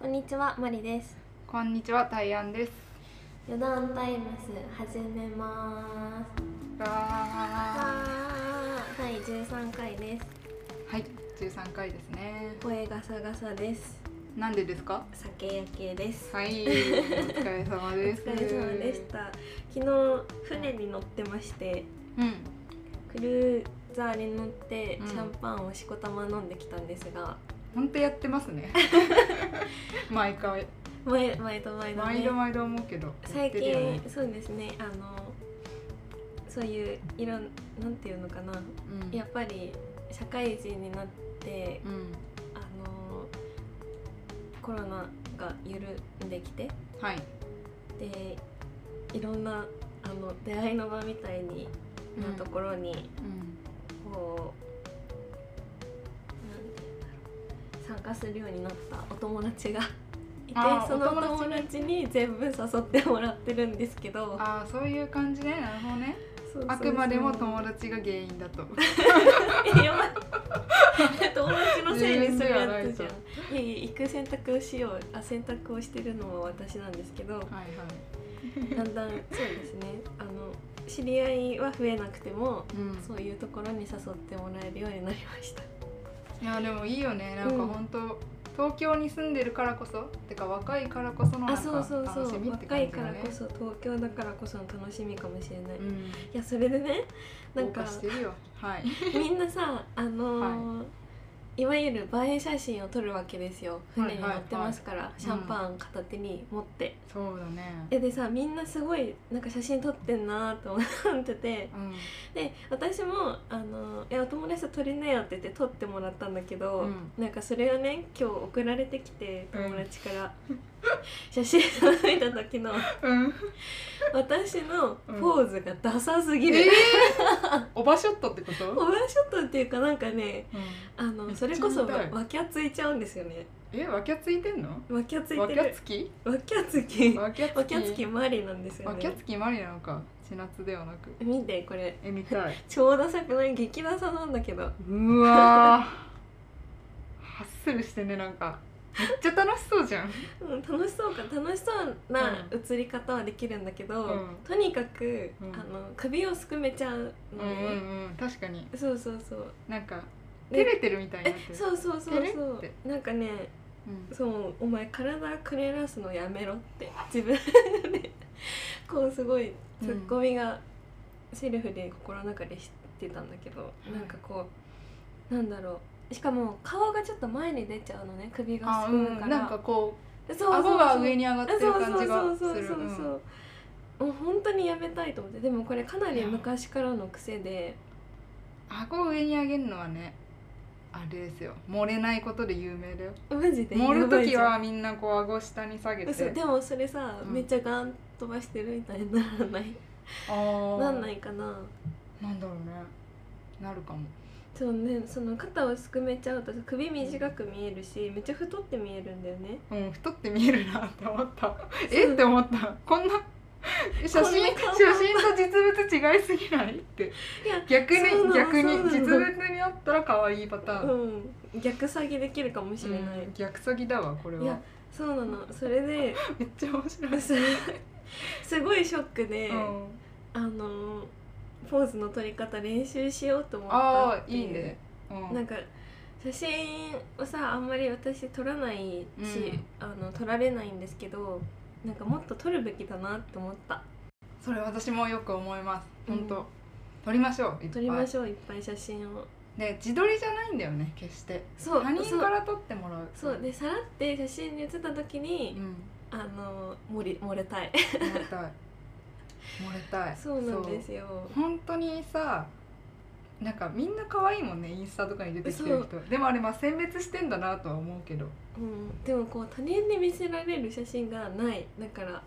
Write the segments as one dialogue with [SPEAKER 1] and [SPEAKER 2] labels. [SPEAKER 1] こんにちは、まりです。
[SPEAKER 2] こんにちは、たいあんです。
[SPEAKER 1] 余談タイムス始めます。
[SPEAKER 2] わ
[SPEAKER 1] わー第十三回です。
[SPEAKER 2] ーはい、十三回ですね。
[SPEAKER 1] 声ガサガサです。
[SPEAKER 2] なんでですか。
[SPEAKER 1] 酒焼けです。
[SPEAKER 2] はい、お疲れ様
[SPEAKER 1] お
[SPEAKER 2] です。
[SPEAKER 1] 疲れ様でし。た。昨日船に乗ってまして、
[SPEAKER 2] うん、
[SPEAKER 1] クルーザーに乗って
[SPEAKER 2] うん
[SPEAKER 1] シャンパンをしこたま飲んできたんですが、
[SPEAKER 2] 本当やってます ね。毎回、
[SPEAKER 1] 前前と前だ
[SPEAKER 2] 毎度
[SPEAKER 1] ね。
[SPEAKER 2] 毎度思うけど。
[SPEAKER 1] 最
[SPEAKER 2] やってるよ
[SPEAKER 1] 近
[SPEAKER 2] ね
[SPEAKER 1] そうですね、あのそういういろんなんていうのかな。
[SPEAKER 2] うん、
[SPEAKER 1] やっぱり社会人になって
[SPEAKER 2] うん、
[SPEAKER 1] あのコロナが緩んできて
[SPEAKER 2] はい、
[SPEAKER 1] でいろんなあの出会いの場みたいになところに
[SPEAKER 2] うん、
[SPEAKER 1] こう、なんて言うんだろう参加するようになったお友達が いて
[SPEAKER 2] あー
[SPEAKER 1] そのお
[SPEAKER 2] お友
[SPEAKER 1] 友達に全部誘ってもらってるんですけど
[SPEAKER 2] ああ、そういう感じね、なるほどね。
[SPEAKER 1] そうそうそう
[SPEAKER 2] あくまでも友達が原因だと。
[SPEAKER 1] いやばい 友達のせいにするやつじゃんいやいや行く選択をしようあ選択をしてるのは私なんですけど
[SPEAKER 2] はいはい。
[SPEAKER 1] だんだんそうですねあの知り合いは増えなくても
[SPEAKER 2] うん、
[SPEAKER 1] そういうところに誘ってもらえるようになりました
[SPEAKER 2] いやでもいいよねなんか
[SPEAKER 1] うん
[SPEAKER 2] 本当、東京に住んでるからこそてか若いからこそのなん
[SPEAKER 1] あ
[SPEAKER 2] か
[SPEAKER 1] そうそうそ
[SPEAKER 2] 楽しみ
[SPEAKER 1] う
[SPEAKER 2] っ
[SPEAKER 1] 若
[SPEAKER 2] て感
[SPEAKER 1] い
[SPEAKER 2] じ
[SPEAKER 1] か
[SPEAKER 2] だ
[SPEAKER 1] ら
[SPEAKER 2] ね
[SPEAKER 1] こそ東京だからこその楽しみかもしれない、
[SPEAKER 2] う
[SPEAKER 1] い
[SPEAKER 2] ん
[SPEAKER 1] やそれで ねなんか
[SPEAKER 2] 謳歌してるよはい
[SPEAKER 1] みんなさあのーいわゆる映え写真を撮るわけですよ船に乗ってますから、シャンパン片手に持って、
[SPEAKER 2] そうだね
[SPEAKER 1] えでさみんなすごいなんか写真撮ってんなと思ってて
[SPEAKER 2] うん
[SPEAKER 1] で私もあのえ「お友達と撮りなよ」って言って撮ってもらったんだけど、
[SPEAKER 2] うん
[SPEAKER 1] なんかそれがね今日送られてきて
[SPEAKER 2] うん
[SPEAKER 1] 友達から、 写真を見た時の
[SPEAKER 2] うん
[SPEAKER 1] 私のポーズがダサすぎる、
[SPEAKER 2] えー、 おばショットってこと、
[SPEAKER 1] オーバーショットっていうかなんかね
[SPEAKER 2] うん、
[SPEAKER 1] あのそ
[SPEAKER 2] めっちゃ
[SPEAKER 1] れこそ
[SPEAKER 2] 見たい
[SPEAKER 1] わきゃついちゃうんですよね
[SPEAKER 2] えわきゃついてんの
[SPEAKER 1] わきゃつい
[SPEAKER 2] わ
[SPEAKER 1] て
[SPEAKER 2] きゃ
[SPEAKER 1] る
[SPEAKER 2] つき
[SPEAKER 1] わきゃつき
[SPEAKER 2] わきゃつき
[SPEAKER 1] わきゃつきマリなんですよ
[SPEAKER 2] わきゃ
[SPEAKER 1] ね
[SPEAKER 2] つきマリなのか千夏ではなく
[SPEAKER 1] 見てこれ
[SPEAKER 2] え見たい
[SPEAKER 1] 超ダサくない激ダサなんだけど
[SPEAKER 2] うわーハッスルしてねなんかめっちゃ楽しそう じゃん
[SPEAKER 1] うん、楽しそうか楽しそうな映り方はできるんだけど、
[SPEAKER 2] うん
[SPEAKER 1] とにかく、
[SPEAKER 2] うん
[SPEAKER 1] あの首をすくめちゃう
[SPEAKER 2] う
[SPEAKER 1] の
[SPEAKER 2] ん
[SPEAKER 1] ね、
[SPEAKER 2] うんうん確かに
[SPEAKER 1] そうそうそう
[SPEAKER 2] なんか
[SPEAKER 1] で
[SPEAKER 2] 照れてるみたいになってる
[SPEAKER 1] そうそうそう
[SPEAKER 2] てれ
[SPEAKER 1] そ
[SPEAKER 2] って
[SPEAKER 1] うなんかね
[SPEAKER 2] うん
[SPEAKER 1] そうお前体くねらすのやめろ って自分でこうすごいツッコミがセルフで心の中でしてたんだけど、
[SPEAKER 2] い
[SPEAKER 1] なんかこうなんだろうしかも顔がちょっと前に出ちゃうのね首が
[SPEAKER 2] あ
[SPEAKER 1] す
[SPEAKER 2] う
[SPEAKER 1] くむ
[SPEAKER 2] ん
[SPEAKER 1] から、
[SPEAKER 2] なんかこ
[SPEAKER 1] そうそううそう
[SPEAKER 2] 顎が上に上がって
[SPEAKER 1] そう
[SPEAKER 2] る
[SPEAKER 1] そう
[SPEAKER 2] 感じがす
[SPEAKER 1] そうそう
[SPEAKER 2] る
[SPEAKER 1] そう
[SPEAKER 2] うん
[SPEAKER 1] そうもう本当にやめたいと思ってでもこれかなり昔からの癖で
[SPEAKER 2] 顎を上に上げるのはねあれですよ漏れないことで有名だよ
[SPEAKER 1] マジで
[SPEAKER 2] 漏る
[SPEAKER 1] やばい
[SPEAKER 2] 時
[SPEAKER 1] じゃ
[SPEAKER 2] は
[SPEAKER 1] ん
[SPEAKER 2] みんなこう顎下に下げ
[SPEAKER 1] 嘘
[SPEAKER 2] て
[SPEAKER 1] でもそれさ、
[SPEAKER 2] うん
[SPEAKER 1] めっちゃガン飛ばしてるみたいにな らない
[SPEAKER 2] あー
[SPEAKER 1] なんないかな
[SPEAKER 2] なんだろうねなるかも
[SPEAKER 1] そうねその肩をすくめちゃうと首短く見えるしめっちゃ太って見えるんだよね
[SPEAKER 2] うん太って見えるなって思ったえって思ったこんな写真
[SPEAKER 1] こ
[SPEAKER 2] 写
[SPEAKER 1] んな
[SPEAKER 2] 真
[SPEAKER 1] 顔
[SPEAKER 2] と実物違いすぎないって
[SPEAKER 1] いや
[SPEAKER 2] 逆に
[SPEAKER 1] そうなの
[SPEAKER 2] 逆に
[SPEAKER 1] そうなの
[SPEAKER 2] 実物にあったら可愛いパターン、
[SPEAKER 1] うん逆詐欺できるかもしれない、
[SPEAKER 2] うん逆詐欺だわこれはい
[SPEAKER 1] やそうなのそれで
[SPEAKER 2] めっちゃ面白い、
[SPEAKER 1] すすごいショックで、
[SPEAKER 2] うん、
[SPEAKER 1] あのーポーズの撮り方練習しようと思った
[SPEAKER 2] あ
[SPEAKER 1] っ
[SPEAKER 2] あ
[SPEAKER 1] て
[SPEAKER 2] い
[SPEAKER 1] いう
[SPEAKER 2] いね、うん、
[SPEAKER 1] なんか写真をさあんまり私撮らないし、
[SPEAKER 2] うん
[SPEAKER 1] あの撮られないんですけどなんかもっと撮るべきだなって思った
[SPEAKER 2] それ私もよく思います
[SPEAKER 1] うん
[SPEAKER 2] 本当、撮りましょういっぱい
[SPEAKER 1] 撮りましょういっぱい写真を
[SPEAKER 2] で自撮りじゃないんだよね決して
[SPEAKER 1] そう
[SPEAKER 2] 他人から撮ってもらう
[SPEAKER 1] そうそうでさらって写真に写った時
[SPEAKER 2] う
[SPEAKER 1] に、
[SPEAKER 2] ん
[SPEAKER 1] あのー漏れ漏れた い
[SPEAKER 2] 漏れ たい漏れたい
[SPEAKER 1] そうなんです
[SPEAKER 2] よ
[SPEAKER 1] よ
[SPEAKER 2] 本当にさなんかみんな可愛いもんねインスタとかに出てきてる人でもあれまあ選別してんだなとは思うけど
[SPEAKER 1] う、ん、でもこう他人に見せられる写真がないだから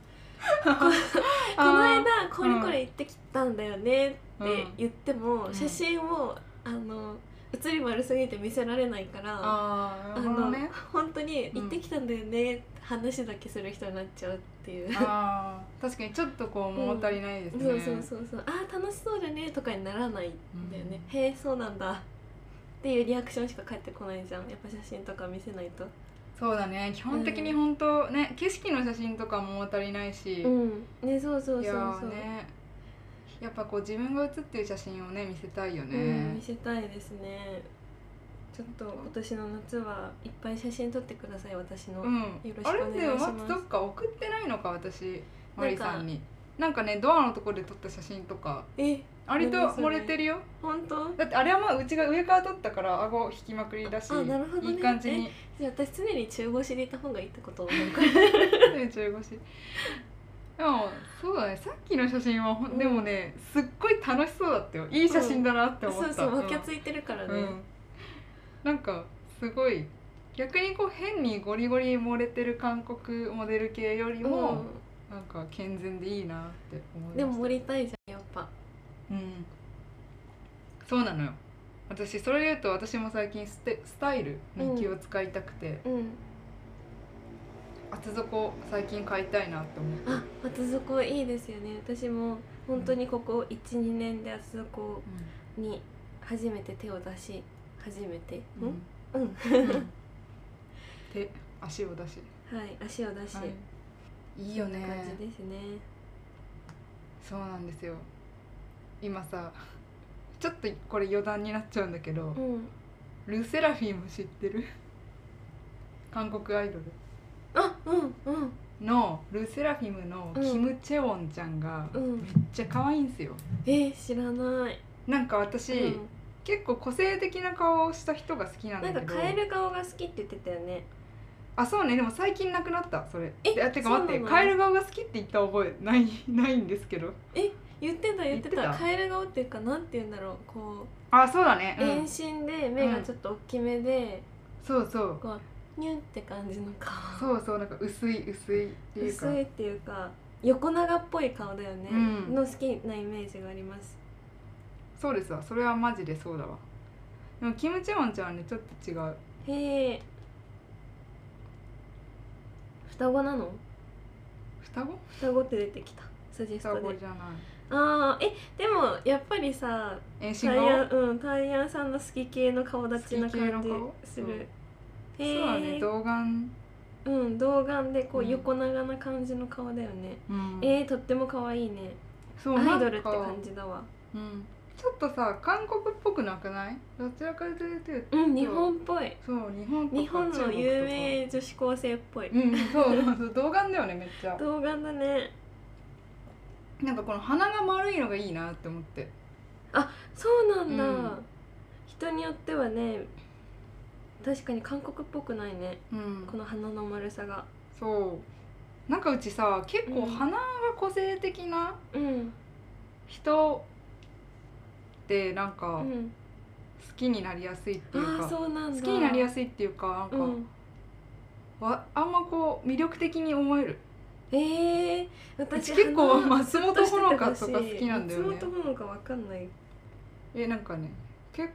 [SPEAKER 1] この間これこれ行ってきたんだよねって言っても、
[SPEAKER 2] うん
[SPEAKER 1] 写真をあの写り悪すぎて見せられないから、
[SPEAKER 2] あーあ
[SPEAKER 1] あ
[SPEAKER 2] ーなるほど
[SPEAKER 1] の
[SPEAKER 2] ね
[SPEAKER 1] 本当に行ってきたんだよねって話だけする人になっちゃうっていう。
[SPEAKER 2] あー確かにちょっとこう物足りないですね、
[SPEAKER 1] そうそうそうそうあー楽しそうだねとかにならないんだよね、へえそうなんだっていうリアクションしか返ってこないじゃんやっぱ写真とか見せないと
[SPEAKER 2] そうだね基本的に本当ね、景色の写真とかも足りないし、
[SPEAKER 1] うんねそうそう
[SPEAKER 2] い
[SPEAKER 1] そ
[SPEAKER 2] や
[SPEAKER 1] う
[SPEAKER 2] ー
[SPEAKER 1] そう、
[SPEAKER 2] ねやっぱこう自分が写ってる写真をね見せたいよね、
[SPEAKER 1] うん、見せたいですねちょっと今年の夏はいっぱい写真撮ってください私の、
[SPEAKER 2] うん、
[SPEAKER 1] ろしくお
[SPEAKER 2] あ
[SPEAKER 1] 願い
[SPEAKER 2] れでも
[SPEAKER 1] します
[SPEAKER 2] 待ってどっか送ってないのか私マリさんになんかねドアのところで撮った写真とか
[SPEAKER 1] え
[SPEAKER 2] 割と
[SPEAKER 1] 何それ
[SPEAKER 2] 漏れてるよ
[SPEAKER 1] 本当
[SPEAKER 2] だってあれはまあうちが上から撮ったから顎引きまくりだし
[SPEAKER 1] あなるほどね
[SPEAKER 2] いい感じに
[SPEAKER 1] じゃあ私常に中腰でいた方がいいってことを思うから
[SPEAKER 2] ね中腰でもそうだねさっきの写真はほん、
[SPEAKER 1] うん
[SPEAKER 2] でもねすっごい楽しそうだったよいい写真だなって思
[SPEAKER 1] そう
[SPEAKER 2] った、
[SPEAKER 1] そうわきゃ
[SPEAKER 2] い
[SPEAKER 1] ついてるから
[SPEAKER 2] た
[SPEAKER 1] ね、
[SPEAKER 2] うん、なんかすごい逆にこう変にゴリゴリ漏れてる韓国モデル系よりも、なんか健全でいいなって思いました
[SPEAKER 1] でも盛りたいじゃんやっぱ
[SPEAKER 2] うんそうなのよ私それで言うと私も最近ステスタイルに気を使いたくて、
[SPEAKER 1] うん
[SPEAKER 2] 厚底最近買いたいなって思って、
[SPEAKER 1] あ厚底いいですよね私も本当にここ12年で厚底に初めて手を出し初めて、
[SPEAKER 2] うん
[SPEAKER 1] んうん
[SPEAKER 2] うん 手足を出し、
[SPEAKER 1] はい足を出し、
[SPEAKER 2] い、いよね
[SPEAKER 1] 感じですね、
[SPEAKER 2] そうなんですよ今さ ちょっとこれ余談になっちゃうんだけど、
[SPEAKER 1] うん
[SPEAKER 2] ルセラフィム知ってる 韓国アイドル
[SPEAKER 1] あうんうん
[SPEAKER 2] のルセラフィムのキム・チェウォンちゃんが
[SPEAKER 1] う
[SPEAKER 2] めっ
[SPEAKER 1] ん
[SPEAKER 2] ちゃ可愛いんすよ、
[SPEAKER 1] えー、知らない、
[SPEAKER 2] なんか私、
[SPEAKER 1] う
[SPEAKER 2] 結構個性的な顔をした人が好きなん
[SPEAKER 1] ん、
[SPEAKER 2] だ
[SPEAKER 1] な
[SPEAKER 2] け
[SPEAKER 1] ん
[SPEAKER 2] ど
[SPEAKER 1] かカエル顔が好きって言ってたよね
[SPEAKER 2] あそうねでも最近なくなったそれ
[SPEAKER 1] え
[SPEAKER 2] いやてか
[SPEAKER 1] そうな
[SPEAKER 2] 待
[SPEAKER 1] の
[SPEAKER 2] ってカエル顔が好きって言った覚えないないんですけど
[SPEAKER 1] 言ってた言ってた
[SPEAKER 2] 言ってた
[SPEAKER 1] カエル顔っていうかなんて言うんだろうこ
[SPEAKER 2] あそうだね
[SPEAKER 1] う、
[SPEAKER 2] うん、
[SPEAKER 1] 遠心で目がちょっと大きめで、
[SPEAKER 2] そうそう
[SPEAKER 1] こうニュンって感じの顔
[SPEAKER 2] そうそうなんか薄い薄いっていう
[SPEAKER 1] 薄
[SPEAKER 2] か
[SPEAKER 1] いっていうか横長っぽい顔だよね、
[SPEAKER 2] うん
[SPEAKER 1] の好きなイメージがあります
[SPEAKER 2] そうですわそれはマジでそうだわでもキム・チェウォンちゃんはねちょっと違う
[SPEAKER 1] へえ双子なの
[SPEAKER 2] 双子
[SPEAKER 1] 双子って出てきたサジェス
[SPEAKER 2] 双
[SPEAKER 1] ト
[SPEAKER 2] 子
[SPEAKER 1] で
[SPEAKER 2] じゃない
[SPEAKER 1] ああえでもやっぱりさ
[SPEAKER 2] 遠心
[SPEAKER 1] タイ
[SPEAKER 2] 顔
[SPEAKER 1] ヤうんタイヤさんの好き系の顔立ちな感
[SPEAKER 2] 好き
[SPEAKER 1] じ
[SPEAKER 2] 系の顔
[SPEAKER 1] する、
[SPEAKER 2] うん
[SPEAKER 1] へ
[SPEAKER 2] そうだね
[SPEAKER 1] え
[SPEAKER 2] 童顔
[SPEAKER 1] うん童顔でこ
[SPEAKER 2] う
[SPEAKER 1] うん横長な感じの顔だよね、
[SPEAKER 2] うん
[SPEAKER 1] えー、とっても可愛いね
[SPEAKER 2] そう
[SPEAKER 1] アイド
[SPEAKER 2] な
[SPEAKER 1] ルっ
[SPEAKER 2] ん
[SPEAKER 1] て
[SPEAKER 2] か
[SPEAKER 1] 感じだわ
[SPEAKER 2] うんちょっとさ韓国っぽくなくないどちらかというと
[SPEAKER 1] うん日本っぽい
[SPEAKER 2] そう日本とか
[SPEAKER 1] 日本
[SPEAKER 2] 中
[SPEAKER 1] の
[SPEAKER 2] 国とか
[SPEAKER 1] 有名女子高生っぽい
[SPEAKER 2] うんそうそうそう童顔だよねめっちゃ
[SPEAKER 1] 童顔だね
[SPEAKER 2] なんかこの鼻が丸いのがいいなって思って
[SPEAKER 1] そうなんだ、
[SPEAKER 2] うん
[SPEAKER 1] 人によってはね確かに韓国っぽくないね
[SPEAKER 2] うん
[SPEAKER 1] この鼻の丸さが
[SPEAKER 2] そうなんかうちさ結
[SPEAKER 1] うん
[SPEAKER 2] 構鼻が個性的な
[SPEAKER 1] うん
[SPEAKER 2] 人ってなん
[SPEAKER 1] う
[SPEAKER 2] か
[SPEAKER 1] ん
[SPEAKER 2] 好きになりやすいっていう
[SPEAKER 1] ああ
[SPEAKER 2] か、
[SPEAKER 1] そうなんだ
[SPEAKER 2] 好きになりや
[SPEAKER 1] す
[SPEAKER 2] すいっていうかなんか、
[SPEAKER 1] うん、
[SPEAKER 2] わあんまこう魅力的に思える
[SPEAKER 1] ええ
[SPEAKER 2] う
[SPEAKER 1] 私
[SPEAKER 2] ち結構
[SPEAKER 1] 鼻
[SPEAKER 2] 松本穂香とか好きなんだよね
[SPEAKER 1] 松本穂香わかんない
[SPEAKER 2] えなんかねけ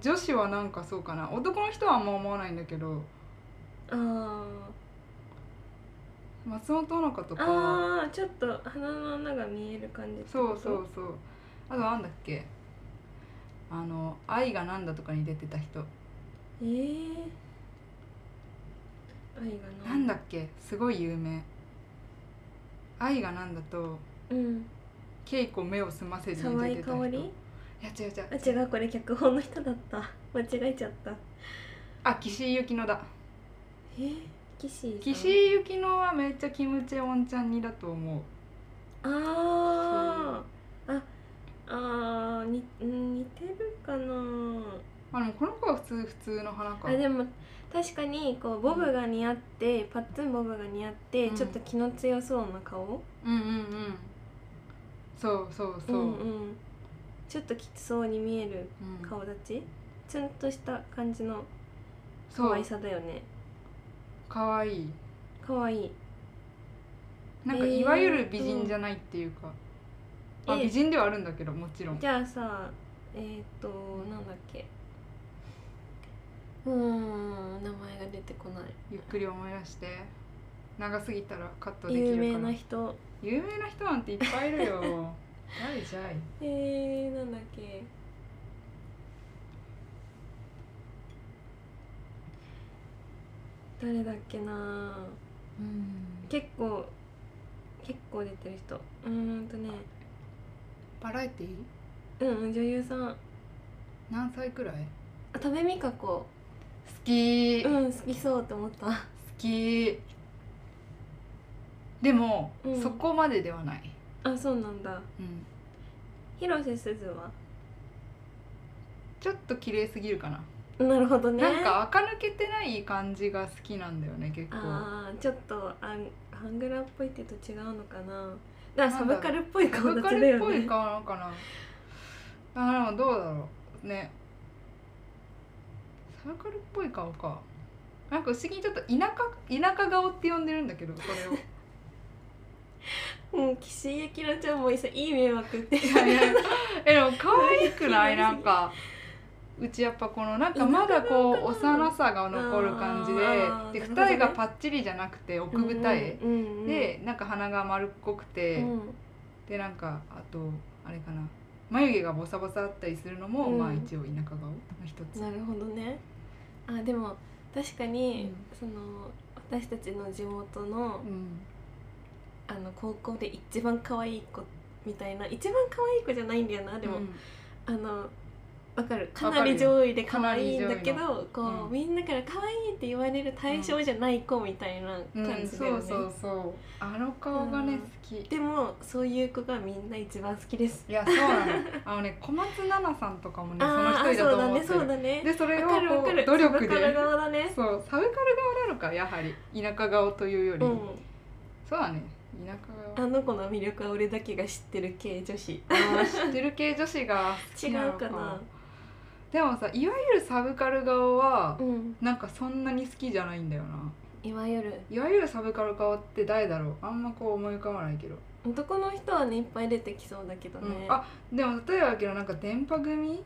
[SPEAKER 2] 女子はなんかそうかな男の人はあんま思わないんだけど
[SPEAKER 1] あ
[SPEAKER 2] 松本穂香と
[SPEAKER 1] ー
[SPEAKER 2] かは
[SPEAKER 1] あーちょっと鼻の穴が見える感じってこ
[SPEAKER 2] そ
[SPEAKER 1] と
[SPEAKER 2] うそうそうあとなんだっけあの「愛がなんだ」とかに出てた人
[SPEAKER 1] ええ愛がな
[SPEAKER 2] なんだっけすごい有名「愛がなんだ」と
[SPEAKER 1] うん
[SPEAKER 2] 「稽古目を澄ませる」
[SPEAKER 1] 沢
[SPEAKER 2] に
[SPEAKER 1] 井
[SPEAKER 2] 出て
[SPEAKER 1] 香
[SPEAKER 2] た人
[SPEAKER 1] 織
[SPEAKER 2] いや違う違
[SPEAKER 1] あ
[SPEAKER 2] う
[SPEAKER 1] 違うこれ脚本の人だった 間違えちゃった
[SPEAKER 2] あ岸井ゆきのだ
[SPEAKER 1] えー、岸井さん
[SPEAKER 2] 岸井ゆきのはめっちゃキムチェオンちゃんにだと思う
[SPEAKER 1] あーああーにうん似てるかな
[SPEAKER 2] あでもこの子は普通普通の花か
[SPEAKER 1] あでも確かにこうボブが似合って、パッツンボブが似合って、
[SPEAKER 2] うん
[SPEAKER 1] ちょっと気の強そうな顔
[SPEAKER 2] うんうんうんそうそうそう、
[SPEAKER 1] んうんちょっときつそうに見える
[SPEAKER 2] うん
[SPEAKER 1] 顔立ち、ツンとした感じの
[SPEAKER 2] そ
[SPEAKER 1] 可
[SPEAKER 2] う
[SPEAKER 1] 愛さだよね
[SPEAKER 2] かわいい
[SPEAKER 1] 可愛いい
[SPEAKER 2] なんか
[SPEAKER 1] えー
[SPEAKER 2] いわゆる美人じゃないっていうか、
[SPEAKER 1] うん
[SPEAKER 2] あ
[SPEAKER 1] え
[SPEAKER 2] 美人ではあるんだけどもちろん
[SPEAKER 1] じゃあさえっ、となんだっけうーん名前が出てこない
[SPEAKER 2] ゆっくり思い出して長すぎたらカットできる
[SPEAKER 1] 有
[SPEAKER 2] から
[SPEAKER 1] 名な人
[SPEAKER 2] 有名な人なんていっぱいいるよ 誰じゃい
[SPEAKER 1] えー、なんだっけ誰だっけな
[SPEAKER 2] うん
[SPEAKER 1] 結構結構出てる人うーんとね
[SPEAKER 2] バラエティ
[SPEAKER 1] うんうん女優さんあ
[SPEAKER 2] 何歳くらい好
[SPEAKER 1] 多部未華子
[SPEAKER 2] き
[SPEAKER 1] うん好きそうと思った
[SPEAKER 2] 好きでも、
[SPEAKER 1] うん
[SPEAKER 2] そこまでではない、
[SPEAKER 1] あそうなんだ
[SPEAKER 2] うん、
[SPEAKER 1] 広瀬すずは
[SPEAKER 2] ちょっと綺麗すぎるかな、
[SPEAKER 1] なるほどね
[SPEAKER 2] なんか垢抜けてない感じが好きなんだよね結構
[SPEAKER 1] あーちょっとアンアングラっぽいって言うと違うのかなだからサブカルっぽい顔
[SPEAKER 2] サブ
[SPEAKER 1] 立
[SPEAKER 2] カ
[SPEAKER 1] ちだ
[SPEAKER 2] ルっ
[SPEAKER 1] よ
[SPEAKER 2] ぽい
[SPEAKER 1] ね
[SPEAKER 2] 顔なのかなあでもどうだろうねサブカルっぽい顔かなんか不思議にちょっと田舎田舎顔って呼んでるんだけどそれを
[SPEAKER 1] うん岸井明ちゃんもさいい迷惑って
[SPEAKER 2] いやいやえでも可愛くないなんかうちやっぱこのなんかまだこう幼さが残る感じ
[SPEAKER 1] あー
[SPEAKER 2] でで
[SPEAKER 1] なるほどね
[SPEAKER 2] 二重がパッチリじゃなくて奥二重、
[SPEAKER 1] うんうんうん、
[SPEAKER 2] でなんか鼻が丸っこく
[SPEAKER 1] う
[SPEAKER 2] て、
[SPEAKER 1] ん
[SPEAKER 2] でなんかあとあれかな眉毛がボサボサあったりするのも、
[SPEAKER 1] うん
[SPEAKER 2] まあ一応田舎顔の一つ。
[SPEAKER 1] なるほどねあでも確かに、その私たちの地元の
[SPEAKER 2] うん
[SPEAKER 1] あの高校で一番可愛い子みたいな一番可愛い子じゃないんだよなでも、
[SPEAKER 2] うん
[SPEAKER 1] あのわかるか
[SPEAKER 2] わ
[SPEAKER 1] な
[SPEAKER 2] かる
[SPEAKER 1] り
[SPEAKER 2] よ
[SPEAKER 1] 上位で可愛いんだけ
[SPEAKER 2] か
[SPEAKER 1] どこう、
[SPEAKER 2] うん
[SPEAKER 1] みんなから可愛いって言われる対象じゃない子みたいな
[SPEAKER 2] う
[SPEAKER 1] 感
[SPEAKER 2] ん
[SPEAKER 1] じだよ
[SPEAKER 2] そ
[SPEAKER 1] ね、
[SPEAKER 2] うそうそうあの顔がね、
[SPEAKER 1] うん
[SPEAKER 2] 好きい
[SPEAKER 1] でもそういう子がみんな一番好きです
[SPEAKER 2] やそうなのあのね小松菜奈さんとかもねその
[SPEAKER 1] あ
[SPEAKER 2] 一
[SPEAKER 1] ー
[SPEAKER 2] 人だと思ってる
[SPEAKER 1] そうだね
[SPEAKER 2] でそ
[SPEAKER 1] そうだね
[SPEAKER 2] れを
[SPEAKER 1] わかるわ
[SPEAKER 2] こ
[SPEAKER 1] か
[SPEAKER 2] う
[SPEAKER 1] る
[SPEAKER 2] 努力
[SPEAKER 1] サブカル
[SPEAKER 2] で
[SPEAKER 1] 側だね
[SPEAKER 2] そうサブカル側なのかやはり田舎顔というより、
[SPEAKER 1] うん
[SPEAKER 2] そうだね田舎
[SPEAKER 1] あの子の魅力は俺だけが知ってる系女子
[SPEAKER 2] 顔あー知ってる系女子が好
[SPEAKER 1] 違う
[SPEAKER 2] きなの
[SPEAKER 1] かな
[SPEAKER 2] でもさいわゆるサブカル顔は、
[SPEAKER 1] うん
[SPEAKER 2] なんかそんなに好きじゃないんだよない
[SPEAKER 1] わゆる
[SPEAKER 2] いわゆるサブカル顔って誰だろうあんまこう思い浮かばないけど、
[SPEAKER 1] 男の人はねいっぱい出てきそうだけど
[SPEAKER 2] う
[SPEAKER 1] ね、
[SPEAKER 2] ん、
[SPEAKER 1] あ
[SPEAKER 2] あでも例えばだけどなんか電波組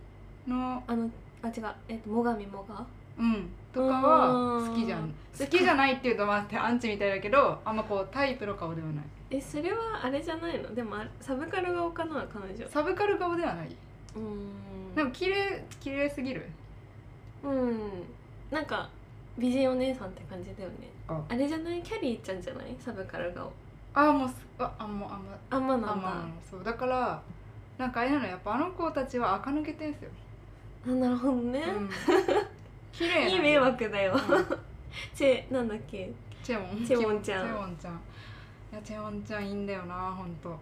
[SPEAKER 2] の
[SPEAKER 1] のあ違うえっと最上もが
[SPEAKER 2] うんとか
[SPEAKER 1] う
[SPEAKER 2] は
[SPEAKER 1] ん
[SPEAKER 2] 好きじゃん好きじゃないっていうとまあアンチみたいだけどあんまこうタイプの顔ではない
[SPEAKER 1] えそれはあれじゃないのでもあれサブカル顔かな彼女
[SPEAKER 2] サブカル顔ではないう
[SPEAKER 1] ーん
[SPEAKER 2] でも綺麗綺麗すぎる
[SPEAKER 1] うんなんか美人お姉さんって感じだよね
[SPEAKER 2] あ
[SPEAKER 1] あれじゃないキャリーちゃんじゃないサブカル顔
[SPEAKER 2] あもうすああんまあんま
[SPEAKER 1] あんまな
[SPEAKER 2] あ
[SPEAKER 1] んだ
[SPEAKER 2] んまなのそうだからなんかあれなのやっぱあの子たちは垢抜けてんすよ、
[SPEAKER 1] あなるほどね
[SPEAKER 2] う、 ん、綺麗なの
[SPEAKER 1] いい迷惑だよ
[SPEAKER 2] うん
[SPEAKER 1] チェなんだっけ
[SPEAKER 2] チェモン
[SPEAKER 1] チェモンちゃん
[SPEAKER 2] チェモンちゃんいやチェモンちゃんいいんだよな本当。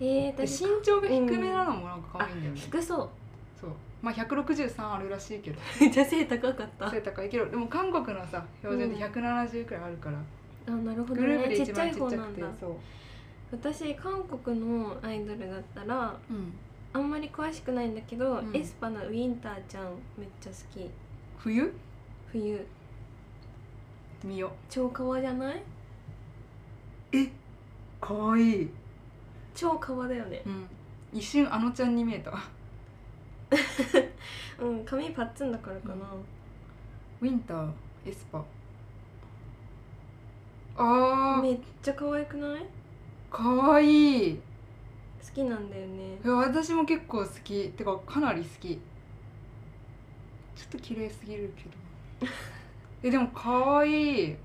[SPEAKER 1] えー、
[SPEAKER 2] で
[SPEAKER 1] 私
[SPEAKER 2] 身長が低めなのもなんか可愛いんだよね、
[SPEAKER 1] 低 そ
[SPEAKER 2] そうまあ163あるらしいけど
[SPEAKER 1] うじゃあ背高かった
[SPEAKER 2] 背高いけどでも韓国のさ標準で
[SPEAKER 1] うん
[SPEAKER 2] 170くらいあるから、
[SPEAKER 1] あなるほど
[SPEAKER 2] グルー
[SPEAKER 1] ね
[SPEAKER 2] プで
[SPEAKER 1] ちっ
[SPEAKER 2] 一
[SPEAKER 1] ちゃ
[SPEAKER 2] 番
[SPEAKER 1] い
[SPEAKER 2] ちっちゃ
[SPEAKER 1] 方
[SPEAKER 2] くて
[SPEAKER 1] なんだ
[SPEAKER 2] そう、
[SPEAKER 1] 私韓国のアイドルだったら
[SPEAKER 2] うん、
[SPEAKER 1] あんまり詳しくないんだけど、
[SPEAKER 2] うん
[SPEAKER 1] エスパのウィンターちゃんめっちゃ好き
[SPEAKER 2] 冬
[SPEAKER 1] 冬
[SPEAKER 2] 見よ
[SPEAKER 1] 超可愛じゃない
[SPEAKER 2] 可愛い、
[SPEAKER 1] 超可愛だよね
[SPEAKER 2] うん、一瞬あのちゃんに見えた
[SPEAKER 1] うん髪パッツンだからかな、
[SPEAKER 2] ウィンターエスパあー
[SPEAKER 1] めっちゃ可愛くない
[SPEAKER 2] 可愛いい
[SPEAKER 1] 好きなんだよね
[SPEAKER 2] いや私も結構好きてかかなり好きちょっと綺麗すぎる けどえでも可愛い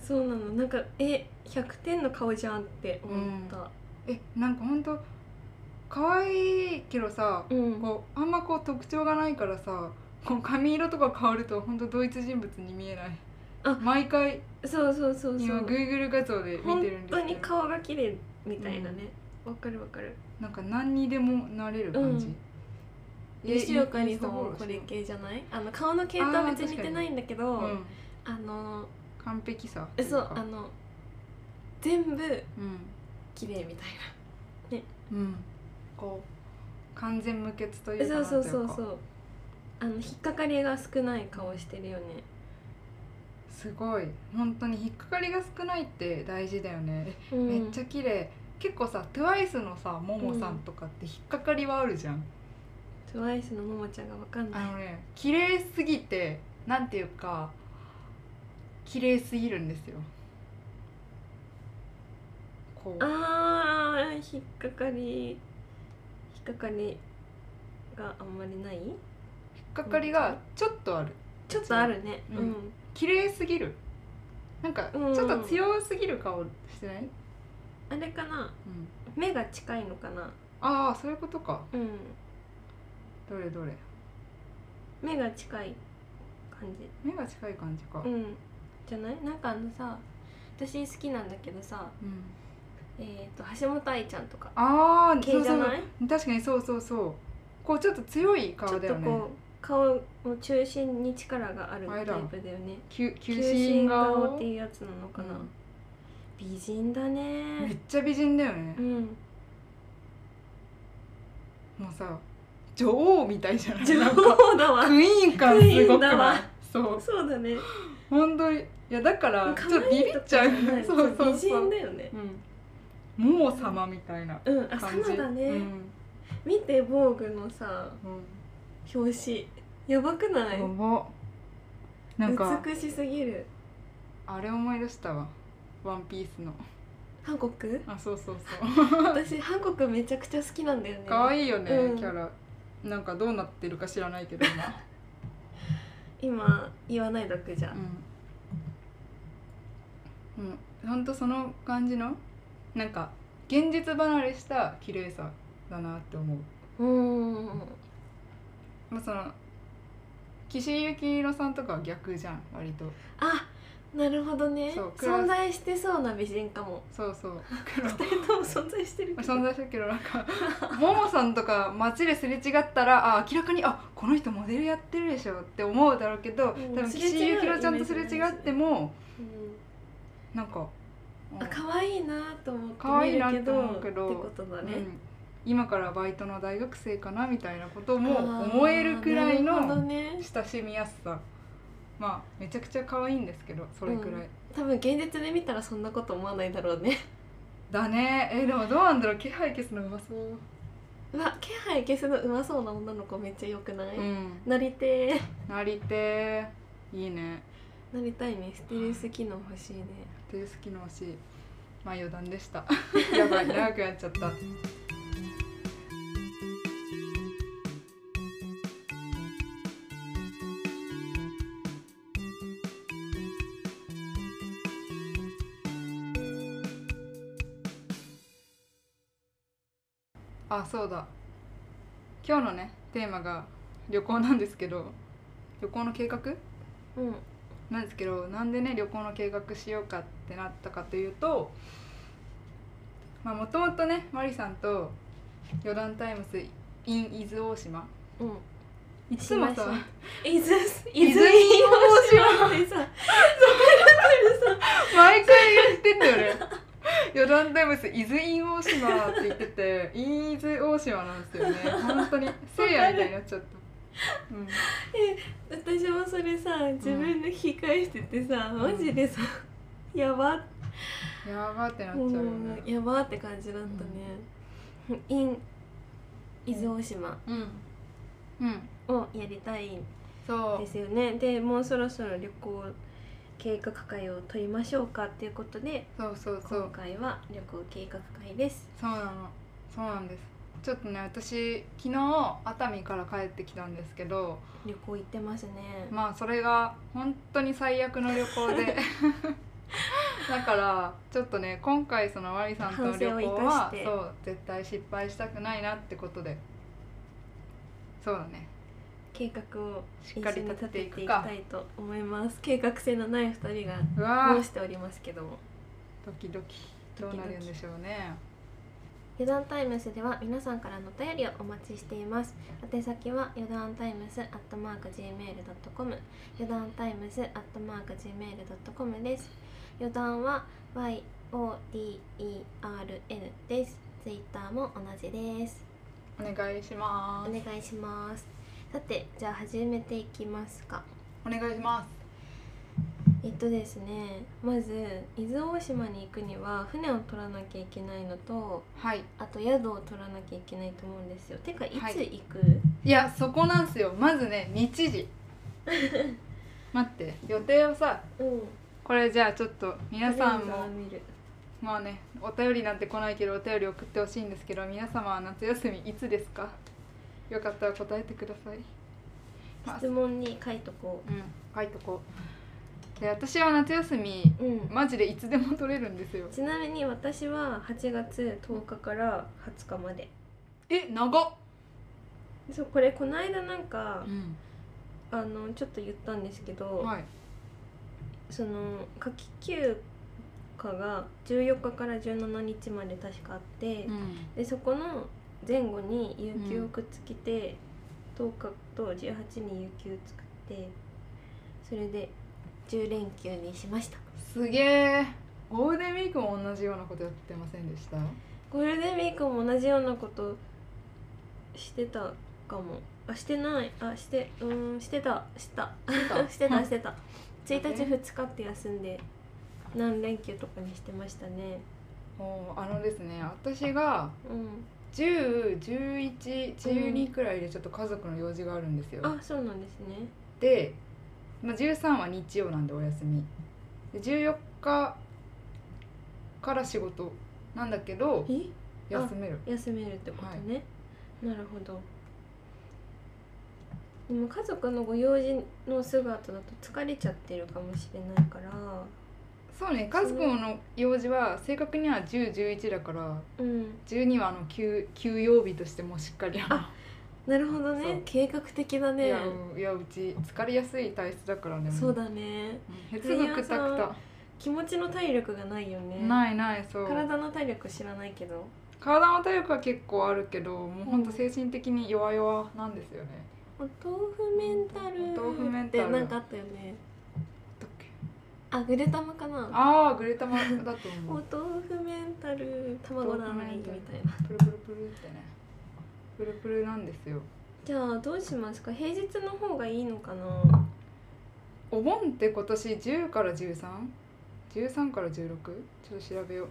[SPEAKER 1] そうなのなんかえ100点の顔じゃんって思った
[SPEAKER 2] えなんかほんと可愛いけどさ
[SPEAKER 1] うん、
[SPEAKER 2] こうあんまこう特徴がないからさこう髪色とか変わるとほんと同一人物に見えない
[SPEAKER 1] あ
[SPEAKER 2] 毎回
[SPEAKER 1] そうそうそうそ
[SPEAKER 2] 今
[SPEAKER 1] う
[SPEAKER 2] Google 画像で見
[SPEAKER 1] 本
[SPEAKER 2] てるんで
[SPEAKER 1] 当
[SPEAKER 2] すけ
[SPEAKER 1] に
[SPEAKER 2] ど
[SPEAKER 1] 顔が綺麗みたいなねわ、かるわかる
[SPEAKER 2] なんか何にでもなれる感じ、
[SPEAKER 1] うん
[SPEAKER 2] え
[SPEAKER 1] 吉岡
[SPEAKER 2] イ
[SPEAKER 1] 里
[SPEAKER 2] ンスタ
[SPEAKER 1] 帆
[SPEAKER 2] フォロ
[SPEAKER 1] も
[SPEAKER 2] ーし
[SPEAKER 1] こ
[SPEAKER 2] た
[SPEAKER 1] れ系じゃないあの顔の系統は別に似てないんだけどあ,、
[SPEAKER 2] うん、
[SPEAKER 1] の
[SPEAKER 2] 完璧さ
[SPEAKER 1] えそう
[SPEAKER 2] とい
[SPEAKER 1] あ
[SPEAKER 2] か
[SPEAKER 1] の全部
[SPEAKER 2] うん
[SPEAKER 1] 綺麗みたい
[SPEAKER 2] うん、こう完全無欠とい
[SPEAKER 1] な
[SPEAKER 2] うかな
[SPEAKER 1] そ
[SPEAKER 2] ん
[SPEAKER 1] う
[SPEAKER 2] てい
[SPEAKER 1] そうう
[SPEAKER 2] か
[SPEAKER 1] そうそうあの引っかかりが少ない顔してるよね
[SPEAKER 2] すごい本当に引っかかりが少ないって大事だよね、
[SPEAKER 1] うん
[SPEAKER 2] めっちゃ綺麗結構さ TWICE のさももさんとかって引っかかりはあるじゃん、
[SPEAKER 1] TWICE のももちゃんがわかんない
[SPEAKER 2] あのね綺麗すぎてなんていうか綺麗すぎるんですよこう
[SPEAKER 1] あー引っかかり引っかかりがあんまりない
[SPEAKER 2] 引っかかりがちょっとある
[SPEAKER 1] ちょっとあるね
[SPEAKER 2] うん
[SPEAKER 1] うん
[SPEAKER 2] 綺麗すぎるなんかち
[SPEAKER 1] うん
[SPEAKER 2] ょっと強すぎる顔してない、
[SPEAKER 1] あれかな目が近いのかな
[SPEAKER 2] ああそういうことか
[SPEAKER 1] うん
[SPEAKER 2] どれどれ
[SPEAKER 1] 目が近い感じ
[SPEAKER 2] 目が近い感じか
[SPEAKER 1] うんじゃないなんかあのさ私好きなんだけどさ
[SPEAKER 2] うん
[SPEAKER 1] えー、と橋本愛ちゃんとか
[SPEAKER 2] ああそ
[SPEAKER 1] 系
[SPEAKER 2] う
[SPEAKER 1] じ
[SPEAKER 2] そ
[SPEAKER 1] ゃ
[SPEAKER 2] う
[SPEAKER 1] ない
[SPEAKER 2] 確かにそうそうそうこうちょっと強い顔だ
[SPEAKER 1] ちょ
[SPEAKER 2] よ
[SPEAKER 1] っと
[SPEAKER 2] ね
[SPEAKER 1] こう顔の中心に力がある
[SPEAKER 2] あ
[SPEAKER 1] タ
[SPEAKER 2] れ
[SPEAKER 1] イ
[SPEAKER 2] だ
[SPEAKER 1] プだよね
[SPEAKER 2] 急
[SPEAKER 1] 球
[SPEAKER 2] 急
[SPEAKER 1] 心
[SPEAKER 2] 進顔
[SPEAKER 1] 顔っていうやつなのかな、
[SPEAKER 2] うん
[SPEAKER 1] 美人だ
[SPEAKER 2] めっ
[SPEAKER 1] ね
[SPEAKER 2] ちゃ美人だよね
[SPEAKER 1] う、ん
[SPEAKER 2] もうさ女王みたいじゃない
[SPEAKER 1] 女
[SPEAKER 2] なんか
[SPEAKER 1] 王だわ
[SPEAKER 2] クイーン感す
[SPEAKER 1] クイー
[SPEAKER 2] ご
[SPEAKER 1] ン
[SPEAKER 2] く
[SPEAKER 1] だわ
[SPEAKER 2] ないそう
[SPEAKER 1] そうだね
[SPEAKER 2] 本当にいやだからちょっとビビっちゃう
[SPEAKER 1] 可 愛いとかじゃな
[SPEAKER 2] そう
[SPEAKER 1] い
[SPEAKER 2] そうそう
[SPEAKER 1] 美人だよね
[SPEAKER 2] うん、モモ様みたいな
[SPEAKER 1] うんあサ
[SPEAKER 2] 感じ
[SPEAKER 1] ナだね、
[SPEAKER 2] うん
[SPEAKER 1] 見て防具のさ表紙やばくない
[SPEAKER 2] うん、やばなんか
[SPEAKER 1] 美しすぎる
[SPEAKER 2] あれ思い出したわワンピースの
[SPEAKER 1] 韓 国
[SPEAKER 2] あそうそう そう
[SPEAKER 1] 私韓国めちゃくちゃ好きなんだよね
[SPEAKER 2] 可愛いよね、
[SPEAKER 1] うん
[SPEAKER 2] キャラなんかどうなってるか知らないけど今、
[SPEAKER 1] 今言わないだけじゃん
[SPEAKER 2] うん、うん、ほんとその感じのなんか現実離れした綺麗さだなって思う
[SPEAKER 1] うん
[SPEAKER 2] まあその岸井ゆきろさんとかは逆じゃん割と
[SPEAKER 1] あなるほどね
[SPEAKER 2] そうクラス
[SPEAKER 1] 存在してそうな美人か も
[SPEAKER 2] そうそう
[SPEAKER 1] 二人とも存在してるけど
[SPEAKER 2] 存在したけどな んかももさんとか街ですれ違ったらあ明らかにあこの人モデルやってるでしょって思うだろうけど、
[SPEAKER 1] うん
[SPEAKER 2] 多分
[SPEAKER 1] すれ違う
[SPEAKER 2] 岸井ゆきろちゃんとすれ違っても
[SPEAKER 1] うん
[SPEAKER 2] なんか
[SPEAKER 1] あ可愛いなと思
[SPEAKER 2] 可
[SPEAKER 1] って
[SPEAKER 2] 愛
[SPEAKER 1] 見
[SPEAKER 2] いな
[SPEAKER 1] る
[SPEAKER 2] と
[SPEAKER 1] けど
[SPEAKER 2] 思うけど
[SPEAKER 1] ってことだ
[SPEAKER 2] う
[SPEAKER 1] ね、
[SPEAKER 2] ん今からバイトの大学生かなみたいなことも思えるくらい
[SPEAKER 1] あーなるほど
[SPEAKER 2] の
[SPEAKER 1] ね
[SPEAKER 2] 親しみやすさまあめちゃくちゃ可愛いんですけどそれくらい、
[SPEAKER 1] 多分現実で見たらそんなこと思わないだろうね
[SPEAKER 2] だねえーでもどうなんだろう気配消すのうまそう
[SPEAKER 1] うわ気配消すのうまそうな女の子めっちゃ良くない、
[SPEAKER 2] うん
[SPEAKER 1] なりてー
[SPEAKER 2] なりてーいいね
[SPEAKER 1] なりたいねステルス機能欲しいね
[SPEAKER 2] 手好きの推しまあ余談でした やばい長くなっちゃったあそうだ今日のねテーマが旅行なんですけど旅行の計画
[SPEAKER 1] うん
[SPEAKER 2] なんですけどなんでね旅行の計画しようかってなったかというとまあもともとねマリさんと四段タイムス in 伊豆大島
[SPEAKER 1] うん
[SPEAKER 2] いつも
[SPEAKER 1] しまし
[SPEAKER 2] さ
[SPEAKER 1] ょう伊豆伊豆
[SPEAKER 2] 伊豆
[SPEAKER 1] に
[SPEAKER 2] に
[SPEAKER 1] 大島ってさ
[SPEAKER 2] 毎回言ってたよね 四段タイムス伊豆 in 大島って言ってて in 伊豆大島なんですよね本当にせいやみたいになっちゃった、うん、
[SPEAKER 1] 私もそれさ自分で引き返しててさ、マジでさやばっ
[SPEAKER 2] やばってなっちゃうよね
[SPEAKER 1] うんやばって感じだったね、イン伊豆大島
[SPEAKER 2] うんうん
[SPEAKER 1] をやりたいん
[SPEAKER 2] そう
[SPEAKER 1] ですよねでもうそろそろ旅行計画会を取りましょうかっていうことで
[SPEAKER 2] そうそうそう
[SPEAKER 1] 今回は旅行計画会です
[SPEAKER 2] そうなのそうなんですちょっとね私昨日熱海から帰ってきたんですけど
[SPEAKER 1] 旅行行ってますね、
[SPEAKER 2] まあそれが本当に最悪の旅行 でだからちょっとね今回そのマリさんとの旅行
[SPEAKER 1] 反省を生かし
[SPEAKER 2] は
[SPEAKER 1] て
[SPEAKER 2] そう絶対失敗したくないなってことでそうだね
[SPEAKER 1] 計画を一
[SPEAKER 2] しっ
[SPEAKER 1] 緒
[SPEAKER 2] か
[SPEAKER 1] に
[SPEAKER 2] り
[SPEAKER 1] 立
[SPEAKER 2] 立
[SPEAKER 1] て
[SPEAKER 2] て
[SPEAKER 1] て
[SPEAKER 2] て
[SPEAKER 1] い
[SPEAKER 2] い
[SPEAKER 1] き
[SPEAKER 2] く
[SPEAKER 1] た
[SPEAKER 2] か
[SPEAKER 1] いと思います計画性のない二人
[SPEAKER 2] う
[SPEAKER 1] が
[SPEAKER 2] わ
[SPEAKER 1] 申
[SPEAKER 2] ー
[SPEAKER 1] しておりますけども
[SPEAKER 2] ドキドキどうなるんでしょうね
[SPEAKER 1] 余談タイムスでは皆さんからのお便りをお待ちしています宛先は余談タイムスアットマーク Gmail.com 余談タイムスアットマーク Gmail.com です余談は YODERN ですツイッターも同じです
[SPEAKER 2] お願いし
[SPEAKER 1] お
[SPEAKER 2] ます
[SPEAKER 1] 願いしますさてじゃあ始めていきますか
[SPEAKER 2] お願いします
[SPEAKER 1] えっとですねまず伊豆大島に行くには船を取らなきゃいけないのと
[SPEAKER 2] はい
[SPEAKER 1] あと宿を取らなきゃいけないと思うんですよてかいつ
[SPEAKER 2] はい
[SPEAKER 1] 行く、
[SPEAKER 2] いやそこなんすよまずね日 時待って予定をさ
[SPEAKER 1] うん
[SPEAKER 2] これじゃあちょっと皆さん
[SPEAKER 1] カレンダー
[SPEAKER 2] も
[SPEAKER 1] 見る
[SPEAKER 2] まあねお便りなんて来ないけどお便り送ってほしいんですけど皆様は夏休みいつですかよかったら答えてください、まあ
[SPEAKER 1] 質問に書いとこ
[SPEAKER 2] うん書いとこで私は夏休み
[SPEAKER 1] うん
[SPEAKER 2] マジでいつでも取れるんですよ
[SPEAKER 1] ちなみに私は8月10日から20日まで
[SPEAKER 2] え長っ、
[SPEAKER 1] そうこれこの間なんか
[SPEAKER 2] ん
[SPEAKER 1] あのちょっと言ったんですけど、
[SPEAKER 2] はい、
[SPEAKER 1] その夏季休暇が14日から17日まで確かあって、
[SPEAKER 2] ん、
[SPEAKER 1] でそこの前後に有給をくっつけて、10日と18に有給作ってそれで10連休にしました
[SPEAKER 2] すげえゴールデンウィークも同じようなことやってませんでした
[SPEAKER 1] ゴールデンウィークも同じようなことしてたかもあしてないあしてうーんしてたした
[SPEAKER 2] た
[SPEAKER 1] してたしてた1日2日って休んで何連休とかにしてましたね
[SPEAKER 2] もうあのですね私が
[SPEAKER 1] うん
[SPEAKER 2] 101112くらいでちょっと家族の用事があるんですよ、
[SPEAKER 1] あそうなんですね
[SPEAKER 2] で、まあ、13は日曜なんでお休みで14日から仕事なんだけど
[SPEAKER 1] え
[SPEAKER 2] 休める
[SPEAKER 1] 休めるってことね、なるほどでも家族のご用事の姿だと疲れちゃってるかもしれないから
[SPEAKER 2] そうね家族の用事は正確には1011だから
[SPEAKER 1] うん
[SPEAKER 2] 12はあの休休養日としてもしっかりあの
[SPEAKER 1] なるほど
[SPEAKER 2] そう
[SPEAKER 1] ね計画的だ
[SPEAKER 2] い
[SPEAKER 1] ね
[SPEAKER 2] やうんいやうち疲れやすい体質だからね
[SPEAKER 1] そうだね
[SPEAKER 2] うんすぐくたくた、
[SPEAKER 1] 気持ちの体力がないよね
[SPEAKER 2] ないないそう
[SPEAKER 1] 体の体力知らないけど
[SPEAKER 2] 体の体力は結構あるけどもうほんと精神的に弱々なんですよね、
[SPEAKER 1] お豆腐メンタル
[SPEAKER 2] お豆腐メン
[SPEAKER 1] っ
[SPEAKER 2] タル
[SPEAKER 1] てなんかあったよね
[SPEAKER 2] だっけ
[SPEAKER 1] あグレタマかな
[SPEAKER 2] ああグレタマだと
[SPEAKER 1] お
[SPEAKER 2] 思
[SPEAKER 1] 豆
[SPEAKER 2] う
[SPEAKER 1] 腐メンタル卵なのにみたい
[SPEAKER 2] 豆
[SPEAKER 1] な
[SPEAKER 2] プルプルプルってねプルプルなんですよ
[SPEAKER 1] じゃあどうしますか平日の方がいいのかな
[SPEAKER 2] お盆って今年10から 13?13 から 16? ちょっと調べよう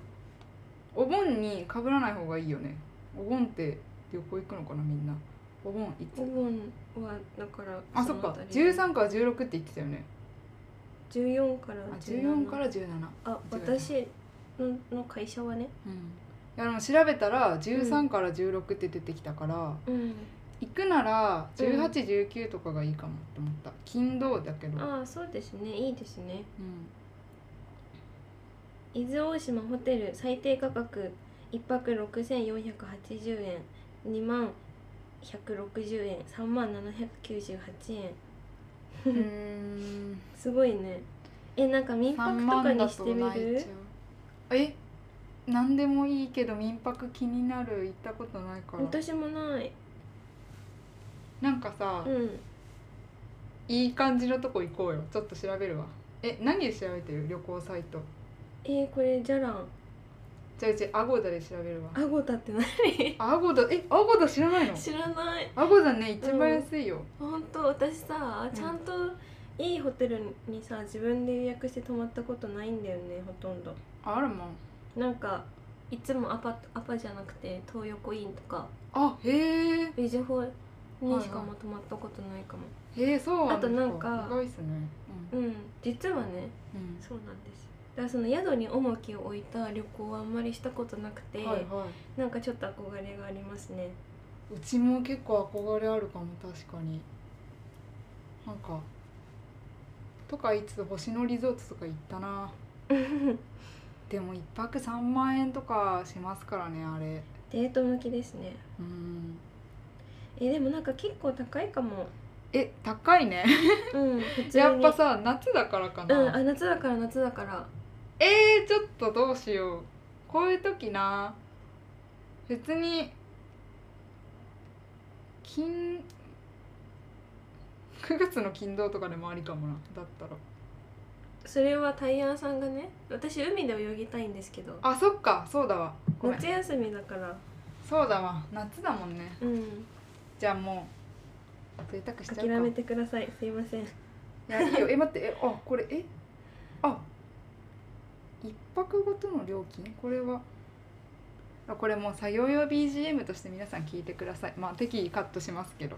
[SPEAKER 2] お盆に被らない方がいいよねお盆って旅行行くのかなみんなお盆いつ
[SPEAKER 1] お盆はだから
[SPEAKER 2] あそっか
[SPEAKER 1] 13
[SPEAKER 2] 13から16って言ってたよね
[SPEAKER 1] 14から
[SPEAKER 2] あ
[SPEAKER 1] 17
[SPEAKER 2] 14から17
[SPEAKER 1] あ私のの会社はね
[SPEAKER 2] うんいやでも調べたら13から16って出てきたから、
[SPEAKER 1] うん
[SPEAKER 2] 行くなら
[SPEAKER 1] うん
[SPEAKER 2] 1819とかがいいかもって思った金土だけど、
[SPEAKER 1] ああそうですねいいですね
[SPEAKER 2] うん
[SPEAKER 1] 伊豆大島ホテル最低価格1泊6480円2万160円3万798円
[SPEAKER 2] うーん
[SPEAKER 1] すごいねえなんか民泊とかにしてみ
[SPEAKER 2] 泣い
[SPEAKER 1] る
[SPEAKER 2] ちゃうえ何でもいいけど民泊気になる行ったことないから
[SPEAKER 1] 私もない
[SPEAKER 2] なんかさ、
[SPEAKER 1] うん
[SPEAKER 2] いい感じのとこ行こうよちょっと調べるわえ何で調べてる旅行サイト
[SPEAKER 1] えー、これじゃらん
[SPEAKER 2] じゃあうちアゴダで調べるわ
[SPEAKER 1] アゴタって何
[SPEAKER 2] アゴダえアゴダ知らないの
[SPEAKER 1] 知らない
[SPEAKER 2] アゴダね一番安いよ、
[SPEAKER 1] 本当私さ
[SPEAKER 2] うん
[SPEAKER 1] ちゃんといいホテルにさ自分で予約して泊まったことないんだよねほとんど
[SPEAKER 2] あるもん
[SPEAKER 1] なんかいつもアパアパじゃなくて東横インとか
[SPEAKER 2] あへえ
[SPEAKER 1] ビジホにしかも泊まったことないかも、
[SPEAKER 2] へえそうなんです
[SPEAKER 1] あとなんか
[SPEAKER 2] 意外っすね
[SPEAKER 1] うん実はね
[SPEAKER 2] うん、うん
[SPEAKER 1] そうなんですだからその宿に重きを置いた旅行はあんまりしたことなくて、
[SPEAKER 2] はいは
[SPEAKER 1] なんかちょっと憧れがありますね
[SPEAKER 2] いうちも結構憧れあるかも確かになんかとか言いつつ星野リゾートとか行っ たなでも一泊3万円とかしますからねあれ
[SPEAKER 1] デート向きですね
[SPEAKER 2] うん
[SPEAKER 1] えでもなんか結構高いかも
[SPEAKER 2] え高いね
[SPEAKER 1] うん普通に
[SPEAKER 2] やっぱさ夏だからか
[SPEAKER 1] う
[SPEAKER 2] な、
[SPEAKER 1] んあ夏だから夏だから
[SPEAKER 2] えー、ちょっとどうしようこういう時な別に金9月の金土とかでもありかもなだったら
[SPEAKER 1] それはタイヤさんがね私海で泳ぎたいんですけど
[SPEAKER 2] あそっかそうだわごめん
[SPEAKER 1] 夏休みだから
[SPEAKER 2] そうだわ夏だもんね
[SPEAKER 1] うん
[SPEAKER 2] じゃあもう贅沢しちゃうか
[SPEAKER 1] 諦めてくださいすいません
[SPEAKER 2] いやいいよえ待ってえあこれえあ一泊ごとの料金これはあこれもう作業用 BGM として皆さん聞いてくださいまあ適宜カットしますけど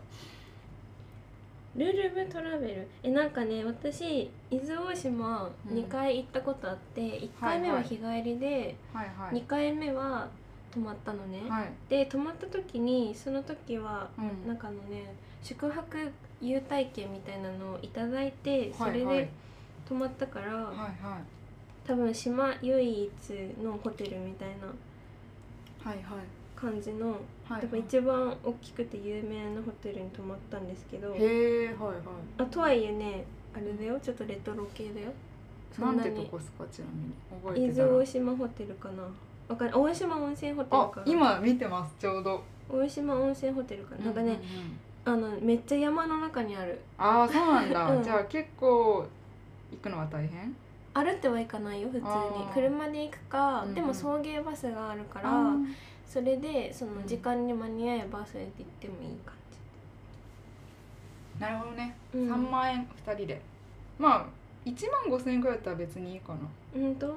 [SPEAKER 1] ルルブトラベルえなんかね私伊豆大島
[SPEAKER 2] うん
[SPEAKER 1] 2回行ったことあって、1回目は日帰りで、
[SPEAKER 2] はいはい
[SPEAKER 1] 2回目は泊まったのね、
[SPEAKER 2] はい
[SPEAKER 1] で泊まった時にその時は
[SPEAKER 2] うん
[SPEAKER 1] なんかあのね宿泊優待券みたいなのをいただいてそ
[SPEAKER 2] は
[SPEAKER 1] れ
[SPEAKER 2] いはい
[SPEAKER 1] で泊まったから、
[SPEAKER 2] はいは
[SPEAKER 1] 多分島唯一のホテルみたいない
[SPEAKER 2] はいはい
[SPEAKER 1] 感じの、
[SPEAKER 2] はい
[SPEAKER 1] 多分一番大きくて有名なホテルに泊まったんですけど
[SPEAKER 2] へえはいは
[SPEAKER 1] あとはいえねあれだよちょっとレトロ系だよ
[SPEAKER 2] いなんてとこっすかちなみに覚え
[SPEAKER 1] 伊
[SPEAKER 2] てた
[SPEAKER 1] 豆
[SPEAKER 2] ら
[SPEAKER 1] 大島ホテルかなわかんない大島温泉ホテル
[SPEAKER 2] あ
[SPEAKER 1] かな
[SPEAKER 2] 今見てますちょうど
[SPEAKER 1] 大島温泉ホテルかななんかね、
[SPEAKER 2] うううん
[SPEAKER 1] あのめっちゃ山の中にある
[SPEAKER 2] ああそうなんだ、
[SPEAKER 1] うん
[SPEAKER 2] じゃあ結構行くのは大変
[SPEAKER 1] 歩ってはいかないよ普通に
[SPEAKER 2] あー
[SPEAKER 1] 車で行くか、
[SPEAKER 2] うんうん
[SPEAKER 1] でも送迎バスがあるから
[SPEAKER 2] あー
[SPEAKER 1] それでその
[SPEAKER 2] うん
[SPEAKER 1] 時間に間に合えばそれで行ってもいい感じ
[SPEAKER 2] なるほどね、
[SPEAKER 1] うん
[SPEAKER 2] 3万円2人でまあ1万5千円くらいだったら別にいいかな
[SPEAKER 1] 本当
[SPEAKER 2] う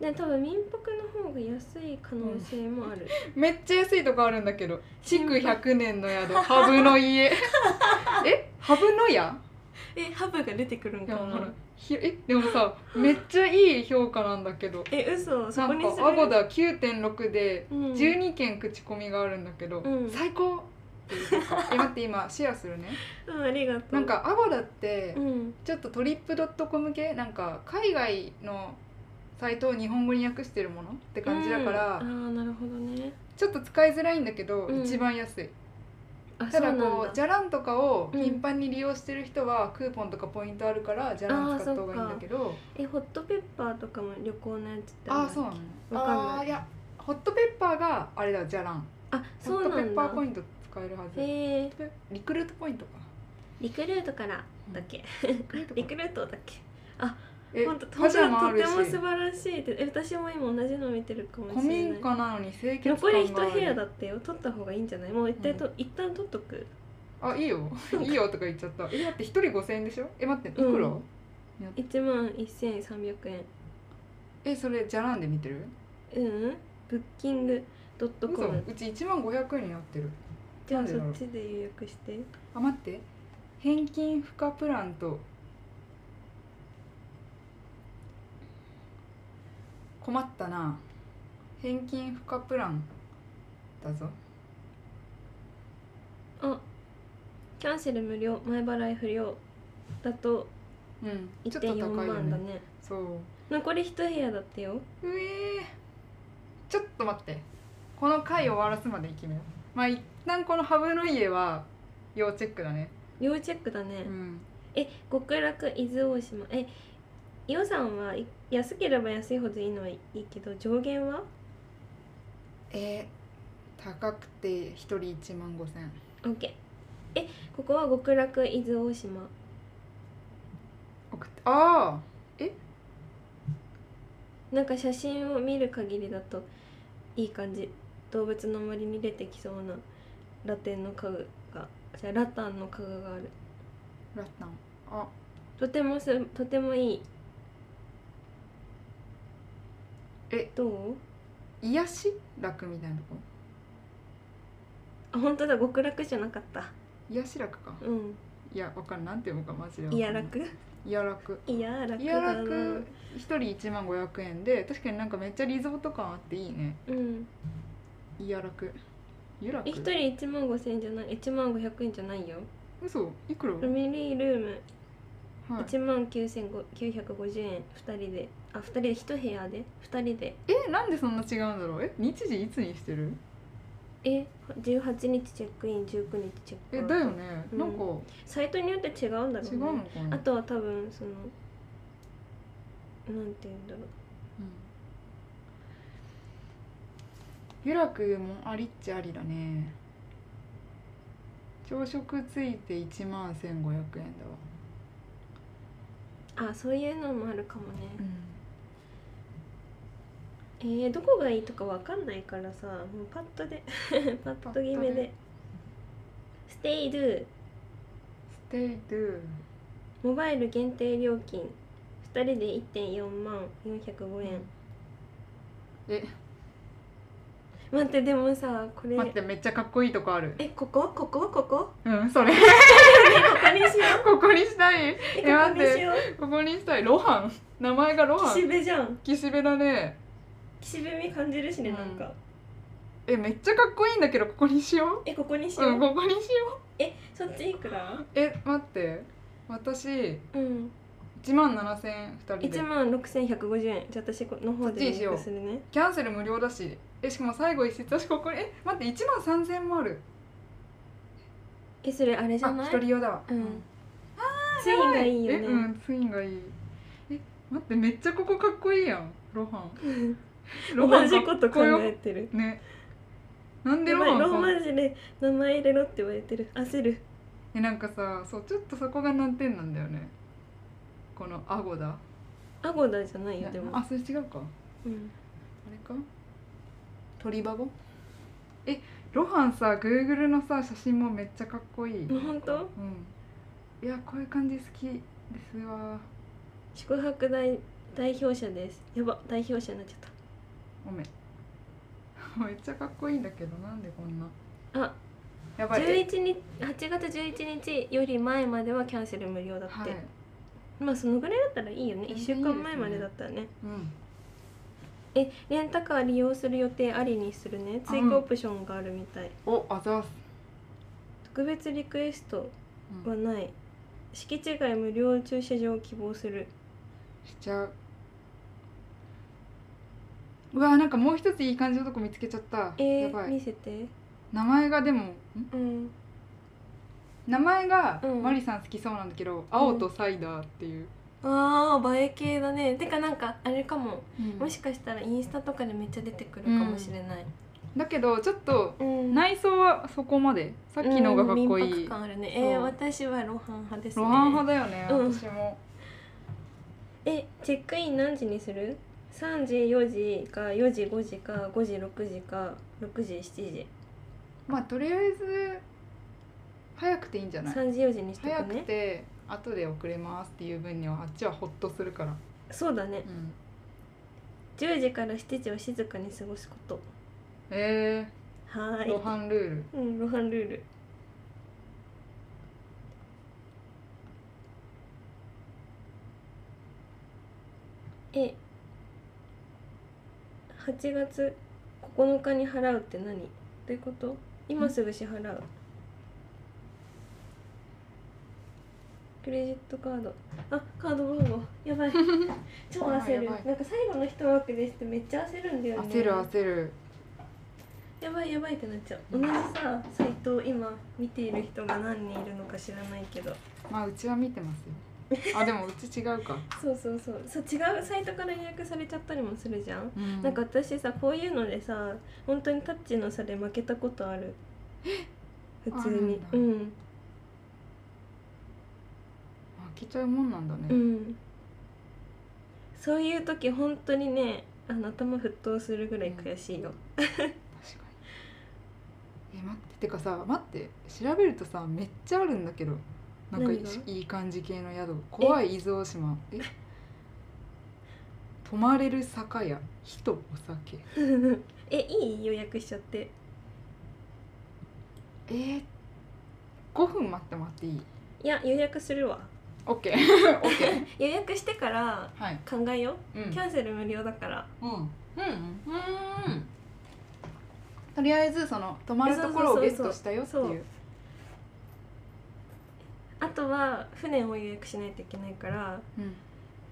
[SPEAKER 1] で多分民泊の方が安い可能性もあ る、
[SPEAKER 2] んめっちゃ安いとこあるんだけど築
[SPEAKER 1] 民泊
[SPEAKER 2] 100年の宿ハブ の家えハブの家
[SPEAKER 1] えハブが出てくるん
[SPEAKER 2] い
[SPEAKER 1] か
[SPEAKER 2] や
[SPEAKER 1] な、
[SPEAKER 2] ほらひえでもさめっちゃいい評価なんだけど
[SPEAKER 1] え嘘そ
[SPEAKER 2] な
[SPEAKER 1] こ
[SPEAKER 2] ん
[SPEAKER 1] に
[SPEAKER 2] か
[SPEAKER 1] する
[SPEAKER 2] アゴダ9.6で
[SPEAKER 1] うん
[SPEAKER 2] 12件口コミがあるんだけど、
[SPEAKER 1] うん
[SPEAKER 2] 最高っていう評価え待って今シェアするね
[SPEAKER 1] うんありがとう
[SPEAKER 2] なんかアゴダって
[SPEAKER 1] うん
[SPEAKER 2] ちょっとトリップドットコム系なんか海外のサイトを日本語に訳してるものって感じだから、
[SPEAKER 1] うんああなるほどね
[SPEAKER 2] ちょっと使いづらいんだけど、
[SPEAKER 1] うん
[SPEAKER 2] 一番安い
[SPEAKER 1] あ
[SPEAKER 2] ただ
[SPEAKER 1] そうなん
[SPEAKER 2] こ
[SPEAKER 1] だ
[SPEAKER 2] うじゃらんとかを頻繁に利用してる人は、クーポンとかポイントあるからじゃらん使った方がいいんだけど
[SPEAKER 1] えホットペッパーとかも旅行のやつって
[SPEAKER 2] あ
[SPEAKER 1] る
[SPEAKER 2] あそうなの
[SPEAKER 1] わかんない
[SPEAKER 2] あーいやホットペッパーがあれだじゃらん
[SPEAKER 1] あ
[SPEAKER 2] ホ
[SPEAKER 1] そ
[SPEAKER 2] ッ
[SPEAKER 1] う
[SPEAKER 2] トペ
[SPEAKER 1] な
[SPEAKER 2] ッ
[SPEAKER 1] ん
[SPEAKER 2] パ
[SPEAKER 1] だ
[SPEAKER 2] ーポイント使えるはず
[SPEAKER 1] へえ
[SPEAKER 2] リクルートポイントか
[SPEAKER 1] リクルートからだっけ
[SPEAKER 2] リクルート
[SPEAKER 1] リクルートだっけ
[SPEAKER 2] え
[SPEAKER 1] 本当
[SPEAKER 2] パ
[SPEAKER 1] 本
[SPEAKER 2] ジャマ
[SPEAKER 1] 当
[SPEAKER 2] あ
[SPEAKER 1] と
[SPEAKER 2] る
[SPEAKER 1] て
[SPEAKER 2] し
[SPEAKER 1] も素晴らしいってえ私も今同じの見てるかも
[SPEAKER 2] 古
[SPEAKER 1] しれ
[SPEAKER 2] 民
[SPEAKER 1] ない
[SPEAKER 2] 家なのに清潔
[SPEAKER 1] 残り
[SPEAKER 2] 感
[SPEAKER 1] 一
[SPEAKER 2] がある
[SPEAKER 1] 部屋だってよ取った方がいいんじゃないもう一体と、
[SPEAKER 2] う
[SPEAKER 1] 一旦取っとく
[SPEAKER 2] あいいよいいよとか言っちゃったえだって一人5000円でしょえ待っていくら、
[SPEAKER 1] うん1万1300円
[SPEAKER 2] えそれじゃらんで見てる
[SPEAKER 1] うんブッキングドットコ
[SPEAKER 2] 嘘
[SPEAKER 1] ム
[SPEAKER 2] うち1万500円になってる
[SPEAKER 1] じゃあ
[SPEAKER 2] なんで
[SPEAKER 1] そ
[SPEAKER 2] だろ
[SPEAKER 1] っ
[SPEAKER 2] う
[SPEAKER 1] ちで予約して
[SPEAKER 2] あ待って返金不可プランと困ったな返金不可プランだぞ
[SPEAKER 1] あキャンセル無料前払い不要だと
[SPEAKER 2] うんちょっと
[SPEAKER 1] 1.4
[SPEAKER 2] 高いよ
[SPEAKER 1] 万だ
[SPEAKER 2] ね
[SPEAKER 1] ね
[SPEAKER 2] そう
[SPEAKER 1] 残り一部屋だってよ
[SPEAKER 2] うえーちょっと待ってこの回終わらすまで決めようまあ一旦このハブの家は要チェックだね
[SPEAKER 1] 要チェックだね、
[SPEAKER 2] うん
[SPEAKER 1] え極楽伊豆大島え予算はい安ければ安いほどいいのはいいけど上限は
[SPEAKER 2] えー高くて一人1万5000円
[SPEAKER 1] OK えここは極楽伊豆大島
[SPEAKER 2] 送ってああ
[SPEAKER 1] なんか写真を見る限りだといい感じ動物の森に出てきそうなラテンの家具がじゃあラタンの家具がある
[SPEAKER 2] ラッタンあ
[SPEAKER 1] とてもすとてもいい
[SPEAKER 2] え
[SPEAKER 1] どう
[SPEAKER 2] 癒し楽みたいなとこ
[SPEAKER 1] あ本当だ極楽じゃなかった
[SPEAKER 2] 癒し楽か
[SPEAKER 1] う
[SPEAKER 2] いやわかんないなんて読むかマジでわ
[SPEAKER 1] ん
[SPEAKER 2] か
[SPEAKER 1] い
[SPEAKER 2] んない
[SPEAKER 1] や楽
[SPEAKER 2] いや楽
[SPEAKER 1] いや楽
[SPEAKER 2] い
[SPEAKER 1] だ
[SPEAKER 2] や
[SPEAKER 1] な
[SPEAKER 2] 楽一人1万500円で確かになんかめっちゃリゾート感あっていいね
[SPEAKER 1] うん
[SPEAKER 2] いや楽ゆらく
[SPEAKER 1] え一人1万5000円じゃない1万500円じゃないよ
[SPEAKER 2] 嘘いくら
[SPEAKER 1] ファミリールーム
[SPEAKER 2] はい
[SPEAKER 1] 1万9950円2人であ2人で1部屋で2人で
[SPEAKER 2] えなんでそんな違うんだろうえ日時いつにしてる
[SPEAKER 1] え18日チェックイン19日チェックアウ
[SPEAKER 2] え
[SPEAKER 1] ト
[SPEAKER 2] だよね、
[SPEAKER 1] うん
[SPEAKER 2] なんか
[SPEAKER 1] サイトによって違うんだろ
[SPEAKER 2] 違う
[SPEAKER 1] う
[SPEAKER 2] の
[SPEAKER 1] ね
[SPEAKER 2] かな
[SPEAKER 1] あとは多分そのなんて言うんだろう
[SPEAKER 2] うんゆらくもありっちゃありだね朝食ついて1万1500円だわ、
[SPEAKER 1] あそういうのもあるかもねえー、どこがいいとかわかんないからさもうパッとで パッと決め
[SPEAKER 2] パッとで
[SPEAKER 1] で「ステイドゥ
[SPEAKER 2] ステイドゥ
[SPEAKER 1] モバイル限定料金2人で1.4万405円」
[SPEAKER 2] え
[SPEAKER 1] 待ってでもさこれ
[SPEAKER 2] 待ってめっちゃかっこいいとこある
[SPEAKER 1] えここここここ
[SPEAKER 2] うんそれ
[SPEAKER 1] えここにしよう
[SPEAKER 2] ここにしたい
[SPEAKER 1] え
[SPEAKER 2] え
[SPEAKER 1] ここ
[SPEAKER 2] 待っ
[SPEAKER 1] にしてよ
[SPEAKER 2] ここにしたいロハン名前がロ
[SPEAKER 1] う
[SPEAKER 2] ハ
[SPEAKER 1] 岸
[SPEAKER 2] ン
[SPEAKER 1] 辺じゃん
[SPEAKER 2] 岸辺だね
[SPEAKER 1] 岸辺味感じるしねなんか
[SPEAKER 2] えめっちゃかっこいいんだけどここにしよ
[SPEAKER 1] えここにし
[SPEAKER 2] うう
[SPEAKER 1] よ
[SPEAKER 2] ん
[SPEAKER 1] う
[SPEAKER 2] ここにしよう
[SPEAKER 1] えそっちいくら
[SPEAKER 2] え待って私
[SPEAKER 1] うん
[SPEAKER 2] 1万7000円2人で
[SPEAKER 1] 1万6150円じゃあ私の方で
[SPEAKER 2] そっちにしよう
[SPEAKER 1] リンクするね
[SPEAKER 2] キャンセル無料だしえしかも最後一節私ここにえ待って1万3000円もある
[SPEAKER 1] えそれあれじゃ
[SPEAKER 2] あ
[SPEAKER 1] ない
[SPEAKER 2] 一人用だわ
[SPEAKER 1] うんツインがいいよ
[SPEAKER 2] えう
[SPEAKER 1] ね、
[SPEAKER 2] んツインがいいえ待ってめっちゃここかっこいいやんロハンロハ
[SPEAKER 1] 同
[SPEAKER 2] ン
[SPEAKER 1] じこと考えてる
[SPEAKER 2] ねなんで
[SPEAKER 1] や
[SPEAKER 2] ロ
[SPEAKER 1] ばい
[SPEAKER 2] ハン
[SPEAKER 1] ロー
[SPEAKER 2] さん
[SPEAKER 1] マ字で名前入れろって言われてる焦る
[SPEAKER 2] えなんかさそうちょっとそこが難点なんだよねこの顎だ
[SPEAKER 1] アゴダじゃないよ
[SPEAKER 2] な
[SPEAKER 1] でも
[SPEAKER 2] あそれ違うか
[SPEAKER 1] うん
[SPEAKER 2] あれか鳥バゴえロハンさグーグルのさ写真もめっちゃかっこいい
[SPEAKER 1] 本当
[SPEAKER 2] うんいやこういう感じ好きですわ
[SPEAKER 1] 宿泊代代表者ですやば代表者になっちゃっ
[SPEAKER 2] ごめんめっちゃかっこいいんだ けどなんでこんな
[SPEAKER 1] あ
[SPEAKER 2] や
[SPEAKER 1] た
[SPEAKER 2] ばいえ
[SPEAKER 1] 11日8月11日より前まではキャンセル無料だって、
[SPEAKER 2] はい
[SPEAKER 1] まあそのぐらいだったらいいよね
[SPEAKER 2] 全
[SPEAKER 1] 1
[SPEAKER 2] 然
[SPEAKER 1] 週間前までだったらね
[SPEAKER 2] うん
[SPEAKER 1] えレンタカー利用する予定ありにするね追加オプションがあるみたい、
[SPEAKER 2] おあざっす
[SPEAKER 1] 特別リクエスト
[SPEAKER 2] う
[SPEAKER 1] は
[SPEAKER 2] ん
[SPEAKER 1] ない敷地外無料駐車場を希望する
[SPEAKER 2] しちゃううわなんかもう一ついい感じのとこ見つけちゃった、
[SPEAKER 1] え
[SPEAKER 2] やば
[SPEAKER 1] ー、
[SPEAKER 2] い
[SPEAKER 1] 見せて
[SPEAKER 2] 名前がでもん
[SPEAKER 1] うん
[SPEAKER 2] 名前が
[SPEAKER 1] うん
[SPEAKER 2] マリさん好きそうなんだけど、青とサイダーっていう、
[SPEAKER 1] あー映え系だねてかなんかあれかも
[SPEAKER 2] うん
[SPEAKER 1] もしかしたらインスタとかでめっちゃ出てくるかもしれない、
[SPEAKER 2] だけどちょっと
[SPEAKER 1] うん
[SPEAKER 2] 内装はそこまでさっきのがかっこ
[SPEAKER 1] うん
[SPEAKER 2] い
[SPEAKER 1] 民
[SPEAKER 2] い、
[SPEAKER 1] 泊感あるね
[SPEAKER 2] そう
[SPEAKER 1] えー、私はロハン派ですね
[SPEAKER 2] ロハン派だよね、
[SPEAKER 1] うん
[SPEAKER 2] 私も
[SPEAKER 1] えチェックイン何時にする ?3 時4時か4時5時か5時6時か6時7時
[SPEAKER 2] まあとりあえず早くていいんじゃない
[SPEAKER 1] 3時4時にしと
[SPEAKER 2] 早
[SPEAKER 1] く
[SPEAKER 2] く
[SPEAKER 1] ね
[SPEAKER 2] て後で遅れますっていう分にはあっちはホッとするから、
[SPEAKER 1] そうだね
[SPEAKER 2] うん、
[SPEAKER 1] 10時から7時を静かに過ごすこと
[SPEAKER 2] え
[SPEAKER 1] は
[SPEAKER 2] ー、
[SPEAKER 1] ーい
[SPEAKER 2] ロハンルール
[SPEAKER 1] うんロハンルールえ8月9日に払うって何どういうこと今すぐ支払うクレジットカードあカード番号や ばい超焦る
[SPEAKER 2] あやばい
[SPEAKER 1] なんか最後の一枠ですってめっちゃ焦るんだよね
[SPEAKER 2] 焦る焦る
[SPEAKER 1] やばいやばいってなっちゃう同じさサイトを今見ている人が何人いるのか知らないけど
[SPEAKER 2] まあうちは見てますよあでもうち違うか、
[SPEAKER 1] そうそうそうそう違うサイトから予約されちゃったりもするじゃん、
[SPEAKER 2] うん
[SPEAKER 1] なんか私さこういうのでさ本当にタッチの差で負けたことある普通に
[SPEAKER 2] あ
[SPEAKER 1] う
[SPEAKER 2] る
[SPEAKER 1] ん
[SPEAKER 2] 負けちゃうもんなんだね、
[SPEAKER 1] うんそういう時本当にねあの頭沸騰するぐらい悔しいよ、
[SPEAKER 2] 確かにえ待っててかさ待って調べるとさめっちゃあるんだけどなんかい
[SPEAKER 1] 何が
[SPEAKER 2] いい感じ系の宿怖い伊豆大島え泊まれる酒屋人お酒
[SPEAKER 1] えいい予約しちゃって
[SPEAKER 2] えー、5分待ってもらっていい
[SPEAKER 1] いや予約するわ
[SPEAKER 2] OK OK
[SPEAKER 1] 予約してから
[SPEAKER 2] はい
[SPEAKER 1] 考えよ
[SPEAKER 2] うん
[SPEAKER 1] うキャンセル無料だから
[SPEAKER 2] うんうんうんとりあえずその泊まるところをゲットしたよってい
[SPEAKER 1] そうそうそう
[SPEAKER 2] う
[SPEAKER 1] あとは船を予約しないといけないから
[SPEAKER 2] うん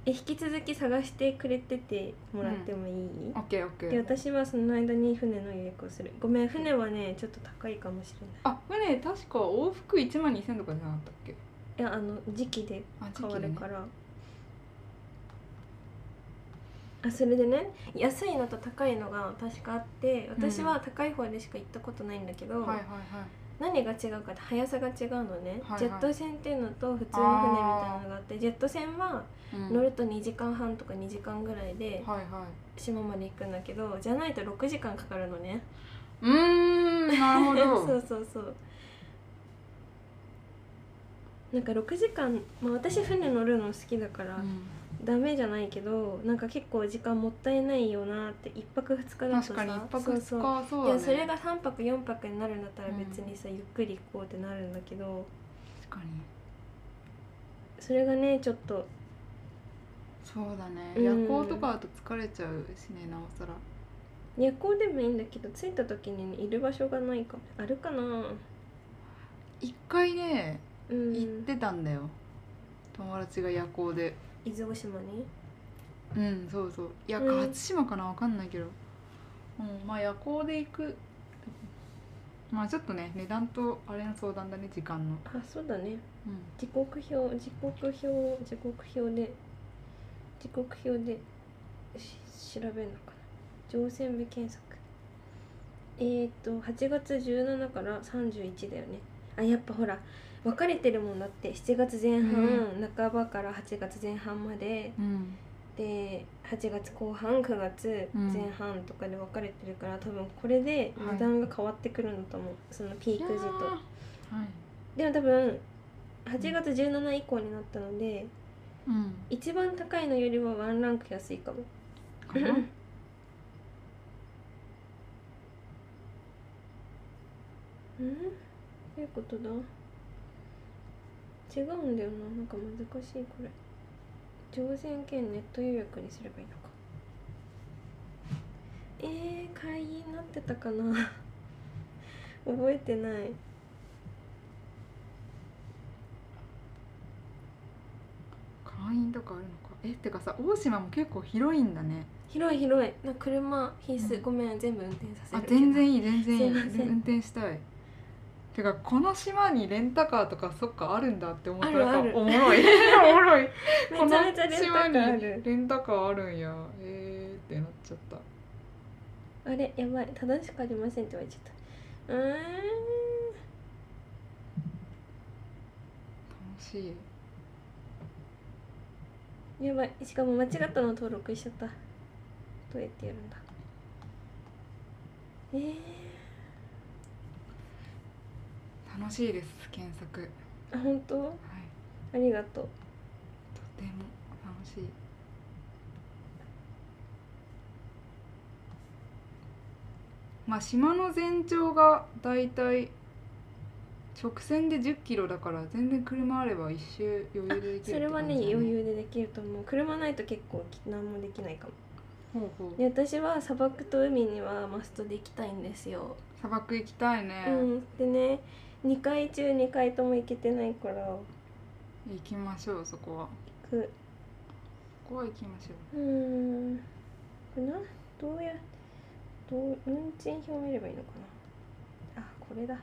[SPEAKER 1] え引き続き探してくれててもらってもいい、で
[SPEAKER 2] OKOK
[SPEAKER 1] 私はその間に船の予約をするごめん船はねちょっと高いかもしれない
[SPEAKER 2] あ船確か往復1万2000とかじゃなかったっけ
[SPEAKER 1] いやあの時期で
[SPEAKER 2] あ時
[SPEAKER 1] 変わ
[SPEAKER 2] 期で
[SPEAKER 1] る
[SPEAKER 2] ね
[SPEAKER 1] から、あそれでね安いのと高いのが確かあって私は高い方でしか行ったことないんだけど、
[SPEAKER 2] はいはいはい
[SPEAKER 1] 何が違うかって速さが違うのね、
[SPEAKER 2] はいはい
[SPEAKER 1] ジェット船っていうのと普通の船みたいなのがあってジェット船は乗ると2時間半とか2時間ぐらいで
[SPEAKER 2] はいはい
[SPEAKER 1] 島まで行くんだけどじゃないと6時間かかるのね
[SPEAKER 2] うーんな るほど
[SPEAKER 1] そうそうそうなんか6時間、まあ、私船乗るの好きだから、
[SPEAKER 2] うん
[SPEAKER 1] ダメじゃないけどなんか結構時間もったいないよなって1泊2日だと
[SPEAKER 2] 確
[SPEAKER 1] さ
[SPEAKER 2] かに一泊二日
[SPEAKER 1] そうそう
[SPEAKER 2] はそう
[SPEAKER 1] い
[SPEAKER 2] だ
[SPEAKER 1] や
[SPEAKER 2] ね
[SPEAKER 1] それが3泊4泊になるんだったら別にさ、ゆっくり行こうってなるんだけど
[SPEAKER 2] 確かに
[SPEAKER 1] それがねちょっと
[SPEAKER 2] そうだね
[SPEAKER 1] うん
[SPEAKER 2] 夜行とかだと疲れちゃうしねなおさら
[SPEAKER 1] 夜行でもいいんだけど着いた時に、ね、いる場所がないかもあるかな
[SPEAKER 2] 一回ね
[SPEAKER 1] うん
[SPEAKER 2] 行ってたんだよ友達が夜行で
[SPEAKER 1] 伊豆大島に
[SPEAKER 2] うんそうそういや
[SPEAKER 1] うん
[SPEAKER 2] 初島かなわかんないけど、うん、まあ夜行で行くまあちょっとね値段とあれの相談だね時間の、
[SPEAKER 1] あそうだね
[SPEAKER 2] うん、
[SPEAKER 1] 時刻表時刻表時刻表で時刻表でし調べるのかな乗船日検索えっ、ー、と8月17から31だよねあやっぱほら分かれてるもんだって7月前半、半ばから8月前半まで
[SPEAKER 2] うん
[SPEAKER 1] で8月後半9月
[SPEAKER 2] うん
[SPEAKER 1] 前半とかで分かれてるから、多分これで値段が変わってくるんだと思う、そのピーク時
[SPEAKER 2] いや
[SPEAKER 1] と
[SPEAKER 2] ー。はい
[SPEAKER 1] でも多分8月17以降になったので
[SPEAKER 2] うん
[SPEAKER 1] 一番高いのよりはワンランク安いかも
[SPEAKER 2] かな
[SPEAKER 1] うんどういうことだ違うんだよななんか難しいこれ乗船券ネット予約にすればいいのかえー、会議になってたかな 覚えてない
[SPEAKER 2] 会員とかあるのかえってかさ大島も結構広いんだね
[SPEAKER 1] 広い広いなんか車必須、
[SPEAKER 2] うん
[SPEAKER 1] ごめん全部運転させる
[SPEAKER 2] あ全
[SPEAKER 1] い
[SPEAKER 2] 然いい全然いい
[SPEAKER 1] すいません
[SPEAKER 2] 運転したいてかこの島にレンタカーとかそっかあるんだって思ったら
[SPEAKER 1] あるある
[SPEAKER 2] おもろい おもろい
[SPEAKER 1] めちゃめちゃレンタカーある
[SPEAKER 2] レンタカーあるんやえーってなっちゃった
[SPEAKER 1] あれやばい正しくありませんって言われちゃったうーん
[SPEAKER 2] 楽しい
[SPEAKER 1] やばいしかも間違ったの登録しちゃったどうやってやるんだえー、
[SPEAKER 2] 楽しいです検索はい
[SPEAKER 1] あ本当ありがとう
[SPEAKER 2] とても楽しいまあ島の全長がだいたい直線で1 0キロだから全然車あれば一周余裕ででき
[SPEAKER 1] そ
[SPEAKER 2] るって
[SPEAKER 1] れは
[SPEAKER 2] 感じ
[SPEAKER 1] ね
[SPEAKER 2] だ
[SPEAKER 1] 余裕でできると思う車ないと結構き何もできないかも
[SPEAKER 2] ほうほう
[SPEAKER 1] で私は砂漠と海にはマストで行きたいんですよ、
[SPEAKER 2] 砂漠行きたいね、
[SPEAKER 1] うんでね2回中2回とも行けてないから
[SPEAKER 2] 行きましょうそこは
[SPEAKER 1] 行く
[SPEAKER 2] そこは行きましょう
[SPEAKER 1] うーんこれなどうやどう運賃表見ればいいのかなあこれだ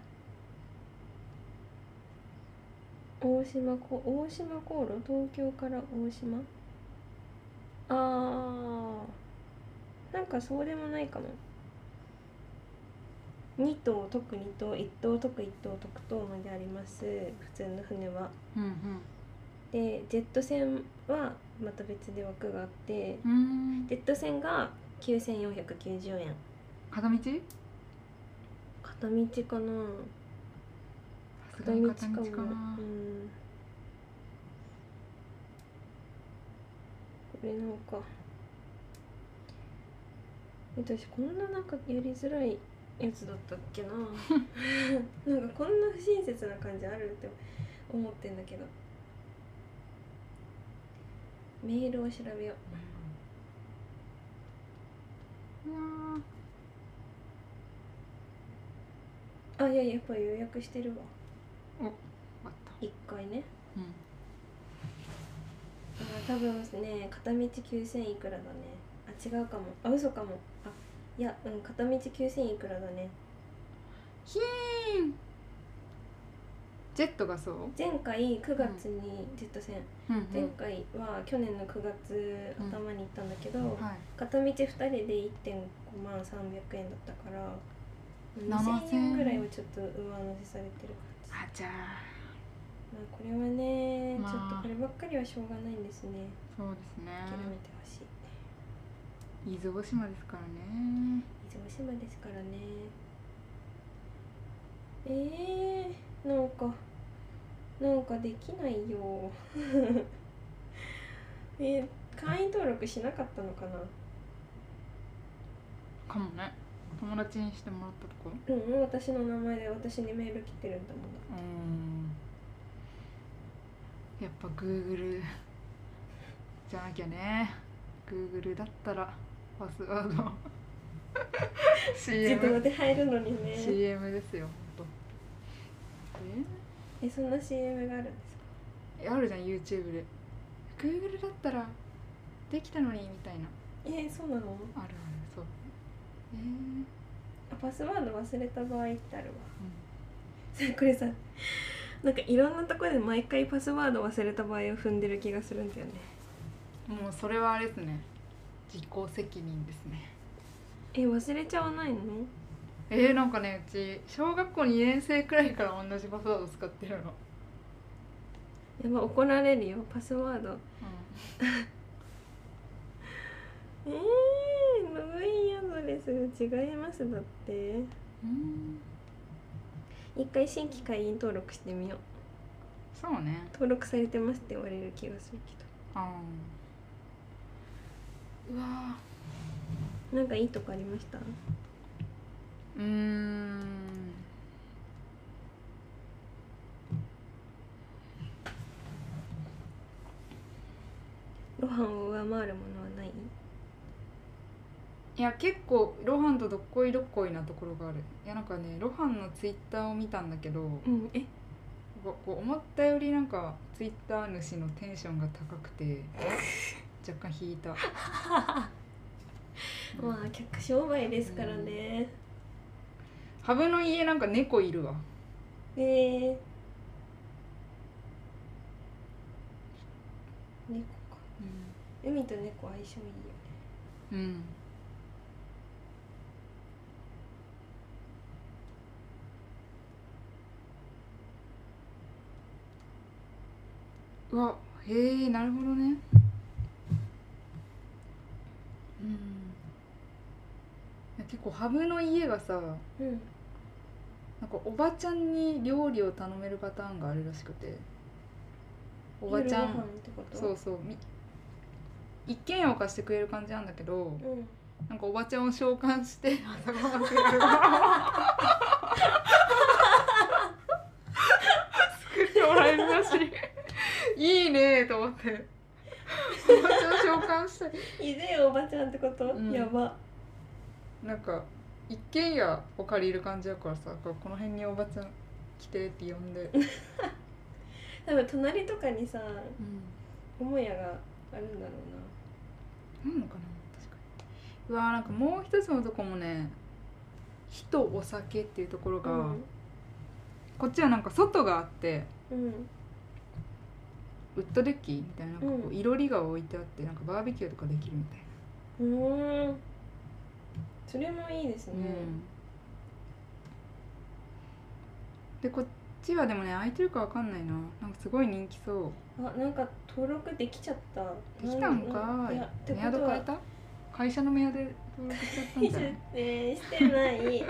[SPEAKER 1] 大島こ大島航路東京から大島あーなんかそうでもないかも2等特2等1等特1等特等まであります普通の船は
[SPEAKER 2] うん
[SPEAKER 1] でジェット船はまた別で枠があって
[SPEAKER 2] うんうん
[SPEAKER 1] ジェット船が9490円
[SPEAKER 2] 片道
[SPEAKER 1] 片道かな
[SPEAKER 2] さす
[SPEAKER 1] 片
[SPEAKER 2] がに
[SPEAKER 1] 道
[SPEAKER 2] 片道
[SPEAKER 1] か
[SPEAKER 2] か
[SPEAKER 1] も
[SPEAKER 2] な
[SPEAKER 1] うんこれなんかえ私こんななんかやりづらいやつだったっ けななんかこんな不親切な感じあるって思ってんだけどメールを調べよう
[SPEAKER 2] いやー
[SPEAKER 1] あいややっぱ予約してるわ
[SPEAKER 2] 終わった
[SPEAKER 1] 1回ね
[SPEAKER 2] うん
[SPEAKER 1] あ多分ね片道9000いくらだねあ違うかもあ嘘かもあいやうん片道9000いくらだね
[SPEAKER 2] ヒーンジェットがそう、
[SPEAKER 1] 前回9月にジェット船、
[SPEAKER 2] うん
[SPEAKER 1] 前回は去年の9月頭に行ったんだけど、
[SPEAKER 2] はい、
[SPEAKER 1] 片道2人で1.5万300円だったから
[SPEAKER 2] 7000
[SPEAKER 1] 2000円ぐらいはちょっと上乗せされてる感じ、
[SPEAKER 2] あじゃあ
[SPEAKER 1] まあ、これはね、
[SPEAKER 2] まあ
[SPEAKER 1] ちょっとこればっかりはしょうがないんですね
[SPEAKER 2] そうです
[SPEAKER 1] 諦め
[SPEAKER 2] ね
[SPEAKER 1] てほしい
[SPEAKER 2] 伊豆大島ですからね
[SPEAKER 1] 伊豆島ですからねえー、なんかなんかできないよ え会員登録しなかったのかな
[SPEAKER 2] かもね友達にしてもらったとこ
[SPEAKER 1] うん私の名前で私にメール来てるんだもんな
[SPEAKER 2] うーんやっぱグーグルじゃなきゃねグーグルだったらパスワー ド
[SPEAKER 1] 自動
[SPEAKER 2] CM,
[SPEAKER 1] で入るのにね
[SPEAKER 2] CM ですよほんと
[SPEAKER 1] えそんな CM があるんですか
[SPEAKER 2] えあるじゃん YouTube で Google だったらできたのにみたいな
[SPEAKER 1] えそうなの
[SPEAKER 2] あるあるそうえー
[SPEAKER 1] あパスワード忘れた場合ってあるわ
[SPEAKER 2] うん
[SPEAKER 1] それこれさなんかいろんなところで毎回パスワード忘れた場合を踏んでる気がするんだよね
[SPEAKER 2] もうそれはあれですね自己責任ですね
[SPEAKER 1] え忘れちゃわないの
[SPEAKER 2] えー、なんかねうち小学校2年生くらいから同じパスワード使ってるの、
[SPEAKER 1] やば怒られるよパスワードええー、ログインアドレスが違いますだって
[SPEAKER 2] うん、
[SPEAKER 1] 一回新規会員登録してみよう
[SPEAKER 2] そうね
[SPEAKER 1] 登録されてますって言われる気がするけ
[SPEAKER 2] あーうわー
[SPEAKER 1] どなんかいいとこありました
[SPEAKER 2] うーん
[SPEAKER 1] 露伴を上回るものはない
[SPEAKER 2] いや結構ロハンとどっこいどっこいなところがあるいやなんかねロハンのツイッターを見たんだけど
[SPEAKER 1] うんえ
[SPEAKER 2] こう思ったよりなんかツイッター主のテンションが高くて若干引いたうん
[SPEAKER 1] まあ客商売ですからね、
[SPEAKER 2] ハブの家なんか猫いるわ
[SPEAKER 1] えー、猫か
[SPEAKER 2] う
[SPEAKER 1] 海と猫相性いいよね
[SPEAKER 2] ん、うわへえなるほどねうんいや結構ハブの家がさ
[SPEAKER 1] うん
[SPEAKER 2] なんかおばちゃんに料理を頼めるパターンがあるらしくておばちゃ
[SPEAKER 1] 夜ご飯
[SPEAKER 2] ん
[SPEAKER 1] ってこと
[SPEAKER 2] そうそうみ一軒家を貸してくれる感じなんだけど、
[SPEAKER 1] うん
[SPEAKER 2] なんかおばちゃんを召 喚して朝ごはんくれる 作ってもらえるらしいいいねと思っておばちゃんを召喚したい
[SPEAKER 1] いでよおばちゃんってこと、
[SPEAKER 2] うん
[SPEAKER 1] やば
[SPEAKER 2] なんか一軒家を借りる感じだからさこうこの辺におばちゃん来てって呼んで、
[SPEAKER 1] 多分隣とかにさ母屋があるんだろ
[SPEAKER 2] なんのかな確かにうわーなんかもう一つのとこもね「火とお酒」っていうところ
[SPEAKER 1] う
[SPEAKER 2] が、
[SPEAKER 1] な
[SPEAKER 2] こっちはなんか外があって
[SPEAKER 1] うんうん
[SPEAKER 2] ウッドデッキみたいななんかこ
[SPEAKER 1] う
[SPEAKER 2] うんいろりが置いてあってなんかバーベキューとかできるみたいな、
[SPEAKER 1] うーんそれもいいですね、
[SPEAKER 2] でこっちはでもね空いてるかわかんないななんかすごい人気そ
[SPEAKER 1] あなんか登録できちゃった
[SPEAKER 2] うできたん
[SPEAKER 1] な
[SPEAKER 2] か
[SPEAKER 1] いやっ
[SPEAKER 2] い
[SPEAKER 1] て
[SPEAKER 2] メ
[SPEAKER 1] こ
[SPEAKER 2] アド
[SPEAKER 1] と
[SPEAKER 2] 変え
[SPEAKER 1] は
[SPEAKER 2] た会社のメアで登録しちゃったんじゃない
[SPEAKER 1] えー、してない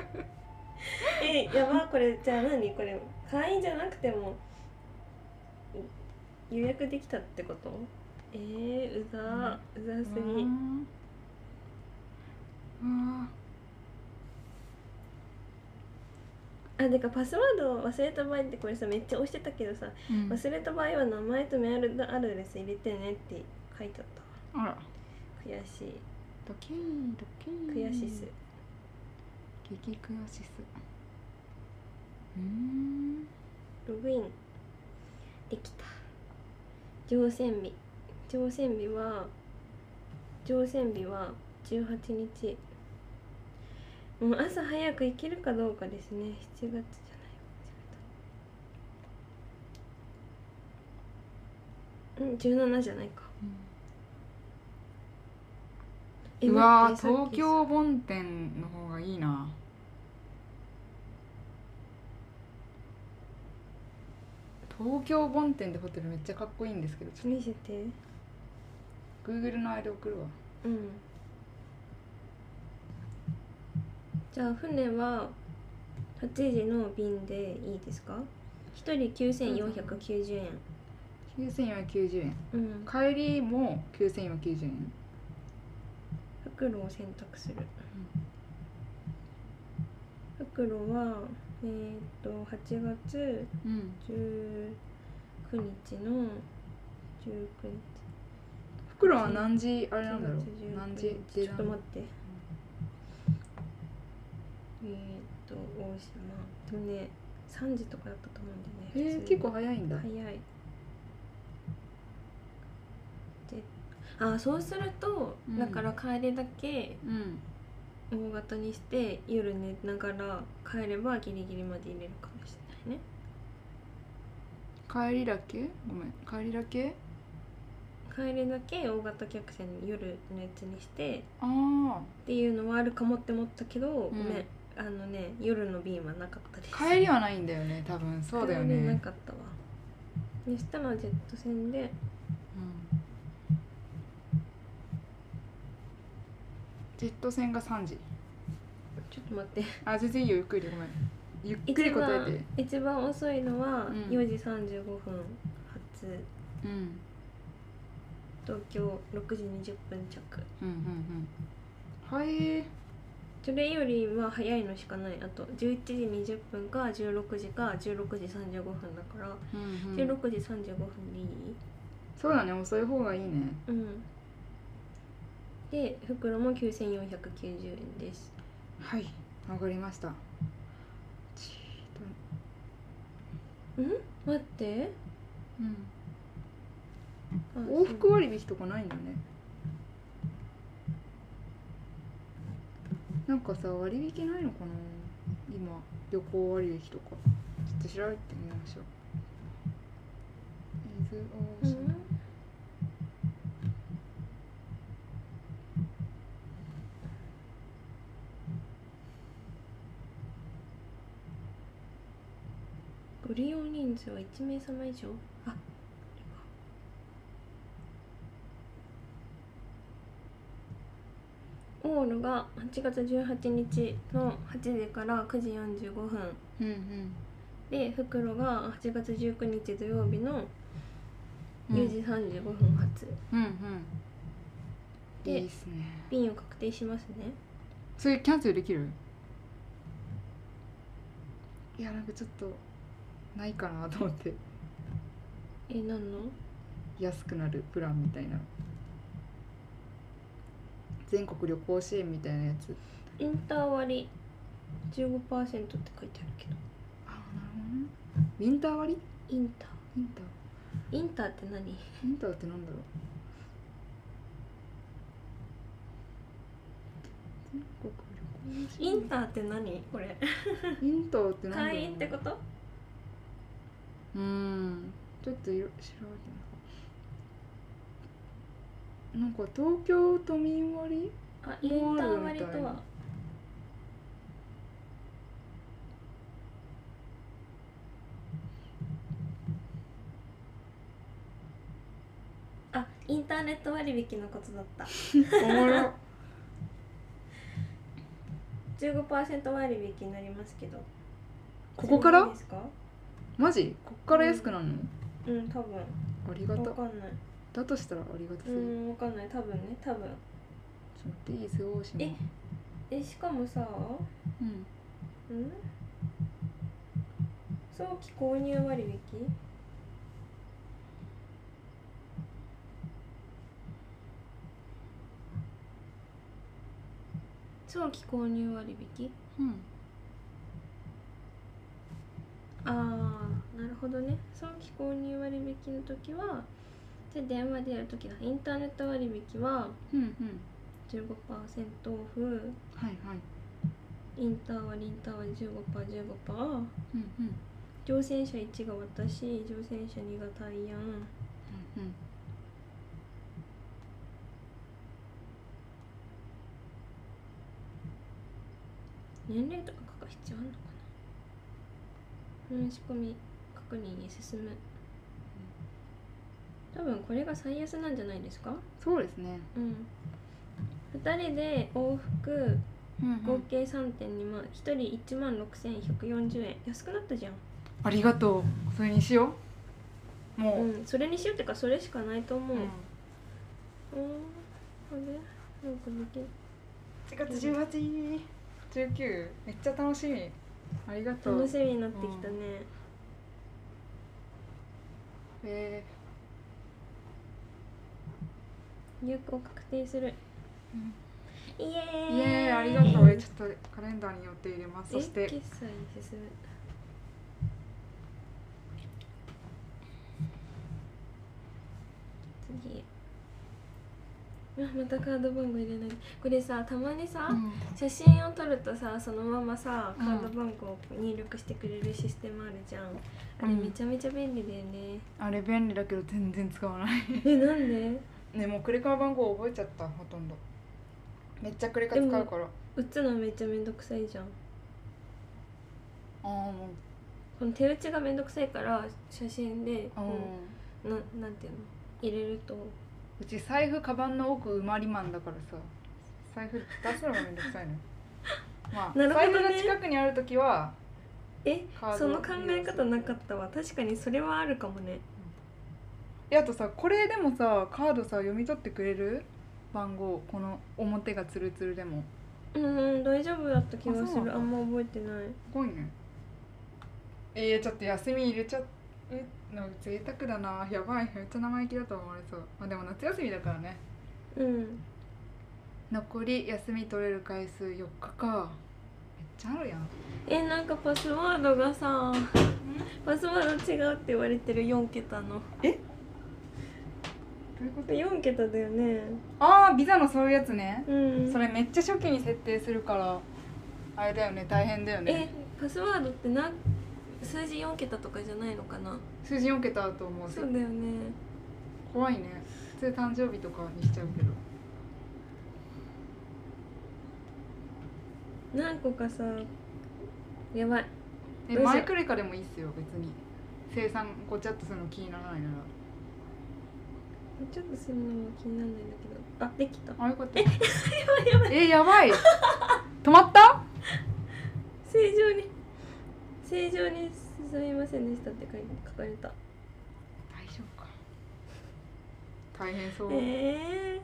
[SPEAKER 1] えやばこれじゃあ何これ会員じゃなくてもう予約できたってことえー、うざうざすぎ、
[SPEAKER 2] うわーうわ
[SPEAKER 1] あてかパスワードを忘れた場合ってこれさめっちゃ押してたけどさ
[SPEAKER 2] ーうん
[SPEAKER 1] 忘れた場合は名前とメールアドレス入れてねって書いてあったわ
[SPEAKER 2] あら
[SPEAKER 1] 悔しい
[SPEAKER 2] ドキードキー
[SPEAKER 1] 悔しいっす
[SPEAKER 2] 激クヨシスうーん
[SPEAKER 1] ログインできた乗船日乗船日は乗船日は18日もう朝早く行けるかどうかですね7月じゃないうん17じゃないかえ
[SPEAKER 2] うわー
[SPEAKER 1] 待ってさっ
[SPEAKER 2] 東
[SPEAKER 1] き
[SPEAKER 2] 京本店の方がいいな東京本店でホテルめっちゃかっこいいんですけどちょっ
[SPEAKER 1] 見せて
[SPEAKER 2] と Google の間送るわ
[SPEAKER 1] うんじゃあ船は8時の便でいいですか一人9490円
[SPEAKER 2] 9490円
[SPEAKER 1] うん
[SPEAKER 2] 帰りも9490円
[SPEAKER 1] 袋を選択する袋はえーっと8月
[SPEAKER 2] うん
[SPEAKER 1] 19日の19
[SPEAKER 2] 袋は何時あ
[SPEAKER 1] 日
[SPEAKER 2] れなんだろう何時
[SPEAKER 1] ちょっと待ってえーっと大島でもね3時とかだったと思うんだよね普
[SPEAKER 2] えー、
[SPEAKER 1] 通に
[SPEAKER 2] 結構早いんだ、
[SPEAKER 1] 早いあそうすると、
[SPEAKER 2] うん
[SPEAKER 1] だから帰りだけ
[SPEAKER 2] うん
[SPEAKER 1] 大型にして夜寝ながら帰ればギリギリまで入れるかもしれないね
[SPEAKER 2] 帰りだけごめん帰りだけ
[SPEAKER 1] 帰りだけ大型客船夜のやつにして
[SPEAKER 2] ああ
[SPEAKER 1] っていうのはあるかもって思ったけど、ごめ
[SPEAKER 2] うん
[SPEAKER 1] んあのね夜の便はなかったです
[SPEAKER 2] 帰りはないんだよね多分そうだよね
[SPEAKER 1] 帰りなかったわそしたらジェット船で
[SPEAKER 2] うんジェット船が3時
[SPEAKER 1] ちょっと待って
[SPEAKER 2] あ全然いいよゆっくりでごめんゆっくり答えて
[SPEAKER 1] 一番一番遅いのは
[SPEAKER 2] うん
[SPEAKER 1] 4時35分発、
[SPEAKER 2] うん
[SPEAKER 1] 東京6時20分着
[SPEAKER 2] うんうんうんはい
[SPEAKER 1] それよりは早いのしかないあと11時20分か16時か16時35分だから、
[SPEAKER 2] う
[SPEAKER 1] 16
[SPEAKER 2] んうん
[SPEAKER 1] 時35分でいい
[SPEAKER 2] そうだね遅い方がいいね
[SPEAKER 1] うんで袋も9490円です
[SPEAKER 2] はいわかりましたち
[SPEAKER 1] 待って
[SPEAKER 2] ーっ
[SPEAKER 1] あ
[SPEAKER 2] とうん往復割引とかないんだねなんかさ割引ないのかな今旅行割引とかちょっと調べてみましょう伊豆
[SPEAKER 1] そう
[SPEAKER 2] 大
[SPEAKER 1] う
[SPEAKER 2] 島、
[SPEAKER 1] んご利用人数は1名様以上あオールが8月18日の8時から9時45分
[SPEAKER 2] うんうん
[SPEAKER 1] で袋が8月19日土曜日の
[SPEAKER 2] うん
[SPEAKER 1] 4時35分発、
[SPEAKER 2] うんうん
[SPEAKER 1] で
[SPEAKER 2] いいっすね
[SPEAKER 1] 便を確定しますね
[SPEAKER 2] それキャンセルできるいやなんかちょっとないかなと思って
[SPEAKER 1] えー、何の
[SPEAKER 2] 安くなるプランみたいな全国旅行支援みたいなやつ
[SPEAKER 1] インター割15%って書いてあるけど
[SPEAKER 2] あなるほどねウィンター割
[SPEAKER 1] インター
[SPEAKER 2] インター
[SPEAKER 1] インターって何
[SPEAKER 2] インターってなんだろう全国旅行支
[SPEAKER 1] イ
[SPEAKER 2] 援
[SPEAKER 1] ンターって何これ
[SPEAKER 2] インターってなんだろう
[SPEAKER 1] 会員ってこと
[SPEAKER 2] うんちょっといろ調べてみようなんか東京都民割
[SPEAKER 1] あインター割と
[SPEAKER 2] モールみたい
[SPEAKER 1] は
[SPEAKER 2] な
[SPEAKER 1] あインターネット割引のことだった
[SPEAKER 2] おもろ
[SPEAKER 1] 15%割引になりますけど
[SPEAKER 2] ここから
[SPEAKER 1] それでいいですか
[SPEAKER 2] マジこっから安くなるの、
[SPEAKER 1] うん多分
[SPEAKER 2] ありが
[SPEAKER 1] わ
[SPEAKER 2] た
[SPEAKER 1] かんない
[SPEAKER 2] だとしたらありがた
[SPEAKER 1] う
[SPEAKER 2] すぎる、
[SPEAKER 1] んわかんない多分ね多分
[SPEAKER 2] ちょっと待って伊豆大島
[SPEAKER 1] ええしかもさ
[SPEAKER 2] うん
[SPEAKER 1] うん早期購入割引早期購入割引
[SPEAKER 2] うん
[SPEAKER 1] ああなるほどね早期購入割引の時はじゃあ電話でやる時だインターネット割引は
[SPEAKER 2] うんうん
[SPEAKER 1] 15%オフ
[SPEAKER 2] はいはい
[SPEAKER 1] インター割インター割 15%15%
[SPEAKER 2] うんうんうん
[SPEAKER 1] 乗船者1が私乗船者2がタイヤン
[SPEAKER 2] うん
[SPEAKER 1] 年齢とか書く必要あるのかな申し込み確認に進む多分これが最安なんじゃないですか
[SPEAKER 2] そうですね
[SPEAKER 1] うん2人で往復
[SPEAKER 2] うん、
[SPEAKER 1] 合計3.2万、1人1万6140円安くなったじゃん
[SPEAKER 2] ありがとうそれにしようもう、
[SPEAKER 1] うんそれにしようってかそれしかないと思う
[SPEAKER 2] う
[SPEAKER 1] うん
[SPEAKER 2] ん
[SPEAKER 1] あれなんかできる
[SPEAKER 2] 4月18、19めっちゃ楽しみありがとう
[SPEAKER 1] 楽しみになってきたね、
[SPEAKER 2] え
[SPEAKER 1] 有効確定する
[SPEAKER 2] ーうん
[SPEAKER 1] イエーイ
[SPEAKER 2] イエーイありがとうえちょっとカレンダーに予定入れます
[SPEAKER 1] え
[SPEAKER 2] そして
[SPEAKER 1] 決済に進む次うわまたカード番号入れないこれさたまにさ、
[SPEAKER 2] うん
[SPEAKER 1] 写真を撮るとさそのままさカード番号を入力してくれるシステムあるじゃん、あれ
[SPEAKER 2] うん
[SPEAKER 1] めちゃめちゃ便利だよね、
[SPEAKER 2] あれ便利だけど全然使わない
[SPEAKER 1] えなんで
[SPEAKER 2] ねもうクレカ番号覚えちゃったほとんどめっちゃクレカ使うからあ
[SPEAKER 1] 打つのめっちゃめんどくさいじゃん
[SPEAKER 2] あーも
[SPEAKER 1] この手打ちがめんどくさいから写真で
[SPEAKER 2] う、うん
[SPEAKER 1] こうななんていうの入れると
[SPEAKER 2] うち財布カバンの奥埋まりマンだからさ財布出すのがめんど くさいのまあ、
[SPEAKER 1] なるほ
[SPEAKER 2] 財
[SPEAKER 1] どね
[SPEAKER 2] 布が近くにある時は
[SPEAKER 1] え
[SPEAKER 2] カード
[SPEAKER 1] その考え方なかったわ確かにそれはあるかもね
[SPEAKER 2] えあとさこれでもさカードさ読み取ってくれる番号この表がツルツルでも
[SPEAKER 1] うんうん大丈夫だった気が
[SPEAKER 2] あ
[SPEAKER 1] す
[SPEAKER 2] そう
[SPEAKER 1] る
[SPEAKER 2] な
[SPEAKER 1] あ
[SPEAKER 2] の
[SPEAKER 1] んま覚えてない
[SPEAKER 2] すごいねえー、ちょっと休み入れちゃうの贅沢だなやばいめっちゃ生意気だと思われそうまあでも夏休みだからね
[SPEAKER 1] うん
[SPEAKER 2] 残り休み取れる回数4日かめっちゃあるやん
[SPEAKER 1] えなんかパスワードがさパスワード違うって言われてる4桁の
[SPEAKER 2] どういうこと
[SPEAKER 1] 4桁だよね
[SPEAKER 2] ああビザのそういうやつね
[SPEAKER 1] うん
[SPEAKER 2] それめっちゃ初期に設定するからあれだよね大変だよ
[SPEAKER 1] え
[SPEAKER 2] ね
[SPEAKER 1] パスワードってな数字4桁とかじゃないのかな
[SPEAKER 2] 数字4桁だと思う
[SPEAKER 1] そうだよね
[SPEAKER 2] 怖いね普通誕生日とかにしちゃうけど
[SPEAKER 1] 何個かさやばい
[SPEAKER 2] え
[SPEAKER 1] どうしよう
[SPEAKER 2] 前クレカでもいいっすよ別に生産ごちゃっとするの気にならないなら
[SPEAKER 1] ちょっとするのも気にならないんだけどあできた
[SPEAKER 2] あよかったええやばい止まった
[SPEAKER 1] 正常に正常にすみませんでしたって書い書かれた
[SPEAKER 2] 大丈夫か大変そう、
[SPEAKER 1] え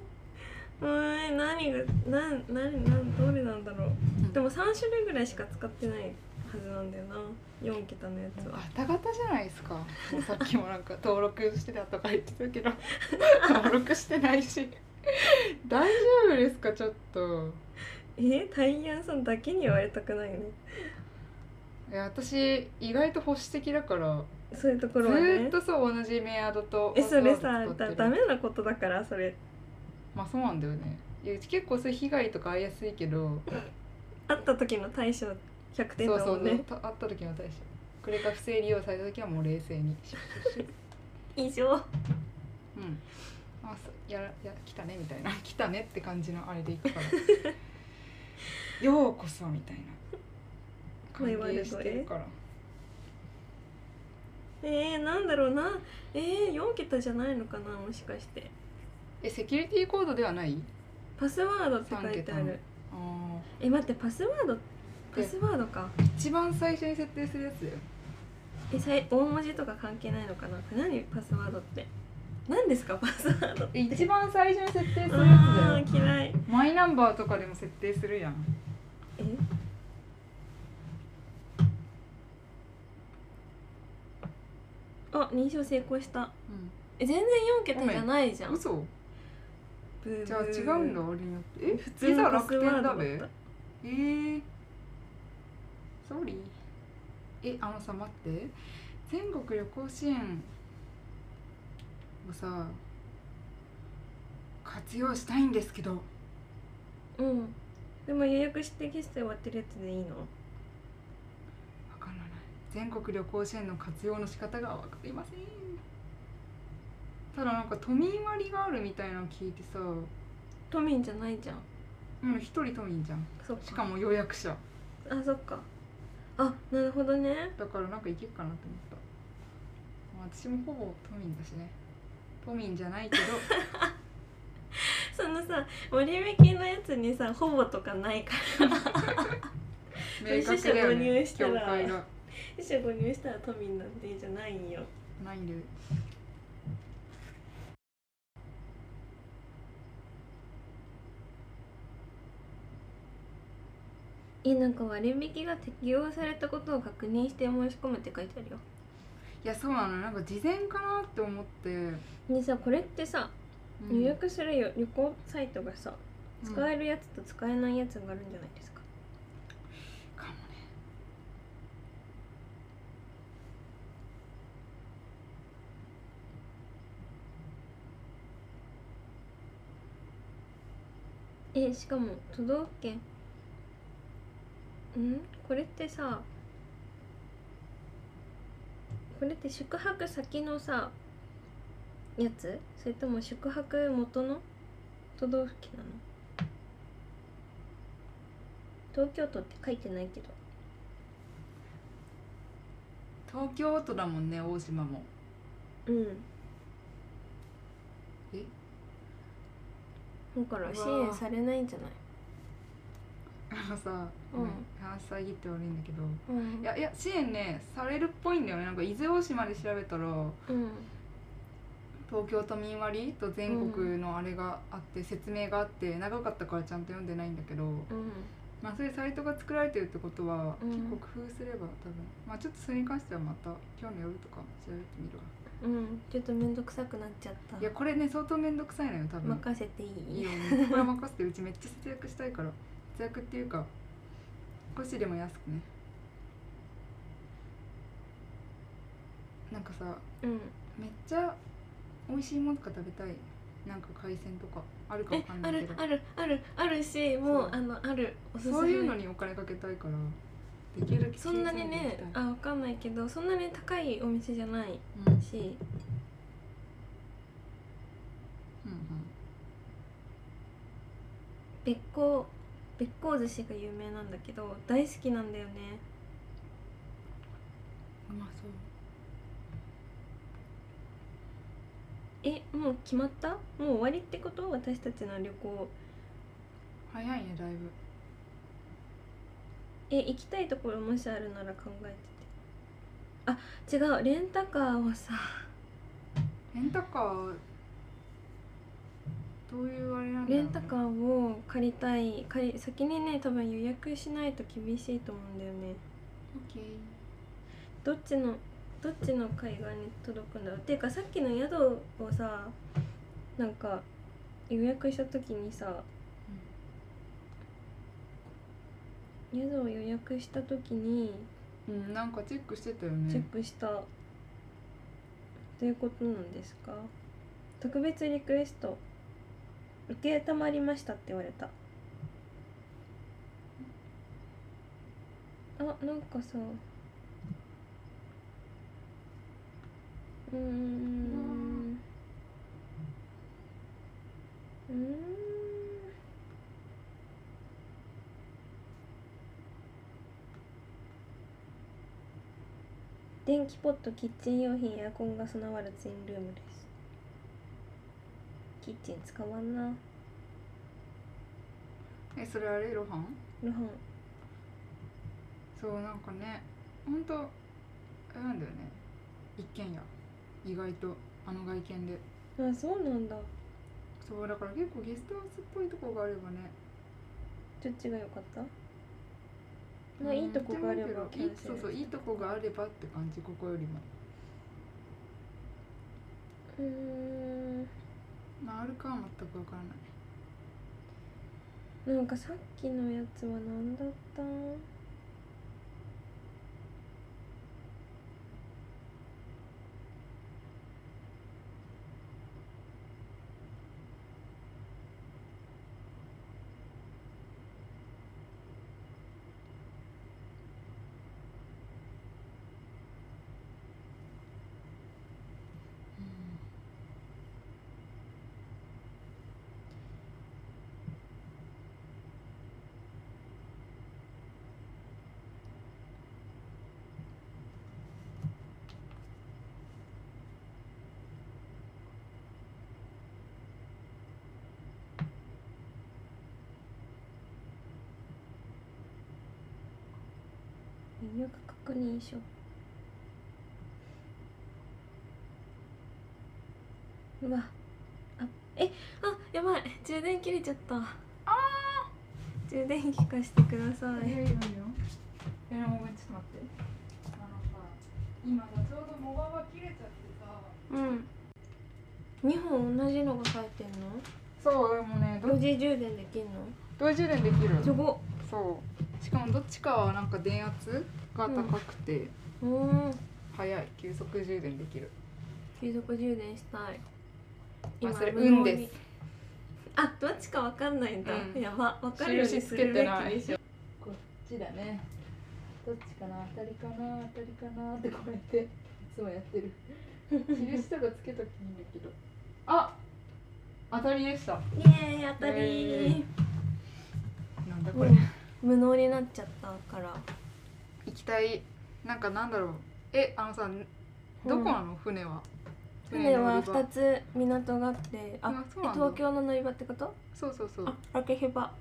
[SPEAKER 1] ー、うーん何がなん何なんどれなんだろうでも3種類ぐらいしか使ってないはずなんだよな4桁のやつは
[SPEAKER 2] ガタガタじゃないですか もうさっきもなんか登録してたとか言ってた けど登録してないし大丈夫ですかちょっと
[SPEAKER 1] えー、タイヤンさんだけに言われたくないよね
[SPEAKER 2] いや私意外と保守的だから
[SPEAKER 1] そういうとこ
[SPEAKER 2] ず
[SPEAKER 1] ろは
[SPEAKER 2] ー
[SPEAKER 1] ね
[SPEAKER 2] っとそう同じメアドと
[SPEAKER 1] えそれさ
[SPEAKER 2] パスワード使って
[SPEAKER 1] だダ
[SPEAKER 2] る
[SPEAKER 1] メなことだからそれ
[SPEAKER 2] まあそうなんだよねいやうち結構そういう被害とか遭いやすいけど
[SPEAKER 1] 会った時の対処100点
[SPEAKER 2] そう
[SPEAKER 1] だ
[SPEAKER 2] そ
[SPEAKER 1] も
[SPEAKER 2] うんね
[SPEAKER 1] ね
[SPEAKER 2] た会った時の対処これが不正利用された時はもう冷静にシュッシュッシュッ
[SPEAKER 1] 以上
[SPEAKER 2] うんあそうやらや来たねみたいな 来たねって感じのあれでいくから ようこそみたいな
[SPEAKER 1] 声
[SPEAKER 2] 歓
[SPEAKER 1] 悪い声
[SPEAKER 2] 迎してるから
[SPEAKER 1] えー、なんだろうなえー、4桁じゃないのかなもしかして
[SPEAKER 2] えセキュリティコードではない
[SPEAKER 1] パスワードって書いてあ
[SPEAKER 2] 三桁
[SPEAKER 1] る
[SPEAKER 2] あ
[SPEAKER 1] え待ってパスワードパスワードか
[SPEAKER 2] ー一番最初に設定するやつだよ
[SPEAKER 1] えさい大文字とか関係ないのかな何パスワードって何ですか パスワードって
[SPEAKER 2] え一番最初に設定するやつだ
[SPEAKER 1] あ
[SPEAKER 2] よ
[SPEAKER 1] ー嫌い
[SPEAKER 2] マイナンバーとかでも設定するやん
[SPEAKER 1] えあ認証成功したえ全然4桁じゃないじゃん
[SPEAKER 2] 嘘
[SPEAKER 1] ブーブー
[SPEAKER 2] じゃあ違うんだ俺によって
[SPEAKER 1] 普
[SPEAKER 2] え普
[SPEAKER 1] 通
[SPEAKER 2] 通
[SPEAKER 1] の
[SPEAKER 2] だ
[SPEAKER 1] パスワ
[SPEAKER 2] 楽
[SPEAKER 1] ー
[SPEAKER 2] 天
[SPEAKER 1] ドだ
[SPEAKER 2] だ
[SPEAKER 1] った
[SPEAKER 2] べえー、ソーリーえあのさ待って全国旅行支援をさ活用したいんですけど
[SPEAKER 1] うんでも予約して決済終わってるやつでいいの
[SPEAKER 2] わからない全国旅行支援の活用の仕方がわかりませんただなんか都民割があるみたいなの聞いてさう
[SPEAKER 1] 都民じゃないじゃん
[SPEAKER 2] ん一人都民じゃん
[SPEAKER 1] そっか
[SPEAKER 2] しかも予約者
[SPEAKER 1] あそっかあなるほどね
[SPEAKER 2] だからなんかいけるかなと思った、まあ、私もほぼ都民だしね都民じゃないけど
[SPEAKER 1] そのさ割引のやつにさほぼとかないから
[SPEAKER 2] 明確だよ
[SPEAKER 1] 都市者導入
[SPEAKER 2] ね
[SPEAKER 1] した
[SPEAKER 2] 境
[SPEAKER 1] ら
[SPEAKER 2] 界が
[SPEAKER 1] 一緒購入したら都民なんてじゃないんよ
[SPEAKER 2] ないんで
[SPEAKER 1] えなんか割引が適用されたことを確認して申し込むって書いてあるよ
[SPEAKER 2] いやそうなのなんか事前かなって思って、
[SPEAKER 1] でさこれってさ
[SPEAKER 2] うん
[SPEAKER 1] 予約するよ、旅行サイトがさ
[SPEAKER 2] うん
[SPEAKER 1] 使えるやつと使えないやつがあるんじゃないですか、
[SPEAKER 2] かもね
[SPEAKER 1] えしかも都道府県んこれってさこれって宿泊先のさやつそれとも宿泊元の都道府県なの東京都って書いてないけど
[SPEAKER 2] 東京都だもんね大島も
[SPEAKER 1] うん
[SPEAKER 2] え
[SPEAKER 1] だから
[SPEAKER 2] うわ
[SPEAKER 1] 支援されないんじゃない
[SPEAKER 2] あのさ、
[SPEAKER 1] うん
[SPEAKER 2] うん、話遮って悪いんだけど
[SPEAKER 1] うん
[SPEAKER 2] いやいや支援ねされるっぽいんだよねなんか伊豆大島で調べたら
[SPEAKER 1] うん
[SPEAKER 2] 東京都民割と全国のあれがあって、説明があって長かったからちゃんと読んでないんだけど、
[SPEAKER 1] うん
[SPEAKER 2] まあ、そういうサイトが作られてるってことは、
[SPEAKER 1] うん
[SPEAKER 2] 結構工夫すれば多分まあちょっとそれに関してはまた今日の夜とか調べてみるわ
[SPEAKER 1] うんちょっと面倒くさくなっちゃっ
[SPEAKER 2] いや
[SPEAKER 1] た
[SPEAKER 2] これね相当面倒くさいのよ多分
[SPEAKER 1] 任せてい
[SPEAKER 2] いい
[SPEAKER 1] い
[SPEAKER 2] よこれ任せてうちめっちゃ節約したいから節約っていうか少しでも安くねなんかさ
[SPEAKER 1] うん
[SPEAKER 2] めっちゃ美味しいものとか食べたいなんか海鮮とかあるかわ
[SPEAKER 1] え
[SPEAKER 2] かんな
[SPEAKER 1] あ
[SPEAKER 2] いけ
[SPEAKER 1] る
[SPEAKER 2] ど
[SPEAKER 1] あるあるあるしもう
[SPEAKER 2] そう
[SPEAKER 1] あのあるおすすめ
[SPEAKER 2] そういうのにお金かけたいからできるだけ
[SPEAKER 1] そんなに
[SPEAKER 2] 小さいの行き
[SPEAKER 1] ね
[SPEAKER 2] たい
[SPEAKER 1] あわかんないけどそんなに高いお店じゃない
[SPEAKER 2] うんうん
[SPEAKER 1] し別光別光寿司が有名なんだけど大好きなんだよね
[SPEAKER 2] うんうまそう
[SPEAKER 1] えもう決まったもう終わりってこと私たちの旅行
[SPEAKER 2] 早いねだいぶ
[SPEAKER 1] え行きたいところもしあるなら考えててあ違うレンタカーをさ
[SPEAKER 2] レンタカーどういうあれなんだろ
[SPEAKER 1] レ
[SPEAKER 2] うね
[SPEAKER 1] ンタカーを借りたい借り先にね多分予約しないと厳しいと思うんだよね
[SPEAKER 2] オッケー
[SPEAKER 1] どっちのどっちの海岸に届くんだろうっていうかさっきの宿をさなんか予約した時にさ宿を予約した時に
[SPEAKER 2] うん、なんかチェックしてたよね。
[SPEAKER 1] チェックした、どういうことなんですか特別リクエスト受けたまりましたって言われたあなんかさうーんうーん電気ポットキッチン用品エアコンが備わるツインルームですキッチン使わんな
[SPEAKER 2] え、それあれロハン？
[SPEAKER 1] ロハン
[SPEAKER 2] そうなんかね、本当あれなんだよね。一軒家。意外とあの外見で。
[SPEAKER 1] あそうなんだ
[SPEAKER 2] そうだから結構ゲストハウスっぽいとこがあればね。
[SPEAKER 1] どっちが良かったまあいいとこがあれば
[SPEAKER 2] うんいいそうそういいとこがあればって感じここよりも。
[SPEAKER 1] うーん
[SPEAKER 2] まああるかは全くわからない。
[SPEAKER 1] なんかさっきのやつは何だった予約確認書うわあえあやばい充電切れちゃった充電聞かしてください
[SPEAKER 2] いいよ。え、でもごめんちょっと待って。あのさ、今さちょうどモバが切れちゃってさ。
[SPEAKER 1] うん2本同じのが書いてんの
[SPEAKER 2] そうでもね、ど
[SPEAKER 1] 同時充電できんの
[SPEAKER 2] 同時充電できる。
[SPEAKER 1] すごっ
[SPEAKER 2] そうしかもどっちかはなんか電圧が高くて
[SPEAKER 1] うーん
[SPEAKER 2] 早い急速充電できる
[SPEAKER 1] 急速充電したい
[SPEAKER 2] まあそれ
[SPEAKER 1] 無謀に
[SPEAKER 2] 運です
[SPEAKER 1] あどっちかわかんないんだ、
[SPEAKER 2] うん
[SPEAKER 1] やばわかるように
[SPEAKER 2] 印
[SPEAKER 1] す
[SPEAKER 2] つけ
[SPEAKER 1] るべ
[SPEAKER 2] て
[SPEAKER 1] き
[SPEAKER 2] ない
[SPEAKER 1] でしょ
[SPEAKER 3] こっちだねどっちかな当たりかな当たりかなってこうやっていつもやってる印とかつけときにいいんだけど
[SPEAKER 2] あ当たりでした
[SPEAKER 1] イエーイ当たり
[SPEAKER 2] イエーイなんだこれ、
[SPEAKER 1] もう無能になっちゃったから
[SPEAKER 2] 行きたいなんかなんだろうえあのさどこなの、船は
[SPEAKER 1] 船は
[SPEAKER 2] 乗り場
[SPEAKER 1] 二つ港があってあ
[SPEAKER 2] あそう
[SPEAKER 1] え
[SPEAKER 2] なんだ
[SPEAKER 1] 東京の乗り場ってこと
[SPEAKER 2] そうそうそう
[SPEAKER 1] あ竹ひば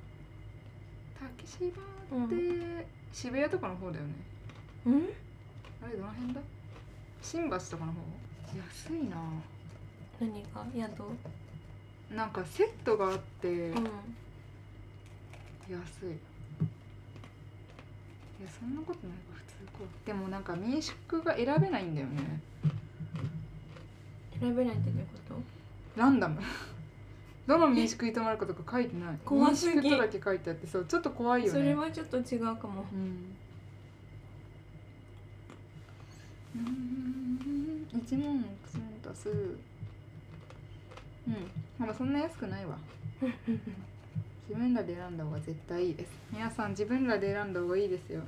[SPEAKER 2] 竹芝って、渋谷とかの方だよね
[SPEAKER 1] うん
[SPEAKER 2] あれどの辺だ新橋とかの方安いな
[SPEAKER 1] 何が宿
[SPEAKER 2] なんかセットがあって
[SPEAKER 1] う
[SPEAKER 2] 安い
[SPEAKER 1] ん
[SPEAKER 2] いやそんなことないか普通かでもなんか民宿が選べないんだよね
[SPEAKER 1] 選べないってどういうこと
[SPEAKER 2] ランダム どの民宿に泊まるかとか書いてない
[SPEAKER 1] 怖すぎ
[SPEAKER 2] 民宿とだけ書いてあってそうちょっと怖いよね
[SPEAKER 1] それはちょっと違うかも
[SPEAKER 2] うんうーん1万円足すうんまあそんな安くないわ自分らで選んだ方が絶対いいです皆さん自分らで選んだ方がいいですよ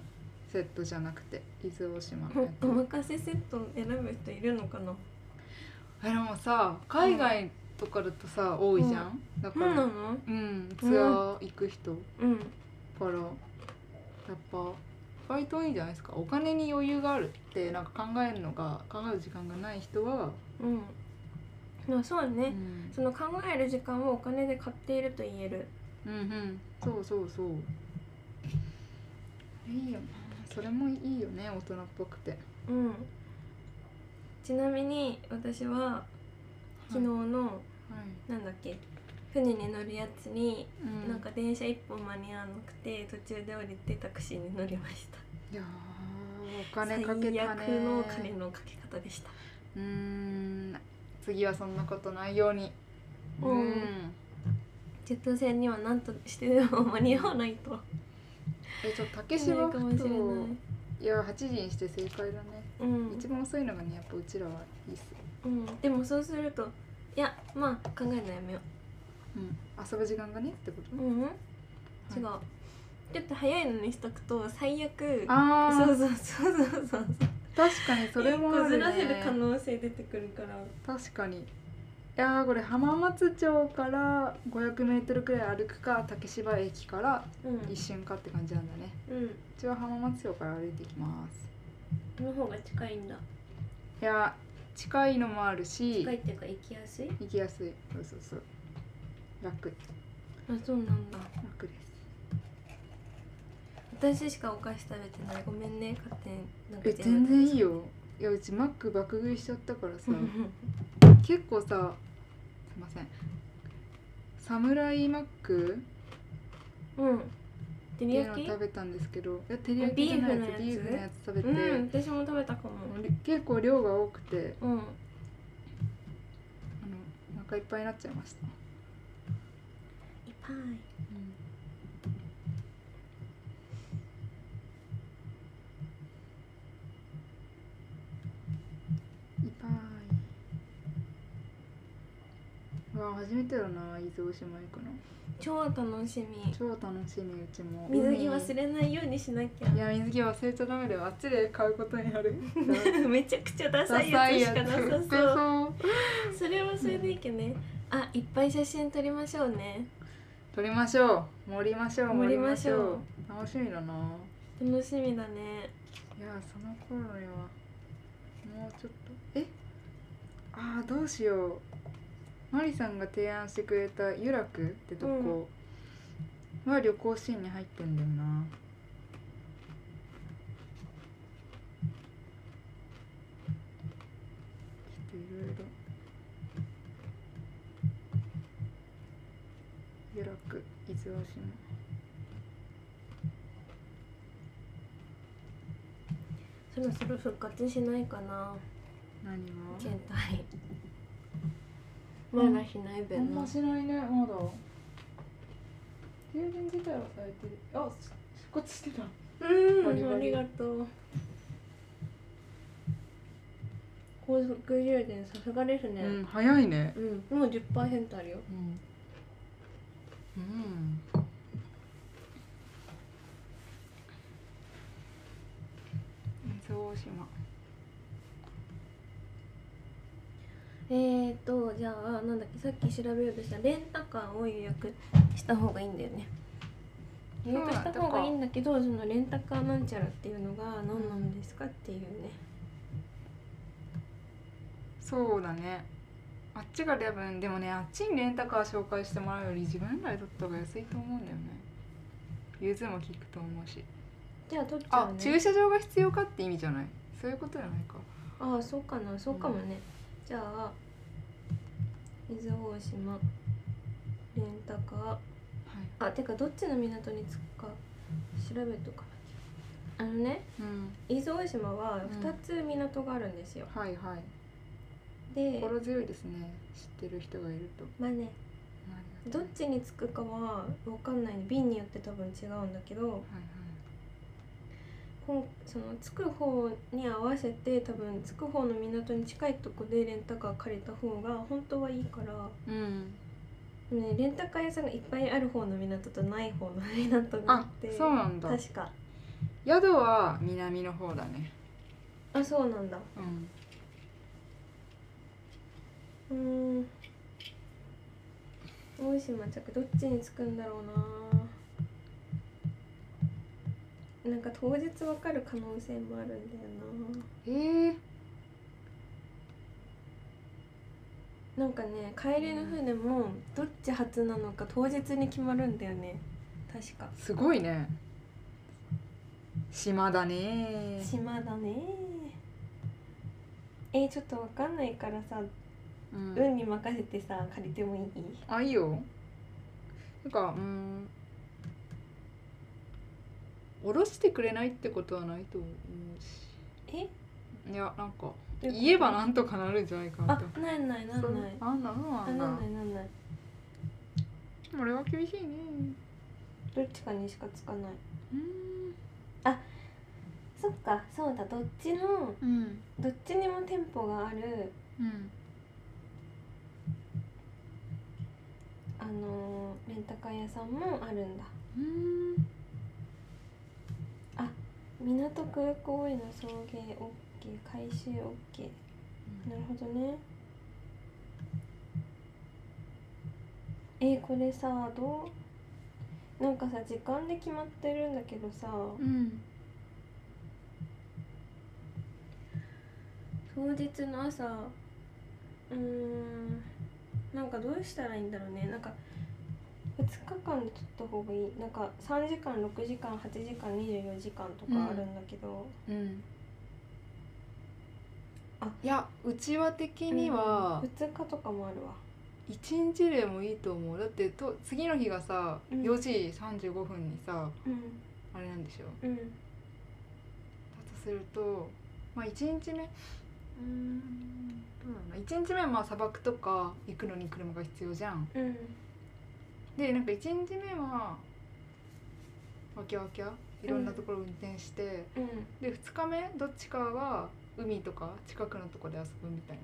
[SPEAKER 2] セットじゃなくて伊豆大島のや
[SPEAKER 1] お
[SPEAKER 2] つ
[SPEAKER 1] 任せセット選ぶ人いるのかな
[SPEAKER 2] あれもさ海外とかだとさ、多いじゃん、だか
[SPEAKER 1] そうな
[SPEAKER 2] ら
[SPEAKER 1] の
[SPEAKER 2] うんツアー行く人、
[SPEAKER 1] うん
[SPEAKER 2] からやっぱバイトいいんじゃないですかお金に余裕があるってなんか考えるのが考える時間がない人は、
[SPEAKER 1] うんでもそう
[SPEAKER 2] う
[SPEAKER 1] ね、
[SPEAKER 2] ん、
[SPEAKER 1] その考える時間をお金で買っていると言える
[SPEAKER 2] うんうんそうそうそういいよなそれもいいよね大人っぽくて
[SPEAKER 1] うんちなみに私は昨日
[SPEAKER 2] は
[SPEAKER 1] の、
[SPEAKER 2] い、
[SPEAKER 1] なんだっけ船に乗るやつに、
[SPEAKER 2] うん、
[SPEAKER 1] なんか電車一本間に合わなくて途中で降りてタクシーに乗りました
[SPEAKER 2] いやーお金かけ
[SPEAKER 1] 最
[SPEAKER 2] た
[SPEAKER 1] 悪
[SPEAKER 2] ね
[SPEAKER 1] のお金のかけ方でした
[SPEAKER 2] うーん次はそんなことないように
[SPEAKER 1] うん
[SPEAKER 2] ん
[SPEAKER 1] ジェット船には何としてでも間に合わないと
[SPEAKER 2] えちょっと竹
[SPEAKER 1] いけな
[SPEAKER 2] 芝
[SPEAKER 1] いかもしれない
[SPEAKER 2] ふといや8時にして正解だね、
[SPEAKER 1] うん
[SPEAKER 2] 一番遅いのがねやっぱうちらはいいっす
[SPEAKER 1] うん、でもそうするといやまあ考えるのやめよ
[SPEAKER 2] うん、遊ぶ時間がねってこと
[SPEAKER 1] うううん、
[SPEAKER 2] ね。
[SPEAKER 1] 違うちょっと早いのにしとくと最悪
[SPEAKER 2] あ
[SPEAKER 1] そ
[SPEAKER 2] あ
[SPEAKER 1] う、そうそうそうそう
[SPEAKER 2] 確かにそれもあ
[SPEAKER 1] 一個ず
[SPEAKER 2] る、ね
[SPEAKER 1] らせる可。能性出てくるから
[SPEAKER 2] 確かに。いやーこれ浜松町から500メートルくらい歩くか竹芝駅から
[SPEAKER 1] うん、う
[SPEAKER 2] 一瞬かって感じなんだね。
[SPEAKER 1] ん、
[SPEAKER 2] うちは浜松町から歩いていきます。
[SPEAKER 1] この方が近いんだ
[SPEAKER 2] いやー近いのもあるし
[SPEAKER 1] 近いっていうか行きやすい
[SPEAKER 2] 行きやすい。そうそうそう。楽
[SPEAKER 1] あそうなんだ
[SPEAKER 2] 楽です。
[SPEAKER 1] 私しかお菓子食べてないごめんね勝手になんか
[SPEAKER 2] え
[SPEAKER 1] 自分
[SPEAKER 2] 全
[SPEAKER 1] で
[SPEAKER 2] 然いいよ。いやうちマック爆食いしちゃったか らさ。結構さすいませんサムライマック
[SPEAKER 1] うん照
[SPEAKER 2] っ
[SPEAKER 1] り
[SPEAKER 2] ていう
[SPEAKER 1] 焼
[SPEAKER 2] のを
[SPEAKER 1] き
[SPEAKER 2] 食べたんですけどいや照り焼きじゃないやつ
[SPEAKER 1] ビ
[SPEAKER 2] ビ
[SPEAKER 1] ー
[SPEAKER 2] ー
[SPEAKER 1] フ
[SPEAKER 2] フ
[SPEAKER 1] の
[SPEAKER 2] の
[SPEAKER 1] や
[SPEAKER 2] やつ食べて、
[SPEAKER 1] うん私も食べたかも
[SPEAKER 2] 結構量が多くて
[SPEAKER 1] うん
[SPEAKER 2] あのお腹いっぱいになっちゃいました、
[SPEAKER 1] いっぱい
[SPEAKER 2] いっぱいうわ初めてだな伊豆大島行くの
[SPEAKER 1] 超楽しみ
[SPEAKER 2] 超楽しみうちも
[SPEAKER 1] 水着忘れないようにしなきゃ
[SPEAKER 2] いや水着忘れちゃダメだよあっちで買うことになる
[SPEAKER 1] めちゃくちゃダサいやつしかなさそう
[SPEAKER 2] そう
[SPEAKER 1] それはそれでいいけどねあいっぱい写真撮りましょうね
[SPEAKER 2] 撮りましょう盛りましょう
[SPEAKER 1] 盛りましょう
[SPEAKER 2] 盛りましょう楽しみだな
[SPEAKER 1] 楽しみだね
[SPEAKER 2] いやその頃にはもうちょっとえあーどうしようマリさんが提案してくれた「ゆらく」ってとこは旅行シーンに入ってんだよなちょっといろいろゆらく伊豆大島
[SPEAKER 1] そろそろ復活しないかな
[SPEAKER 2] 何
[SPEAKER 1] 倦
[SPEAKER 2] が
[SPEAKER 1] 怠
[SPEAKER 2] うん
[SPEAKER 1] まだしないべ
[SPEAKER 2] あん
[SPEAKER 1] な
[SPEAKER 2] ましないねまだ停電自体はされてるあし復活してたバリ
[SPEAKER 1] うん
[SPEAKER 2] バリ
[SPEAKER 1] ありがとう高速充電さすがですね
[SPEAKER 2] うん早いね
[SPEAKER 1] うん、もう10%あるよ
[SPEAKER 2] うんうん伊豆大島
[SPEAKER 1] えーとじゃあなんだっけさっき調べようとしたレンタカーを予約した方がいいんだよね予約した方がいいんだけどそのレンタカーなんちゃらっていうのが何なんですかっていうね
[SPEAKER 2] そうだねあっちが多分でもねあっちにレンタカー紹介してもらうより自分らで取った方が安いと思うんだよね融通も効くと思うし
[SPEAKER 1] じゃあ取っちゃ
[SPEAKER 2] あ
[SPEAKER 1] う
[SPEAKER 2] 駐
[SPEAKER 1] ね
[SPEAKER 2] 車場が必要かって意味じゃないそういうことじゃないか
[SPEAKER 1] ああそうかなそうかもね、じゃあ伊豆大島レンタカ
[SPEAKER 2] はい
[SPEAKER 1] ーあてかどっちの港に着くか調べとかなきゃあのね
[SPEAKER 2] うん
[SPEAKER 1] 伊豆大島は
[SPEAKER 2] うん
[SPEAKER 1] 2つ港があるんですよ、
[SPEAKER 2] はいはい
[SPEAKER 1] で
[SPEAKER 2] 心強いですね知ってる人がいると
[SPEAKER 1] まあね
[SPEAKER 2] ありが
[SPEAKER 1] ど
[SPEAKER 2] た
[SPEAKER 1] っ
[SPEAKER 2] い
[SPEAKER 1] ちに着くかは分かんない便によって多分違うんだけど
[SPEAKER 2] はいはい
[SPEAKER 1] こんその着く方に合わせて多分着く方の港に近いとこでレンタカー借りた方が本当はいいから、
[SPEAKER 2] うん、
[SPEAKER 1] ね、レンタカー屋さんがいっぱいある方の港とない方の港があっ
[SPEAKER 2] あ
[SPEAKER 1] て
[SPEAKER 2] そうなんだ
[SPEAKER 1] 確か
[SPEAKER 2] 宿は南の方だね
[SPEAKER 1] あそうなんだ
[SPEAKER 2] うん
[SPEAKER 1] うーん大島着どっちに着くんだろうななんか当日分かる可能性もあるんだよな
[SPEAKER 2] えー、
[SPEAKER 1] なんかね帰りの船もどっち初なのか当日に決まるんだよね確か
[SPEAKER 2] すごいね島だね
[SPEAKER 1] 島だねえーちょっと分かんないからさ
[SPEAKER 2] うん、
[SPEAKER 1] 運に任せてさ借りてもいい
[SPEAKER 2] あいいよなんかうん下ろしてくれないってことはないと思うし
[SPEAKER 1] え
[SPEAKER 2] いやなんか
[SPEAKER 1] どういうこと
[SPEAKER 2] 言えばなんとかなるんじゃないかな
[SPEAKER 1] あ
[SPEAKER 2] と
[SPEAKER 1] ないないない
[SPEAKER 2] そう
[SPEAKER 1] ない
[SPEAKER 2] あんなの
[SPEAKER 1] あ
[SPEAKER 2] あん
[SPEAKER 1] なん
[SPEAKER 2] な
[SPEAKER 1] ないなんない
[SPEAKER 2] 俺は厳しいね
[SPEAKER 1] どっちかにしかつかない
[SPEAKER 2] うん
[SPEAKER 1] そっかそうだどっちの
[SPEAKER 2] うん
[SPEAKER 1] どっちにも店舗がある
[SPEAKER 2] うん
[SPEAKER 1] あのーレンタカー屋さんもあるんだ
[SPEAKER 2] うん
[SPEAKER 1] 港区空港への送迎 OK 回収 OK なるほどねえーこれさどうなんかさ時間で決まってるんだけどさ
[SPEAKER 2] うん
[SPEAKER 1] 当日の朝うーんなんかどうしたらいいんだろうねなんか2日間で取った方がいいなんか3時間6時間8時間24時間とかあるんだけど、
[SPEAKER 2] うん
[SPEAKER 1] あ
[SPEAKER 2] いやうちわ的には
[SPEAKER 1] 2日とかもあるわ
[SPEAKER 2] 一日でもいいと思うだってと次の日がさ
[SPEAKER 1] うん
[SPEAKER 2] 4時35分にさ
[SPEAKER 1] うん
[SPEAKER 2] あれなんでしょだ
[SPEAKER 1] うん
[SPEAKER 2] とするとまあ一日目うーんどうだろうな一日目はまあ砂漠とか行くのに車が必要じゃん
[SPEAKER 1] うん
[SPEAKER 2] でなんか一日目はわきゃわきゃいろんなところ運転して、
[SPEAKER 1] うん
[SPEAKER 2] で2日目どっちかは海とか近くのところで遊ぶみたい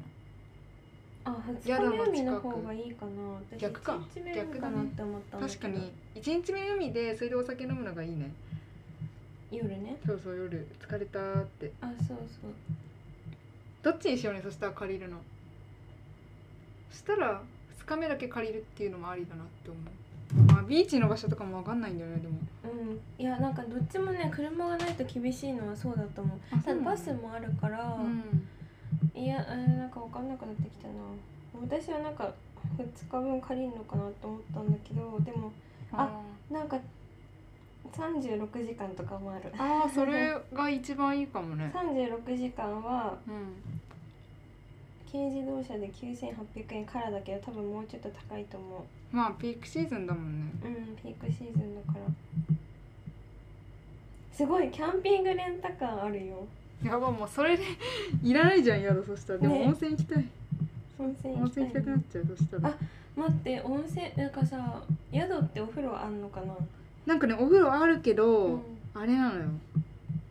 [SPEAKER 2] な
[SPEAKER 1] あ
[SPEAKER 2] 宿
[SPEAKER 1] 2日目
[SPEAKER 2] の近く
[SPEAKER 1] 海の方がいいかな私
[SPEAKER 2] 逆か
[SPEAKER 1] 1日目海かなって思ったんだけ
[SPEAKER 2] 確
[SPEAKER 1] ど
[SPEAKER 2] かに1日目海でそれでお酒飲むのがいいね
[SPEAKER 1] 夜ね
[SPEAKER 2] そうそう夜疲れたーって
[SPEAKER 1] あそうそう
[SPEAKER 2] どっちにしようねそしたら借りるのそしたら2日目だけ借りるっていうのもありだなって思うまあビーチの場所とかも分かんないんだよねでも
[SPEAKER 1] うん、いやなんかどっちもね車がないと厳しいのはそうだと思う
[SPEAKER 2] あ
[SPEAKER 1] ただバ
[SPEAKER 2] そ
[SPEAKER 1] ス
[SPEAKER 2] うなの
[SPEAKER 1] もあるから、
[SPEAKER 2] うん
[SPEAKER 1] いやあなんか分かんなくなってきたな私はなんか2日分借りるのかなと思ったんだけどでもあなんか36時間とかもある
[SPEAKER 2] あーあーそれが一番いいかもね
[SPEAKER 1] 36時間は
[SPEAKER 2] うん
[SPEAKER 1] 軽自動車で9800円からだけど多分もうちょっと高いと思
[SPEAKER 2] まあピークシーズンだもんね
[SPEAKER 1] ううんピークシーズンだからすごいキャンピングレンタカーあるよ
[SPEAKER 2] やばもうそれで いらないじゃん宿そしたらでも
[SPEAKER 1] ね
[SPEAKER 2] 温泉行きたい、
[SPEAKER 1] 温泉
[SPEAKER 2] 温
[SPEAKER 1] 行きたい
[SPEAKER 2] 泉行きたくなっちゃうそしたら
[SPEAKER 1] あ待って温泉なんかさ宿ってお風呂あんのかな
[SPEAKER 2] なんかねお風呂あるけど、
[SPEAKER 1] うん
[SPEAKER 2] あれなのよ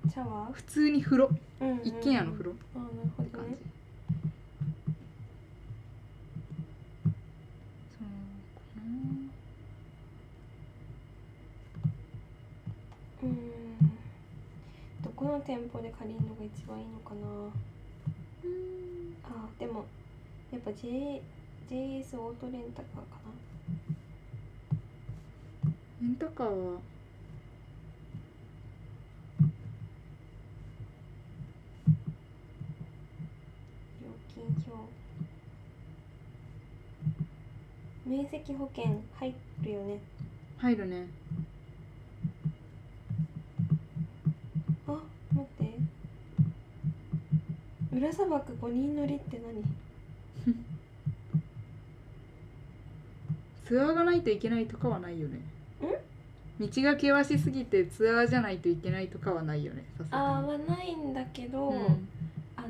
[SPEAKER 1] シャワー
[SPEAKER 2] 普通に風呂
[SPEAKER 1] うんうんうん
[SPEAKER 2] 一軒家の風呂っ
[SPEAKER 1] あなるほ
[SPEAKER 2] て
[SPEAKER 1] ど
[SPEAKER 2] 感
[SPEAKER 1] ね
[SPEAKER 2] じ、そう
[SPEAKER 1] うんどこの店舗で借りるのが一番いいのかなあでもやっぱ J JS オートレンタカーかな
[SPEAKER 2] レンタカーは
[SPEAKER 1] 料金表面積保険入るよね
[SPEAKER 2] 入るね
[SPEAKER 1] あ待って裏砂漠5人乗りって何
[SPEAKER 2] ツアーがないといけないとかはないよね道が険しすぎてツアーじゃないといけないとかはないよねさすがに
[SPEAKER 1] あーはないんだけど、
[SPEAKER 2] うん
[SPEAKER 1] あのー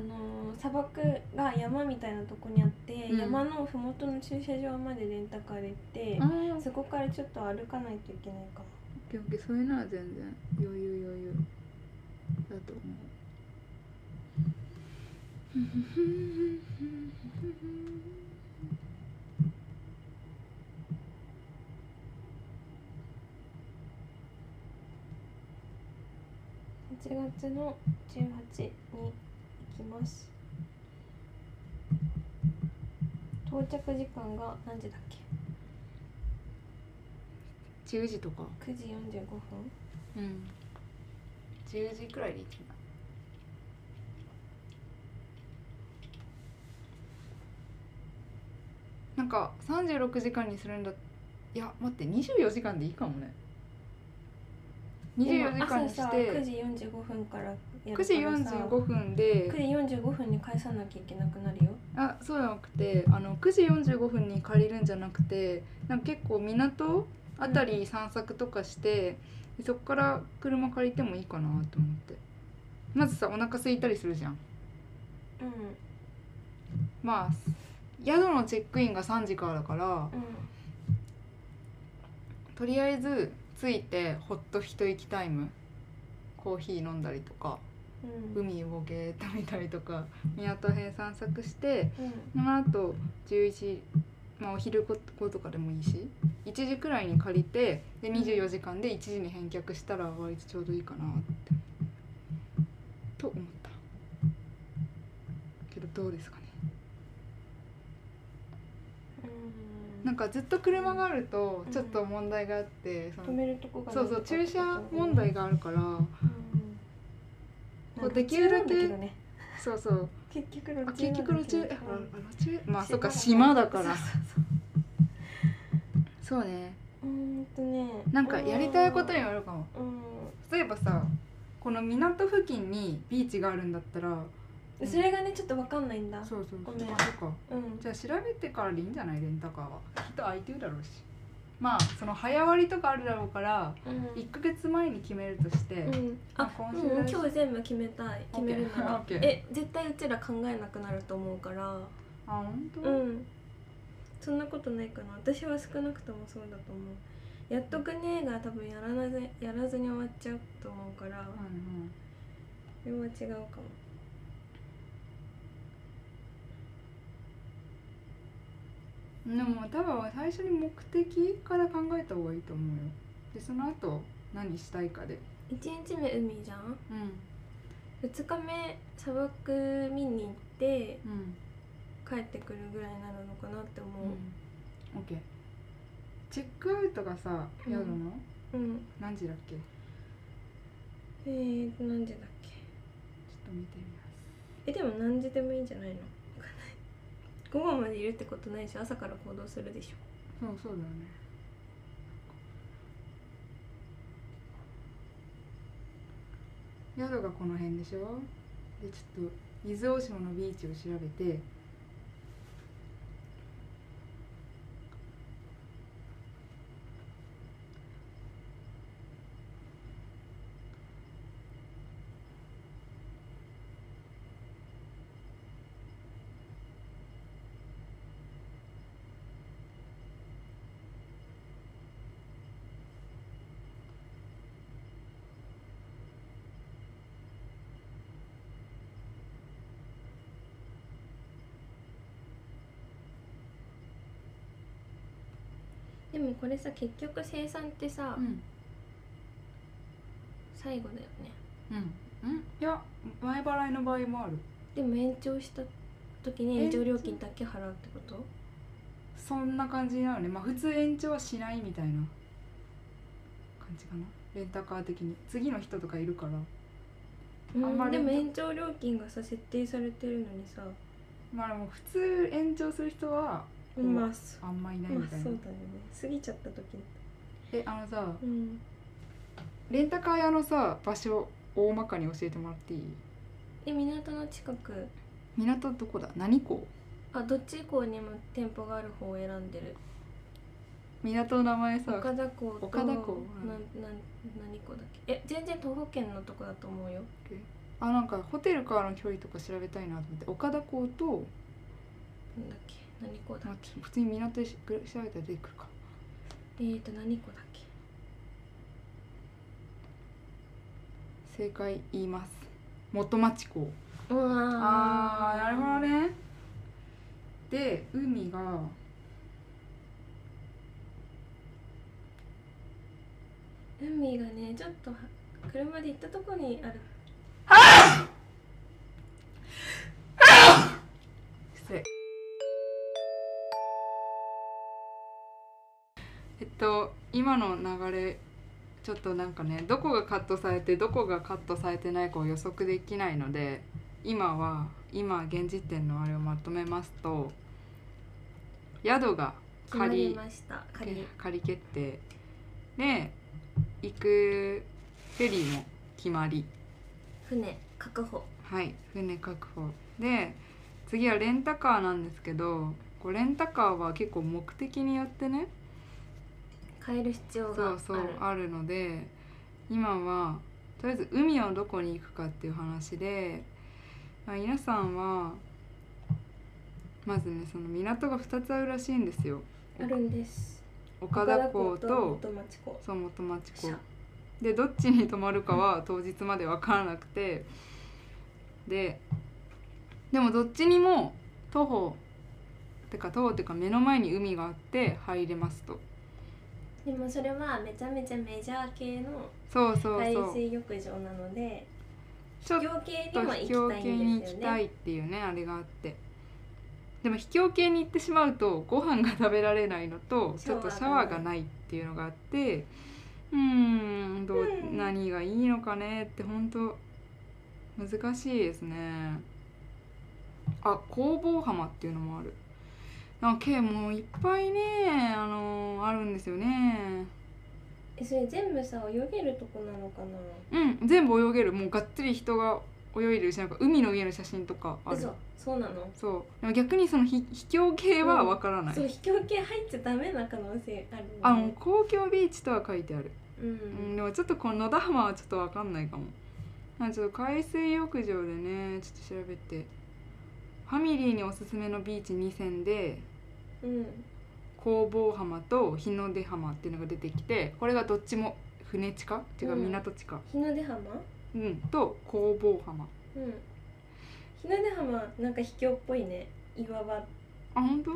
[SPEAKER 1] 砂漠が山みたいなとこにあって、
[SPEAKER 2] うん
[SPEAKER 1] 山のふもとの駐車場までレンタカーで行
[SPEAKER 2] あ
[SPEAKER 1] っ
[SPEAKER 2] ーオ
[SPEAKER 1] てそこからちょっと歩かないといけないか
[SPEAKER 2] ッケーオッケーそれなら全然余裕余裕だと思う
[SPEAKER 1] な8月の18に行きます到着時間が何時だっけ
[SPEAKER 2] 10時とか
[SPEAKER 1] 9時45分
[SPEAKER 2] うん10時くらいで行きななんか36時間にするんだいや待って24時間でいいかもね24時間に
[SPEAKER 1] でも
[SPEAKER 2] し
[SPEAKER 1] 朝さ9
[SPEAKER 2] て
[SPEAKER 1] 時45分からや
[SPEAKER 2] 9時45分で
[SPEAKER 1] 9時45分に返さなきゃいけなくなるよ
[SPEAKER 2] あそうじゃなくてあの9時45分に借りるんじゃなくてなんか結構港あたり散策とかして、でそこから車借りてもいいかなと思ってまずさお腹空いたりするじゃん
[SPEAKER 1] うん
[SPEAKER 2] まあ宿のチェックインが3時からだから
[SPEAKER 1] う
[SPEAKER 2] とりあえず着いてほっと一息タイムコーヒー飲んだりとか
[SPEAKER 1] んうん
[SPEAKER 2] 海をボケーっと見たりとか港辺散策して
[SPEAKER 1] うん
[SPEAKER 2] その後11、まあ、お昼後とかでもいいし1時くらいに借りてで24時間で1時に返却したら割とちょうどいいかなってと思ったけどどうですかね
[SPEAKER 1] うん
[SPEAKER 2] なんかずっと車があるとちょっと問題があって、そ
[SPEAKER 1] 止
[SPEAKER 2] の
[SPEAKER 1] めるとこが
[SPEAKER 2] そうそう駐車問題
[SPEAKER 1] が、
[SPEAKER 2] があるか
[SPEAKER 1] う
[SPEAKER 2] ら
[SPEAKER 1] ん、
[SPEAKER 2] こうできるだけ
[SPEAKER 1] 路中なんだね
[SPEAKER 2] そうそう
[SPEAKER 1] 結局路中なんだ
[SPEAKER 2] あ
[SPEAKER 1] け
[SPEAKER 2] 結
[SPEAKER 1] ど
[SPEAKER 2] 局路中えあ
[SPEAKER 1] うん
[SPEAKER 2] あ路中まあそっか
[SPEAKER 1] 島だ
[SPEAKER 2] 島だ
[SPEAKER 1] か
[SPEAKER 2] かららそうね
[SPEAKER 1] うーんとね
[SPEAKER 2] なんかやりたいことに
[SPEAKER 1] う
[SPEAKER 2] よるかも
[SPEAKER 1] ん
[SPEAKER 2] 例えばさこの港付近にビーチがあるんだったら
[SPEAKER 1] それがねちょっとわかんないんだう
[SPEAKER 2] そうそう
[SPEAKER 1] ご
[SPEAKER 2] そう
[SPEAKER 1] めん
[SPEAKER 2] とか
[SPEAKER 1] ん
[SPEAKER 2] じゃあ調べてからでいいんじゃないレンタカーはきっと空いてるだろうしまあその早割りとかあるだろうから
[SPEAKER 1] うん
[SPEAKER 2] 1ヶ月前に決めるとして、
[SPEAKER 1] うん、あ
[SPEAKER 2] あ今週
[SPEAKER 1] もう
[SPEAKER 2] だし
[SPEAKER 1] 今日全部決めたい決めるなら
[SPEAKER 2] OK
[SPEAKER 1] え絶対うちら考えなくなると思うから
[SPEAKER 2] あ本当、
[SPEAKER 1] うんそんなことないかな私は少なくともそうだと思うやっとくねーが多分やらなぜやらずに終わっちゃうと思うから
[SPEAKER 2] うん
[SPEAKER 1] それは違うかも
[SPEAKER 2] うん、でも多分最初に目的から考えた方がいいと思うよでその後何したいかで
[SPEAKER 1] 1日目海じゃん
[SPEAKER 2] うん
[SPEAKER 1] 2日目砂漠見に行って
[SPEAKER 2] うん
[SPEAKER 1] 帰ってくるぐらいになるのかなって思
[SPEAKER 2] オッケーチェックアウトがさ
[SPEAKER 1] うん
[SPEAKER 2] 宿の、
[SPEAKER 1] ううん、
[SPEAKER 2] 何時だっけちょ
[SPEAKER 1] えーと何時だっけ
[SPEAKER 2] っと見てみます
[SPEAKER 1] えでも何時でもいいんじゃないのわかんない午後までいるってことないし朝から行動するでしょ
[SPEAKER 2] そうそうだよね宿がこの辺でしょでちょっと伊豆大島のビーチを調べて
[SPEAKER 1] でもこれさ結局生産ってさ、
[SPEAKER 2] ん
[SPEAKER 1] 最後だよね
[SPEAKER 2] うんうんいや前払いの場合もある
[SPEAKER 1] でも延長した時に延長料金だけ払うってこと
[SPEAKER 2] そんな感じなのねまあ普通延長はしないみたいな感じかなレンタカー的に次の人とかいるから
[SPEAKER 1] うん
[SPEAKER 2] あんまり
[SPEAKER 1] でも延長料金がさ設定されてるのにさ
[SPEAKER 2] まあでも普通延長する人はこう
[SPEAKER 1] まあそ
[SPEAKER 2] あんまいない
[SPEAKER 1] ま
[SPEAKER 2] み
[SPEAKER 1] あ
[SPEAKER 2] た
[SPEAKER 1] そ
[SPEAKER 2] いうな、
[SPEAKER 1] だよね過ぎちゃった時に
[SPEAKER 2] えあのさ
[SPEAKER 1] うん
[SPEAKER 2] レンタカー屋のさ場所大まかに教えてもらっていい
[SPEAKER 1] で港の近く
[SPEAKER 2] 港どこだ何港
[SPEAKER 1] あどっち以降にも店舗がある方を選んでる
[SPEAKER 2] 港の名前さ
[SPEAKER 1] 岡田港と
[SPEAKER 2] 岡田港う
[SPEAKER 1] なん
[SPEAKER 2] ん
[SPEAKER 1] なん何港だっけえ全然徒歩圏のとこだと思うよ
[SPEAKER 2] あなんかホテルからの距離とか調べたいなと思って岡田港と
[SPEAKER 1] なんだっけ何港だっ
[SPEAKER 2] 待って普通に港でし調べたら出てくるか
[SPEAKER 1] けえーと何港だっけ
[SPEAKER 2] 正解言います元町港
[SPEAKER 1] うわー
[SPEAKER 2] あーなるほどねで海が
[SPEAKER 1] 海がねちょっとは車で行ったとこにある
[SPEAKER 2] 失礼えっと今の流れちょっとなんかねどこがカットされてどこがカットされてないかを予測できないので今は今現時点のあれをまとめますと宿が
[SPEAKER 1] 決ま
[SPEAKER 2] 仮
[SPEAKER 1] りました仮
[SPEAKER 2] 仮決定で行くフェリーも決まり
[SPEAKER 1] 船確保
[SPEAKER 2] はい船確保で次はレンタカーなんですけどこうレンタカーは結構目的によってね
[SPEAKER 1] 変える必要があ
[SPEAKER 2] そ
[SPEAKER 1] る
[SPEAKER 2] うそうあるので今はとりあえず海をどこに行くかっていう話で、まあ、皆さんはまずねその港が2つあるらしいんですよ
[SPEAKER 1] あるんです
[SPEAKER 2] 岡田港と
[SPEAKER 1] 元町港
[SPEAKER 2] そう元町
[SPEAKER 1] し
[SPEAKER 2] 港
[SPEAKER 1] ゃ
[SPEAKER 2] でどっちに泊まるかは当日まで分からなくてででもどっちにも徒歩てか徒歩てか目の前に海があって入れますと
[SPEAKER 1] でもそれはめちゃめちゃメジャー系の
[SPEAKER 2] そうそう
[SPEAKER 1] 海
[SPEAKER 2] そう
[SPEAKER 1] 水浴場なので
[SPEAKER 2] ちょっ
[SPEAKER 1] 秘境系に
[SPEAKER 2] と
[SPEAKER 1] も
[SPEAKER 2] 秘境
[SPEAKER 1] 行きた
[SPEAKER 2] 系
[SPEAKER 1] い
[SPEAKER 2] に
[SPEAKER 1] ん
[SPEAKER 2] 行
[SPEAKER 1] です
[SPEAKER 2] き
[SPEAKER 1] よ
[SPEAKER 2] た
[SPEAKER 1] ね
[SPEAKER 2] いっていうねあれがあってでも秘境系に行ってしまうとご飯が食べられないのとちょっとシャワーがないっていうのがあってうーんどう
[SPEAKER 1] うん
[SPEAKER 2] 何がいいのかねって本当難しいですねあ工房浜っていうのもあるなんか K もういっぱいねあのあるんですよね
[SPEAKER 1] えそれ全部さ泳げるとこなのかな
[SPEAKER 2] うん全部泳げるもうがっつり人が泳いでるしなんか海の家の写真とかある
[SPEAKER 1] 嘘そうなの
[SPEAKER 2] そうでも逆にそのひ秘境系はわからない、
[SPEAKER 1] そう秘境系入っちゃダメな可能性あるよね
[SPEAKER 2] あの公共ビーチとは書いてある、
[SPEAKER 1] う
[SPEAKER 2] うん、
[SPEAKER 1] ん
[SPEAKER 2] でもちょっとこの野田浜はちょっとわかんないかもなんかちょっと海水浴場でねちょっと調べてファミリーにおすすめのビーチ2選で
[SPEAKER 1] うん
[SPEAKER 2] 工房浜と日の出浜っていうのが出てきてこれがどっちも船地下っていうか
[SPEAKER 1] うん
[SPEAKER 2] 港地下、
[SPEAKER 1] 日の出浜
[SPEAKER 2] うんと工房浜
[SPEAKER 1] うん日の出浜なんか秘境っぽいね岩場
[SPEAKER 2] あ本当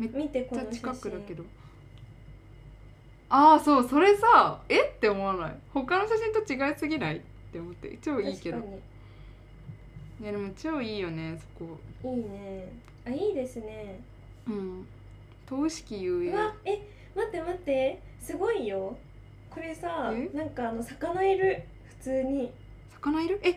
[SPEAKER 1] 見てこ
[SPEAKER 2] め
[SPEAKER 1] の
[SPEAKER 2] っ
[SPEAKER 1] 写真
[SPEAKER 2] ちゃ近くだけどああそうそれさえって思わない他の写真と違いすぎないって思って超いいけど
[SPEAKER 1] 確か
[SPEAKER 2] いやでも超いいよねそこ
[SPEAKER 1] にいいねあいいですね
[SPEAKER 2] うん投式遊
[SPEAKER 1] う
[SPEAKER 2] 泳
[SPEAKER 1] わえ待って待ってすごいよこれさ
[SPEAKER 2] え
[SPEAKER 1] なんかあの魚いる普通に
[SPEAKER 2] 魚いるえ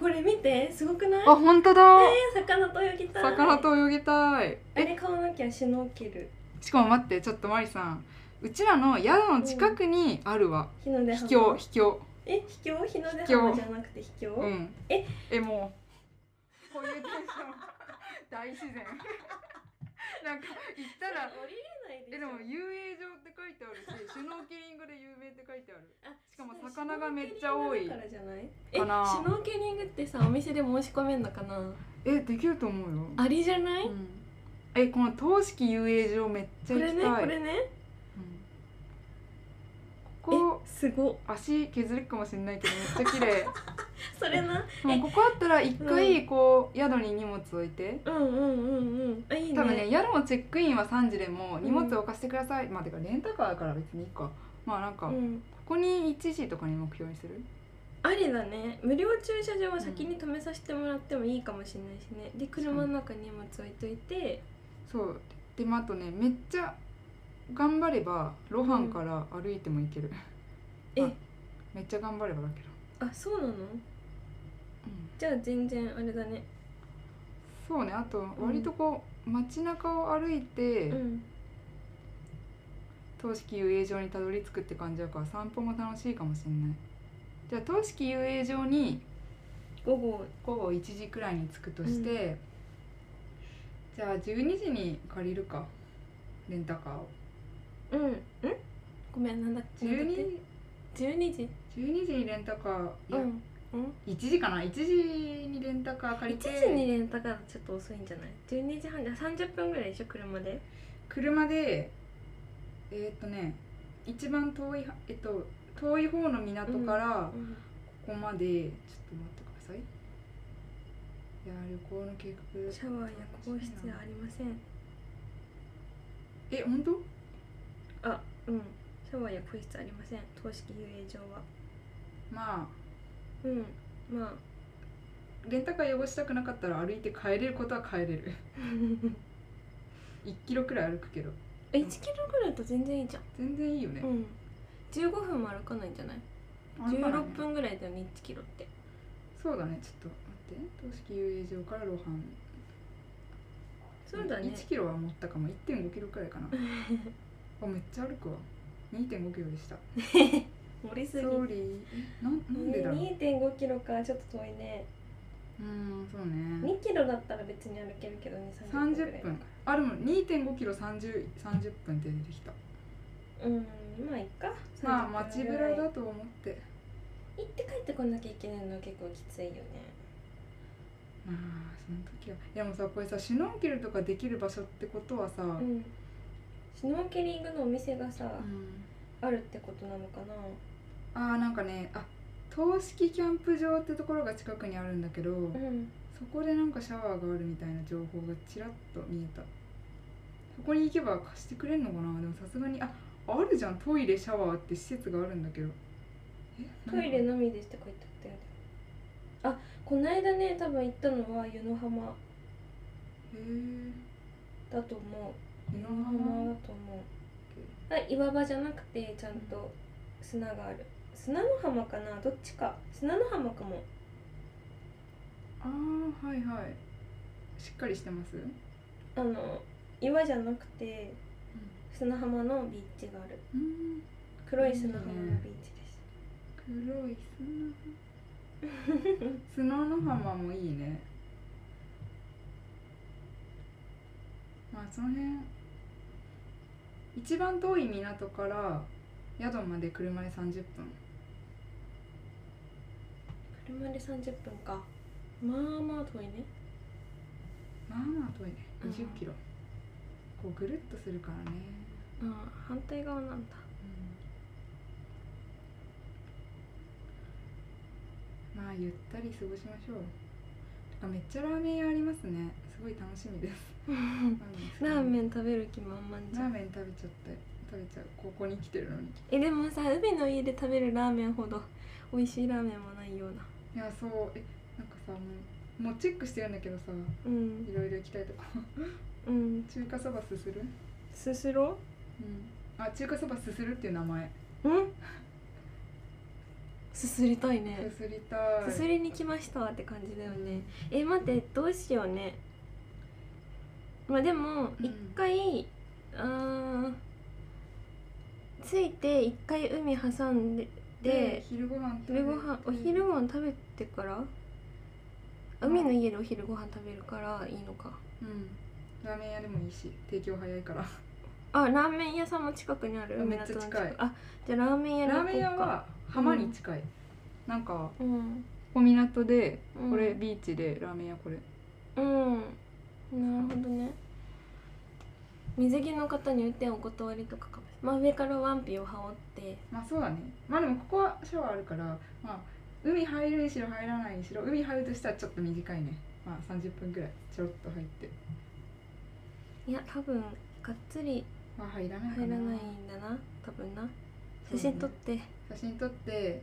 [SPEAKER 1] これ見てすごくない
[SPEAKER 2] あ本当だ
[SPEAKER 1] えー魚と泳ぎたい
[SPEAKER 2] 魚と泳ぎたい
[SPEAKER 1] あ
[SPEAKER 2] え
[SPEAKER 1] れ買わなきゃシュノーケル
[SPEAKER 2] しかも待ってちょっとマリさんうちらの宿の近くにあるわ
[SPEAKER 1] 日の出
[SPEAKER 2] 秘
[SPEAKER 1] 浜
[SPEAKER 2] 境秘境
[SPEAKER 1] え秘境日の出
[SPEAKER 2] 秘
[SPEAKER 1] 浜
[SPEAKER 2] 境
[SPEAKER 1] じゃなくて秘境、
[SPEAKER 2] うん
[SPEAKER 1] え
[SPEAKER 2] えもうこういうテンション大自然なんか行ったら
[SPEAKER 1] 降りれないでしょ
[SPEAKER 2] えでも遊泳場って書いてあ るしシュノーケリングで有名って書いてある
[SPEAKER 1] あ
[SPEAKER 2] しかも魚がめっちゃ多い
[SPEAKER 1] シュノーケリングだからじゃないえシ
[SPEAKER 2] かな
[SPEAKER 1] ュノーケリングってさお店で申し込めんのかな
[SPEAKER 2] えできると思うよ
[SPEAKER 1] ありじゃない、
[SPEAKER 2] うん、えこの投式遊泳場めっちゃ
[SPEAKER 1] こ
[SPEAKER 2] 行き
[SPEAKER 1] れ
[SPEAKER 2] たい
[SPEAKER 1] ねこれね
[SPEAKER 2] うん
[SPEAKER 1] え
[SPEAKER 2] ここ
[SPEAKER 1] すごっ
[SPEAKER 2] 足削れるかもしれないけど めっちゃ綺麗
[SPEAKER 1] それな
[SPEAKER 2] もうここあったら一回こう、宿に荷物置いて
[SPEAKER 1] うんうんうんうんあいいね
[SPEAKER 2] 多分ね宿のチェックインは3時でも荷物を貸してください、まあてかレンタカーだから別にいいかまあなんか、
[SPEAKER 1] うん、
[SPEAKER 2] こここに1時とかに目標にする
[SPEAKER 1] ありだね無料駐車場は先に止めさせてもらってもいいかもしれないしねで車の中に荷物置いといて
[SPEAKER 2] そうでもあとねめっちゃ頑張れば露伴から歩いても行ける、
[SPEAKER 1] え
[SPEAKER 2] あめっちゃ頑張ればだけど、
[SPEAKER 1] あそうなのじゃあ全然あれだね
[SPEAKER 2] そうねあと割とこう、街中を歩いて、
[SPEAKER 1] うん
[SPEAKER 2] 東式遊泳場にたどり着くって感じだから散歩も楽しいかもしれないじゃあ東式遊泳場に
[SPEAKER 1] 午後
[SPEAKER 2] 午後1時くらいに着くとして、じゃあ12時に借りるかレンタカーを
[SPEAKER 1] うんんごめんなんだっけなんだっけ
[SPEAKER 2] 12,
[SPEAKER 1] 12時
[SPEAKER 2] 12時にレンタカーいうや、
[SPEAKER 1] んうん
[SPEAKER 2] 1時かな1時にレンタカー借
[SPEAKER 1] 1
[SPEAKER 2] りて
[SPEAKER 1] 時にレンタカーちょっと遅いんじゃない12時半じゃ30分ぐらいでしょ車で
[SPEAKER 2] 車でえーっとね一番遠いはえっと遠い方の港から
[SPEAKER 1] うん
[SPEAKER 2] ここまで、ちょっと待ってくださいいやー旅行の計画
[SPEAKER 1] シャワーや更衣室はありません
[SPEAKER 2] え本当
[SPEAKER 1] あうんシャワーや更衣室ありません等式遊泳場は
[SPEAKER 2] ま
[SPEAKER 1] うんまあ
[SPEAKER 2] あレンタカー汚したくなかったら歩いて帰れることは帰れる 1キロくらい歩くけど
[SPEAKER 1] え1キロぐらいだと全然いいじゃん
[SPEAKER 2] 全然いいよね、
[SPEAKER 1] うん15分も歩かないんじゃない
[SPEAKER 2] 歩かない
[SPEAKER 1] 16
[SPEAKER 2] ね
[SPEAKER 1] 分ぐらいだよね1キロって
[SPEAKER 2] そうだねちょっと待って等式遊泳場から露伴
[SPEAKER 1] そうだね
[SPEAKER 2] 1キロは持ったかも1.5キロくら いかなあめっちゃ歩くわ2.5キロでした
[SPEAKER 1] 盛りす
[SPEAKER 2] ソ
[SPEAKER 1] ぎ
[SPEAKER 2] ーリーえなんなんでだろう
[SPEAKER 1] 2.5キロかちょっと遠いね
[SPEAKER 2] うんそうね
[SPEAKER 1] 2キロだったら別に歩けるけどね
[SPEAKER 2] 30分あでも2.5キロ3030分って出てきた
[SPEAKER 1] うんまあいっか
[SPEAKER 2] まあ
[SPEAKER 1] 30分
[SPEAKER 2] 街ぶ
[SPEAKER 1] ぐら
[SPEAKER 2] ら
[SPEAKER 1] い
[SPEAKER 2] だと思って
[SPEAKER 1] 行って帰ってこなきゃいけないのは結構きついよね
[SPEAKER 2] まあその時はでもさこれさシュノーケルとかできる場所ってことはさ、
[SPEAKER 1] うんシュノーケリングのお店がさ、
[SPEAKER 2] うん
[SPEAKER 1] あるってことなのかな
[SPEAKER 2] あーなんかねあ等式キャンプ場ってところが近くにあるんだけど、
[SPEAKER 1] うん
[SPEAKER 2] そこでなんかシャワーがあるみたいな情報がちらっと見えたそこに行けば貸してくれんのかなでもさすがにああるじゃんトイレシャワーって施設があるんだけどえ
[SPEAKER 1] トイレ
[SPEAKER 2] なんか
[SPEAKER 1] のみでしたか言ったことやだあこの間ね多分行ったのは湯の浜
[SPEAKER 2] へえ
[SPEAKER 1] だと思う
[SPEAKER 2] 湯の
[SPEAKER 1] 湯の浜
[SPEAKER 2] 浜
[SPEAKER 1] だと思うあ岩場じゃなくてちゃんと砂がある砂の浜かなどっちか砂の浜かも
[SPEAKER 2] ああはいはいしっかりしてます、
[SPEAKER 1] あの岩じゃなくて砂浜のビーチがある
[SPEAKER 2] うん、
[SPEAKER 1] 黒い砂浜の
[SPEAKER 2] い
[SPEAKER 1] ビ
[SPEAKER 2] い
[SPEAKER 1] ー
[SPEAKER 2] ね
[SPEAKER 1] チです
[SPEAKER 2] 黒い砂浜砂の浜もいいねまあその辺一番遠い港から宿まで車で30分
[SPEAKER 1] 車で30分かまあまあ遠いね
[SPEAKER 2] まあまあ遠いね
[SPEAKER 1] うん
[SPEAKER 2] 2 0キロこうぐるっとするからね、
[SPEAKER 1] ああ反対側なんだ
[SPEAKER 2] まあゆったり過ごしましょうてかめっちゃラーメン屋ありますねすごい楽しみです
[SPEAKER 1] ラー
[SPEAKER 2] ン
[SPEAKER 1] メン食べる気満々じ
[SPEAKER 2] ラ
[SPEAKER 1] ゃ
[SPEAKER 2] ー
[SPEAKER 1] ん
[SPEAKER 2] メン食べちゃった食べちゃうここに来てるのに
[SPEAKER 1] えでもさ海の家で食べるラーメンほど美味しいラーメンはないようない
[SPEAKER 2] やそうえなんかさもうもうチェックしてるんだけどさい
[SPEAKER 1] うん
[SPEAKER 2] ろいろ行きたいとこ
[SPEAKER 1] うん
[SPEAKER 2] 中華そばすする
[SPEAKER 1] すすろ
[SPEAKER 2] うんあ中華そばすするっていう名前
[SPEAKER 1] うんすすりたいね
[SPEAKER 2] すすりたい
[SPEAKER 1] すすりに来ましたって感じだよねえ待ってどうしようねまあでも
[SPEAKER 2] うん
[SPEAKER 1] 一回、あー着いて一回海挟んでで
[SPEAKER 2] 昼ご飯食べ
[SPEAKER 1] 昼
[SPEAKER 2] て
[SPEAKER 1] ご飯お昼ご飯食べてから海の家でお昼ご飯食べるからいいのか
[SPEAKER 2] うんラーメン屋でもいいし提供早いから
[SPEAKER 1] あラーメン屋さんも近くにある
[SPEAKER 2] うんめっち
[SPEAKER 1] 港
[SPEAKER 2] ゃ
[SPEAKER 1] の
[SPEAKER 2] 近い
[SPEAKER 1] あじゃあラーメン屋に行こ
[SPEAKER 2] ラー
[SPEAKER 1] うか
[SPEAKER 2] メン屋は浜に近い、なんか
[SPEAKER 1] うん
[SPEAKER 2] 小港で
[SPEAKER 1] うん
[SPEAKER 2] これビーチでラーメン屋これ
[SPEAKER 1] うんなるほどね水着の方に運転お断りとかかも真上からワンピを羽織って
[SPEAKER 2] まあそうだねまあでもここはシャワーあるからまあ海入るにしろ入らないにしろ海入るとしたらちょっと短いねまあ30分くらいちょろっと入って
[SPEAKER 1] いや多分がっつり
[SPEAKER 2] まあ入らないか
[SPEAKER 1] 入らないんだな多分な写真撮って
[SPEAKER 2] 写真撮って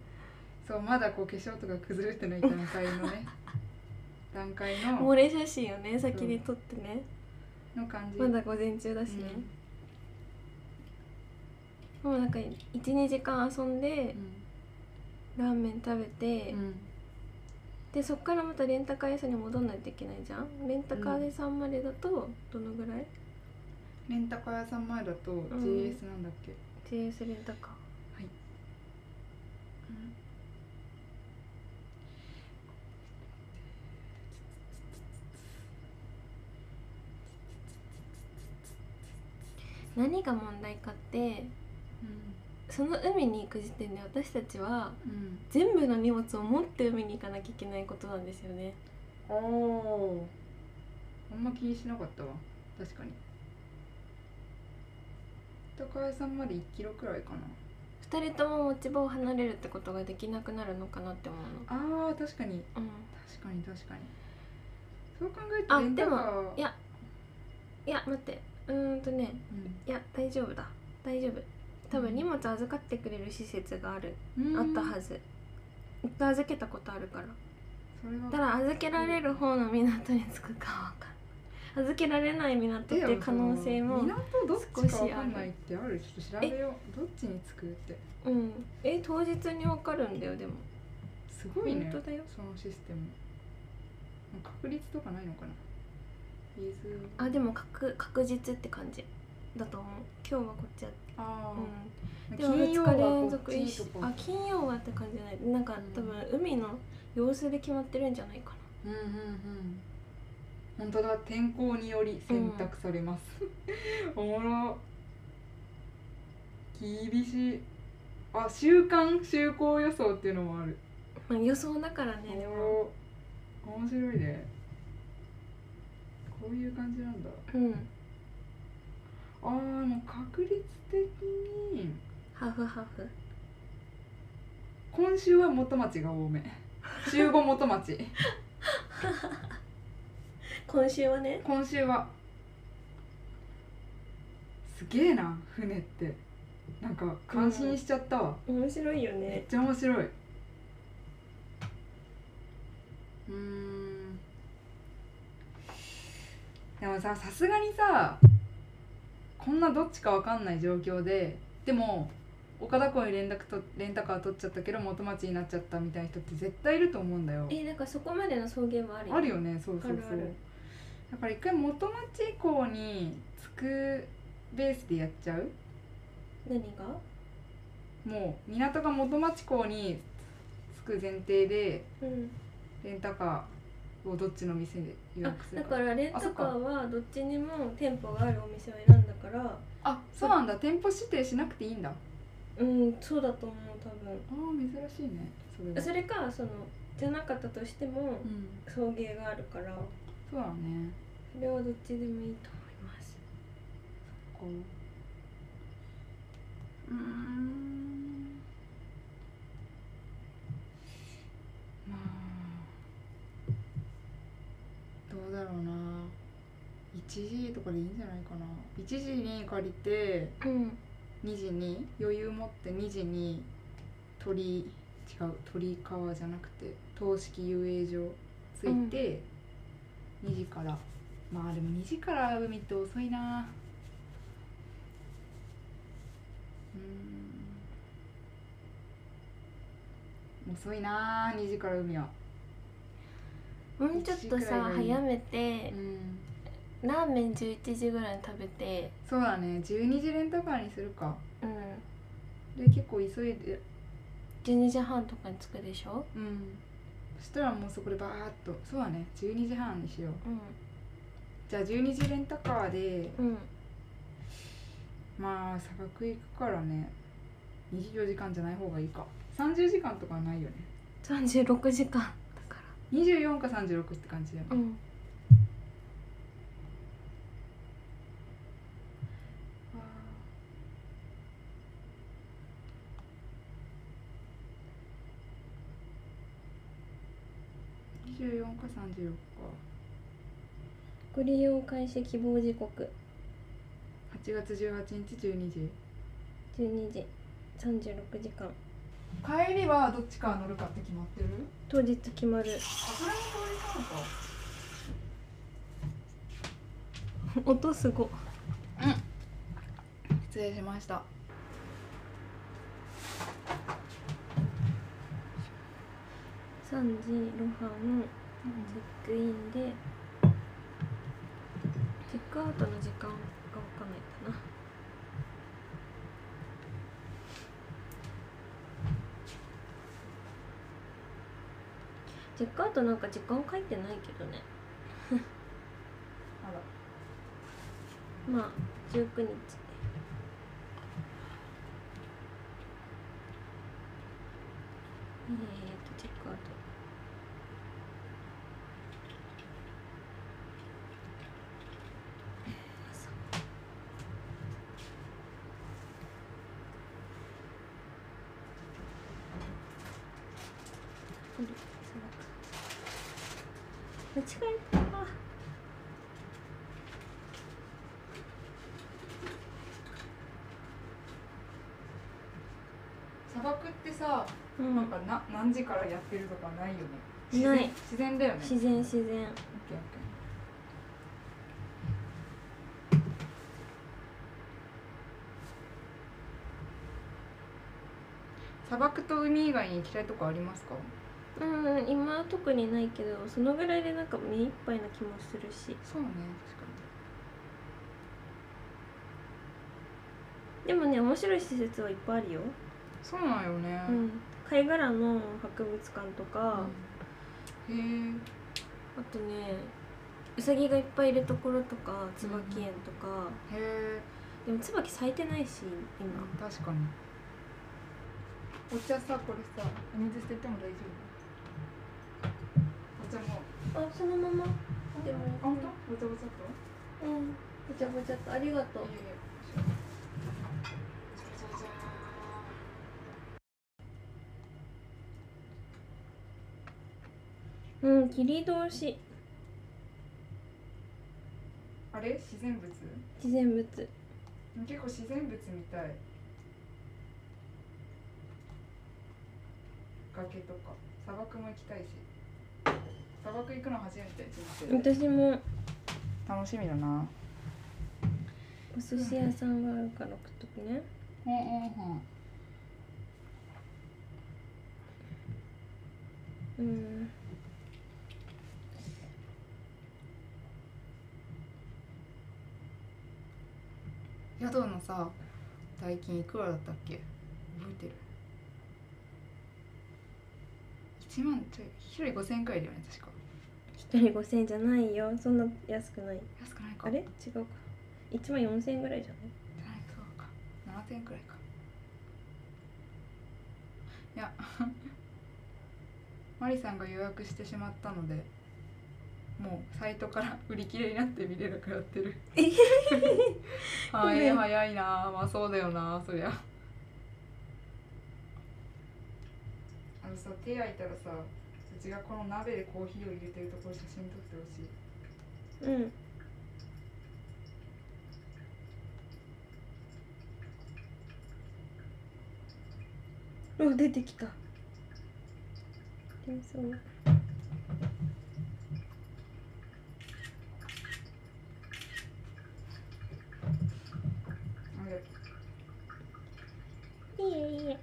[SPEAKER 2] そうまだこう化粧とか崩れてない段階の ね段階
[SPEAKER 1] 漏
[SPEAKER 2] の
[SPEAKER 1] れ写真をね先に撮ってね、
[SPEAKER 2] の感じ
[SPEAKER 1] まだ午前中だしね、もうなんか12時間遊んで
[SPEAKER 2] う
[SPEAKER 1] ラーメン食べて、
[SPEAKER 2] んうん
[SPEAKER 1] でそっからまたレンタカー屋さんに戻んないといけないじゃんレンタカー屋さんまでだとどのぐらい、
[SPEAKER 2] レンタカー屋さん前だと JS なんだっけ、
[SPEAKER 1] JS レンタカー何が問題かってその海に行く時点で私たちは
[SPEAKER 2] うんうん
[SPEAKER 1] 全部の荷物を持って海に行かなきゃいけないことなんですよね
[SPEAKER 2] おおあんま気にしなかったわ確かに高屋さんまで1キロくらいかな
[SPEAKER 1] 2人とも持ち場を離れるってことができなくなるのかなって思う
[SPEAKER 2] あー確か
[SPEAKER 1] の、
[SPEAKER 2] に
[SPEAKER 1] うん、
[SPEAKER 2] 確かに確かにそう考える
[SPEAKER 1] あ
[SPEAKER 2] とレンタカ
[SPEAKER 1] で
[SPEAKER 2] ー
[SPEAKER 1] いやいや待ってうーんとねいや大丈夫だ大丈夫多
[SPEAKER 2] う
[SPEAKER 1] 分
[SPEAKER 2] ん
[SPEAKER 1] 荷物預かってくれる施設がある、
[SPEAKER 2] うん
[SPEAKER 1] あったはず一回預けたことあるから
[SPEAKER 2] それは
[SPEAKER 1] ただ預けられる方の港に着くかは分かんない預けられない港っていう可能性も
[SPEAKER 2] 港どっちかわかんないってあるちょっと調べようどっちに着くって
[SPEAKER 1] うんえ当日に分かるんだよでも
[SPEAKER 2] すごいね
[SPEAKER 1] 本当だよ
[SPEAKER 2] そのシステム確率とかないのかなリズ
[SPEAKER 1] あでも確確実って感じだと思う今日はこっちやっ
[SPEAKER 2] あー、
[SPEAKER 1] う
[SPEAKER 2] うん
[SPEAKER 1] でも2日連続一緒
[SPEAKER 2] あ
[SPEAKER 1] あ金曜はって感じじゃないなんか多分海の様子で決まってるんじゃないかな
[SPEAKER 2] うんうんうん本当だ天候により選択されます、おもろ厳しいあ週間就航予想っていうのもある
[SPEAKER 1] まあ予想だからねでも
[SPEAKER 2] おー面白いねこういう感じなんだ
[SPEAKER 1] うん
[SPEAKER 2] あーもう確率的に
[SPEAKER 1] ハーフハーフ
[SPEAKER 2] 今週は元町が 多め週5元町
[SPEAKER 1] 今週はね
[SPEAKER 2] 今週はすげえな船ってなんか感心しちゃったわ、
[SPEAKER 1] 面白いよ
[SPEAKER 2] めっ
[SPEAKER 1] ね
[SPEAKER 2] ちゃ面白いうーんでもささすがにさこんなどっちかわかんない状況ででも岡田港に連絡とレンタカー取っちゃったけど元町になっちゃったみたいな人って絶対いると思うんだよ
[SPEAKER 1] えなんかそこまでの送迎もある
[SPEAKER 2] あるよねそうそうそう
[SPEAKER 1] あるある
[SPEAKER 2] だから一回元町港に着くベースでやっちゃう
[SPEAKER 1] 何が
[SPEAKER 2] もう港が元町港に着く前提で
[SPEAKER 1] うん
[SPEAKER 2] レンタカーをどっちの店で予
[SPEAKER 1] あ
[SPEAKER 2] 約す
[SPEAKER 1] だ
[SPEAKER 2] る
[SPEAKER 1] か
[SPEAKER 2] から
[SPEAKER 1] レンタ
[SPEAKER 2] そっ
[SPEAKER 1] カ
[SPEAKER 2] か
[SPEAKER 1] ーはどっちにも店舗があるお店を選んだから
[SPEAKER 2] あそうなんだ店舗指定しなくていいんだあ
[SPEAKER 1] うんそうだと思う多分
[SPEAKER 2] あー珍しいねそれ
[SPEAKER 1] それ
[SPEAKER 2] は
[SPEAKER 1] かそのじゃなかったとしても
[SPEAKER 2] うん
[SPEAKER 1] 送迎があるから
[SPEAKER 2] そうだね
[SPEAKER 1] それはどっちでもいいと思います
[SPEAKER 2] こううーんまあどうだろうな1時とかでいいんじゃないかな1時に借りて
[SPEAKER 1] うん
[SPEAKER 2] 2時に余裕持って2時に鳥違う鳥川じゃなくて東式遊泳場着いて、2時からまあでも2時から海って遅いなうーん遅いな2時から海は
[SPEAKER 1] もうちょっと
[SPEAKER 2] 一時くらい
[SPEAKER 1] さ
[SPEAKER 2] がいい
[SPEAKER 1] 早めて
[SPEAKER 2] うん
[SPEAKER 1] ラーメン11時ぐらいに食べて
[SPEAKER 2] そうだね12時レンタカーにするか
[SPEAKER 1] うん
[SPEAKER 2] で結構急いで
[SPEAKER 1] 12時半とかに着くでしょ
[SPEAKER 2] うんそしたらもうそこでバーッとそうだね12時半にしよう
[SPEAKER 1] う
[SPEAKER 2] じゃあ12時レンタカーで
[SPEAKER 1] んうん
[SPEAKER 2] まあ砂漠行くからね24時間じゃない方がいいか30時間とかはないよね
[SPEAKER 1] 36時間だか
[SPEAKER 2] 24か36って感じだよね
[SPEAKER 1] らうん
[SPEAKER 2] 24か36か
[SPEAKER 1] ご利用開始希望時刻
[SPEAKER 2] 8月18日12時
[SPEAKER 1] 12時三十六時間。
[SPEAKER 2] 帰りはどっちから乗るかって決まってる
[SPEAKER 1] 当日決まる。
[SPEAKER 2] あそれも通りなのか
[SPEAKER 1] 音すご。
[SPEAKER 2] 失礼しました
[SPEAKER 1] 三時ロハンチェックインで。チェックアウトの時間がわかんないんだな。チェックアウトなんか時間書いてないけどね。
[SPEAKER 3] あら
[SPEAKER 1] まあ19日えー、とチェックアウト間違えた
[SPEAKER 2] 砂漠ってさ
[SPEAKER 1] うん
[SPEAKER 2] なんかな何時からやってるとかないよね自然
[SPEAKER 1] ない
[SPEAKER 2] 自然だよね
[SPEAKER 1] 自然自然
[SPEAKER 2] オッケーオッケー砂漠と海以外に行きたいとこありますか
[SPEAKER 1] うん今は特にないけどそのぐらいでなんか目いっぱいな気もするし
[SPEAKER 2] そうね
[SPEAKER 1] でもね面白い施設はいっぱいあるよ、
[SPEAKER 2] 確かにそうなんよね、
[SPEAKER 1] うん、貝殻の博物館とか、
[SPEAKER 2] うんへえ
[SPEAKER 1] あとねウサギがいっぱいいるところとか椿園とか、
[SPEAKER 2] へえ
[SPEAKER 1] でも椿咲いてないし今
[SPEAKER 2] 確かにお茶さこれさお水捨てても大丈夫お茶も
[SPEAKER 1] あそのままでも
[SPEAKER 2] あ本当ごちゃごちゃっと
[SPEAKER 1] うんごちゃごちゃっとありがとう
[SPEAKER 2] いやいやじゃじゃじゃーん
[SPEAKER 1] うん切り通し
[SPEAKER 2] あれ自然物
[SPEAKER 1] 自然物
[SPEAKER 2] 結構自然物みたい崖とか砂漠も行きたいし砂漠行くの初めて人生で
[SPEAKER 1] 私も
[SPEAKER 2] 楽しみだな
[SPEAKER 1] お寿司屋さんがあるから送っとくね
[SPEAKER 2] うんうんうん
[SPEAKER 1] うん
[SPEAKER 2] 宿のさ代金いくらだったっけ覚えてる1万ちょい一人5000円くらいだよね確か
[SPEAKER 1] 一人五千円じゃないよそんな安くない
[SPEAKER 2] 安くないか
[SPEAKER 1] あれ違うか一万四千円ぐらいじゃない
[SPEAKER 2] じゃないそうか7点くらいかいや マリさんが予約してしまったのでもうサイトから売り切れになって見れなくなってるは
[SPEAKER 1] ご
[SPEAKER 2] い
[SPEAKER 1] めん
[SPEAKER 2] 早いなあまあそうだよなあそりゃあのさ手空いたらさうちがこの鍋でコーヒーを入れてるところ写真撮ってほしい
[SPEAKER 1] うんお出てきた天草
[SPEAKER 2] あれ
[SPEAKER 1] いいえいいえ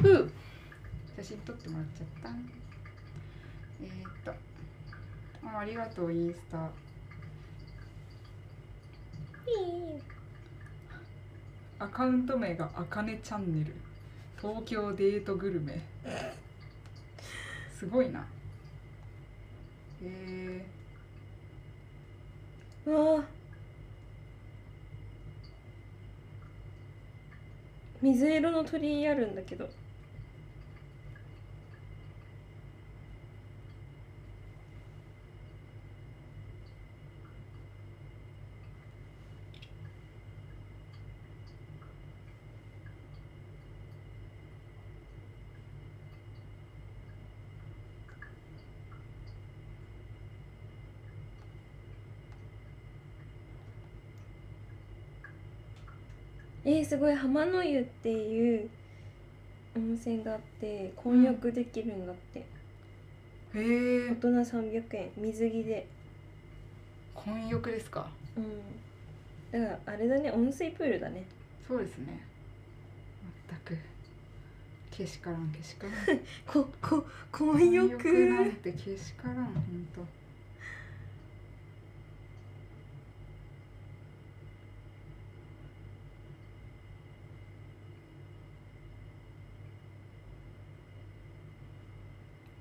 [SPEAKER 2] ふう写真撮ってもらっちゃったえー、っとあありがとうイースター
[SPEAKER 1] いいえ
[SPEAKER 2] アカウント名があかねチャンネル東京デートグルメすごいなえ
[SPEAKER 1] うわあ水色の鳥居あるんだけど
[SPEAKER 2] ー、
[SPEAKER 1] えー、すごい浜の湯っていう温泉があって婚約できるんだって、
[SPEAKER 2] へ
[SPEAKER 1] 大
[SPEAKER 2] え
[SPEAKER 1] 人300円水着で
[SPEAKER 2] 混浴ですか
[SPEAKER 1] うんだからあれだね温水プールだね
[SPEAKER 2] そうですねまったくけしからんけしからん
[SPEAKER 1] ここ婚
[SPEAKER 2] 混
[SPEAKER 1] 浴
[SPEAKER 2] 浴なんてけしからんほんと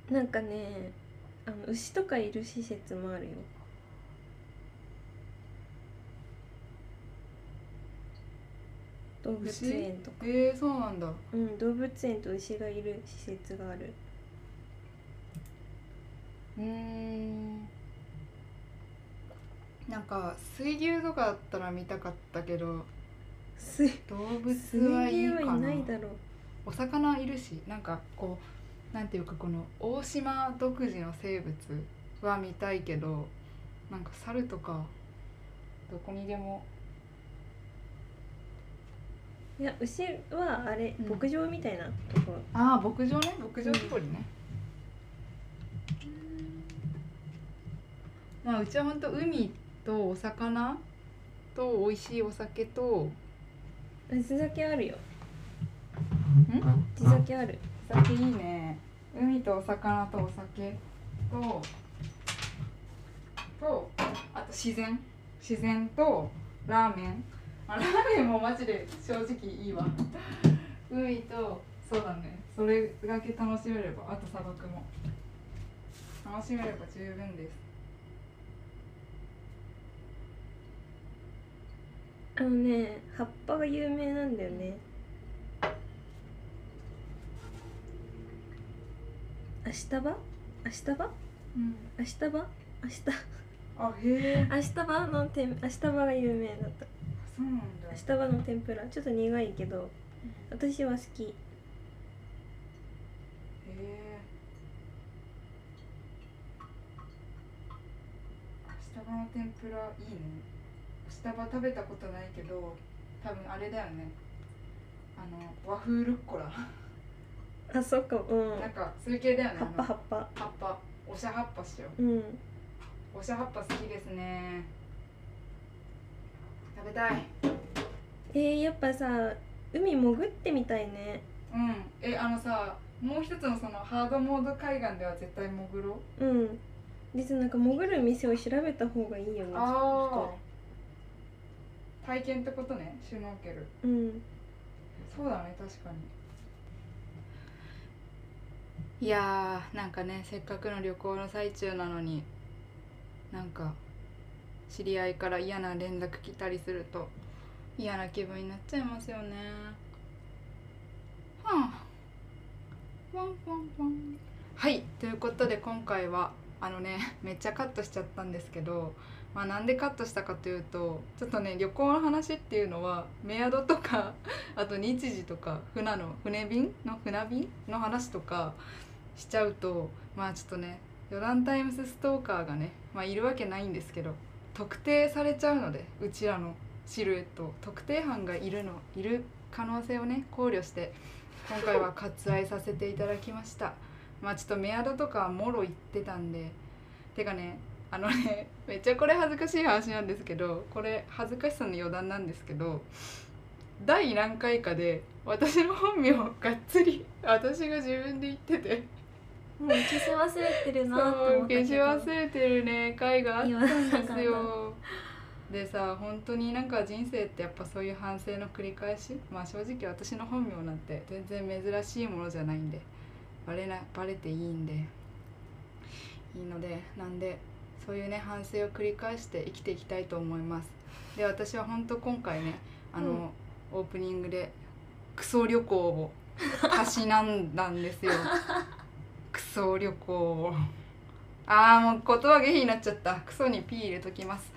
[SPEAKER 1] なんかねあの牛とかいる施設もあるよ動物園とか、
[SPEAKER 2] えー、そうなんだ
[SPEAKER 1] うん、動物園と牛がいる施設がある
[SPEAKER 2] うーんなんか水牛とかだったら見たかったけど
[SPEAKER 1] す
[SPEAKER 2] 動物
[SPEAKER 1] 水牛
[SPEAKER 2] はいい
[SPEAKER 1] は
[SPEAKER 2] か
[SPEAKER 1] い
[SPEAKER 2] な
[SPEAKER 1] ないだろう
[SPEAKER 2] お魚いるしなんかこうなんていうかこの大島独自の生物は見たいけどなんか猿とかどこにでも
[SPEAKER 1] いや牛はあれ、
[SPEAKER 2] うん
[SPEAKER 1] 牧場みたいなところ
[SPEAKER 2] ああ牧場ね牧場通りね、うまあうちは本当海とお魚と美味しいお酒と
[SPEAKER 1] 地酒あるよ
[SPEAKER 2] ん
[SPEAKER 1] 地酒ある
[SPEAKER 2] お酒いいね海とお魚とお酒ととあと自然自然とラーメンあラーメンもマジで正直いいわ海とそうだねそれだけ楽しめればあと砂漠も楽しめれば十分です
[SPEAKER 1] あのね葉っぱが有名なんだよね明日葉明日葉
[SPEAKER 2] うん
[SPEAKER 1] 明日葉明日
[SPEAKER 2] あへえ
[SPEAKER 1] 明日葉の天明日葉が有名だった
[SPEAKER 2] そうなんだ
[SPEAKER 1] 明日葉の天ぷらちょっと苦いけど私は好き
[SPEAKER 2] へえ下場の天ぷらいいね下場食べたことないけど多分あれだよねあの和風ルッコラ、
[SPEAKER 1] あそっかうん
[SPEAKER 2] なんかそういう系だよね
[SPEAKER 1] 葉っ
[SPEAKER 2] あ
[SPEAKER 1] ぱ
[SPEAKER 2] の
[SPEAKER 1] 葉っぱ
[SPEAKER 2] 葉っぱおしゃ葉っぱしよ
[SPEAKER 1] うん
[SPEAKER 2] うおしゃ葉っぱ好きですね食べたい
[SPEAKER 1] えー、やっぱさ海潜ってみたいね
[SPEAKER 2] うんえあのさもう一つのそのハードモード海岸では絶対潜ろう
[SPEAKER 1] うん実はなんか潜る店を調べた方がいいよね
[SPEAKER 2] ああ体験ってことねシュノーケル
[SPEAKER 1] うん
[SPEAKER 2] そうだね確かにいやーなんかねせっかくの旅行の最中なのになんか知り合いから嫌な連絡来たりすると嫌な気分になっちゃいますよねはあワンワンワンはいということで今回はあのねめっちゃカットしちゃったんですけどまあなんでカットしたかというとちょっとね旅行の話っていうのはメアドとか あと日時とか船の船便の船便の話とかしちゃうとまあちょっとねヨダンタイムズストーカーがね、まあ、いるわけないんですけど特定されちゃうのでうちらのシルエット特定班がいるのいる可能性をね考慮して今回は割愛させていただきましたまあちょっとメアドとかはもろ言ってたんでてかねあのねめっちゃこれ恥ずかしい話なんですけどこれ恥ずかしさの余談なんですけど第何回かで私の本名をがっつり私が自分で言ってて
[SPEAKER 1] もう消し忘れてるなと
[SPEAKER 2] そ
[SPEAKER 1] 思
[SPEAKER 2] う
[SPEAKER 1] ったけ
[SPEAKER 2] 消
[SPEAKER 1] ど
[SPEAKER 2] し忘れてるね回があったん
[SPEAKER 1] 言わなか
[SPEAKER 2] ですよ
[SPEAKER 1] っ
[SPEAKER 2] でさ本当になんか人生ってやっぱそういう反省の繰り返しまあ正直私の本名なんて全然珍しいものじゃないんでバレなバレていいんでいいのでなんでそういうね反省を繰り返して生きていきたいと思いますで私は本当今回ねあの、オープニングでクソ旅行をたしなんだんですよクソ旅行をああもう言葉下品になっちゃったクソに P 入れときます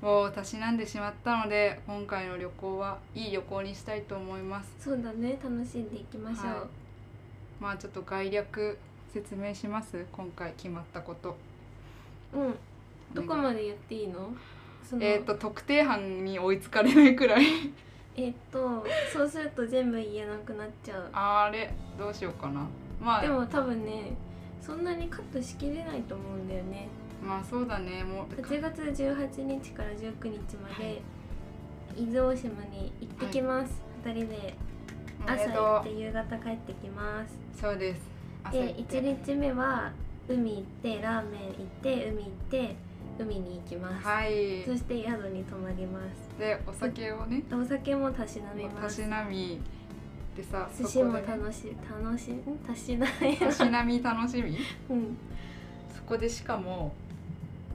[SPEAKER 2] もうたしなんでしまったので今回の旅行はいい旅行にしたいと思います
[SPEAKER 1] そうだね楽しんでいきましょう、
[SPEAKER 2] はいまあちょっと概略説明します今回決まったこと
[SPEAKER 1] うんどこまで言っていいのその
[SPEAKER 2] えっ、と特定班に追いつかれないくらい
[SPEAKER 1] ええっとそうすると全部言えなくなっちゃう
[SPEAKER 2] あれどうしようかなまあ
[SPEAKER 1] でも多分ねそんなにカットしきれないと思うんだよね
[SPEAKER 2] まあそうだねもう
[SPEAKER 1] 8月18日から19日まで、
[SPEAKER 2] は
[SPEAKER 1] 伊豆大島に行ってきます、二人で朝
[SPEAKER 2] えっ
[SPEAKER 1] 行っ
[SPEAKER 2] と
[SPEAKER 1] て夕方帰ってきます
[SPEAKER 2] そうです朝行
[SPEAKER 1] で
[SPEAKER 2] って
[SPEAKER 1] 1日目は海行ってラーメン行って海行って海に行きます、
[SPEAKER 2] はい
[SPEAKER 1] そして宿に泊まります
[SPEAKER 2] でお酒をね
[SPEAKER 1] お酒もたしなみ
[SPEAKER 2] た
[SPEAKER 1] ます
[SPEAKER 2] しなみでさ
[SPEAKER 1] 寿司も
[SPEAKER 2] そこでね
[SPEAKER 1] 楽しい楽しいんたしな
[SPEAKER 2] た
[SPEAKER 1] み
[SPEAKER 2] しなみ楽しみ
[SPEAKER 1] うん
[SPEAKER 2] そこでしかも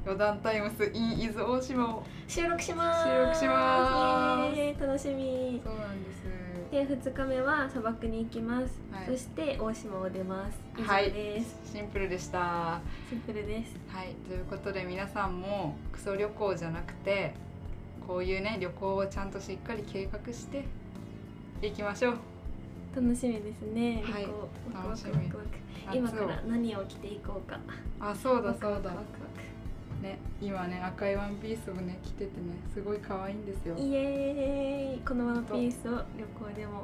[SPEAKER 2] 余談タイムス in 伊豆大島を
[SPEAKER 1] 収録します
[SPEAKER 2] 収録します
[SPEAKER 1] イエーイ楽しみ
[SPEAKER 2] そうなんです
[SPEAKER 1] で2日目は砂漠に行きます、
[SPEAKER 2] はい
[SPEAKER 1] そして大島を出ます以
[SPEAKER 2] は
[SPEAKER 1] 上
[SPEAKER 2] い
[SPEAKER 1] です、
[SPEAKER 2] シンプルでしたは
[SPEAKER 1] シンプルです
[SPEAKER 2] いということで皆さんもクソ旅行じゃなくてこういうね旅行をちゃんとしっかり計画して行きましょう
[SPEAKER 1] 楽しみですね、
[SPEAKER 2] はい
[SPEAKER 1] 旅行ワクワク
[SPEAKER 2] 楽しみ
[SPEAKER 1] ワクワク
[SPEAKER 2] 夏を
[SPEAKER 1] 今から何を着ていこうか
[SPEAKER 2] あそうだそう
[SPEAKER 1] ワク
[SPEAKER 2] だ
[SPEAKER 1] ワクワク
[SPEAKER 2] ね今ね赤いワンピースをね着ててねすごい可愛いんですよ
[SPEAKER 1] イエーイこのワンピースを旅行でも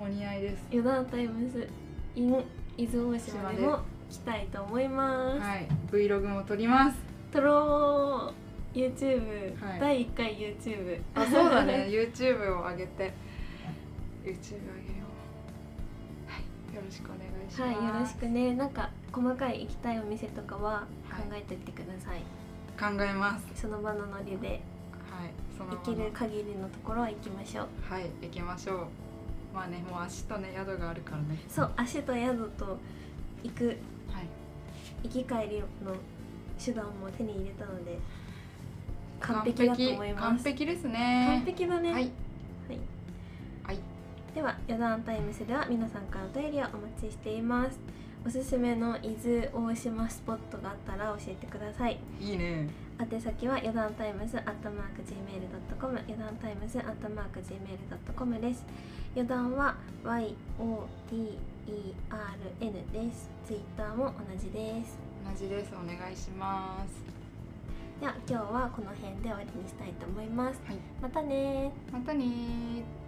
[SPEAKER 2] お似合いです
[SPEAKER 1] 余談タイムズ in 伊豆大島でも来たいと思います、
[SPEAKER 2] はい Vlog も撮ります
[SPEAKER 1] 撮ろう YouTube、
[SPEAKER 2] はい
[SPEAKER 1] 第1回 YouTube
[SPEAKER 2] あそうだね YouTube を上げて YouTube 上げようはいよろしくお願いします
[SPEAKER 1] はいよろしくねなんか細かい行きたいお店とかは考えてってください、
[SPEAKER 2] 考えます
[SPEAKER 1] その場のノリで
[SPEAKER 2] はいその
[SPEAKER 1] 行
[SPEAKER 2] まま
[SPEAKER 1] ける限りのところは行きましょう
[SPEAKER 2] はい行きましょうまあねもう足とね宿があるからね
[SPEAKER 1] そう足と宿と行く
[SPEAKER 2] はい
[SPEAKER 1] 行き帰りの手段も手に入れたので完璧だと思います
[SPEAKER 2] 完璧ですね
[SPEAKER 1] 完璧だね、
[SPEAKER 2] は
[SPEAKER 1] は
[SPEAKER 2] い
[SPEAKER 1] い
[SPEAKER 2] はい
[SPEAKER 1] では余談タイムスでは皆さんからお便りをお待ちしていますおすすめの伊豆大島スポットがあったら教えてください
[SPEAKER 2] いいね
[SPEAKER 1] 宛先は余談タイムズアットマーク Gmail.com 余談タイムズアットマーク Gmail.com です余談は YODERN ですツイッターも同じです
[SPEAKER 2] 同じですお願いします
[SPEAKER 1] では今日はこの辺で終わりにしたいと思います
[SPEAKER 2] はい
[SPEAKER 1] またねー
[SPEAKER 2] またねー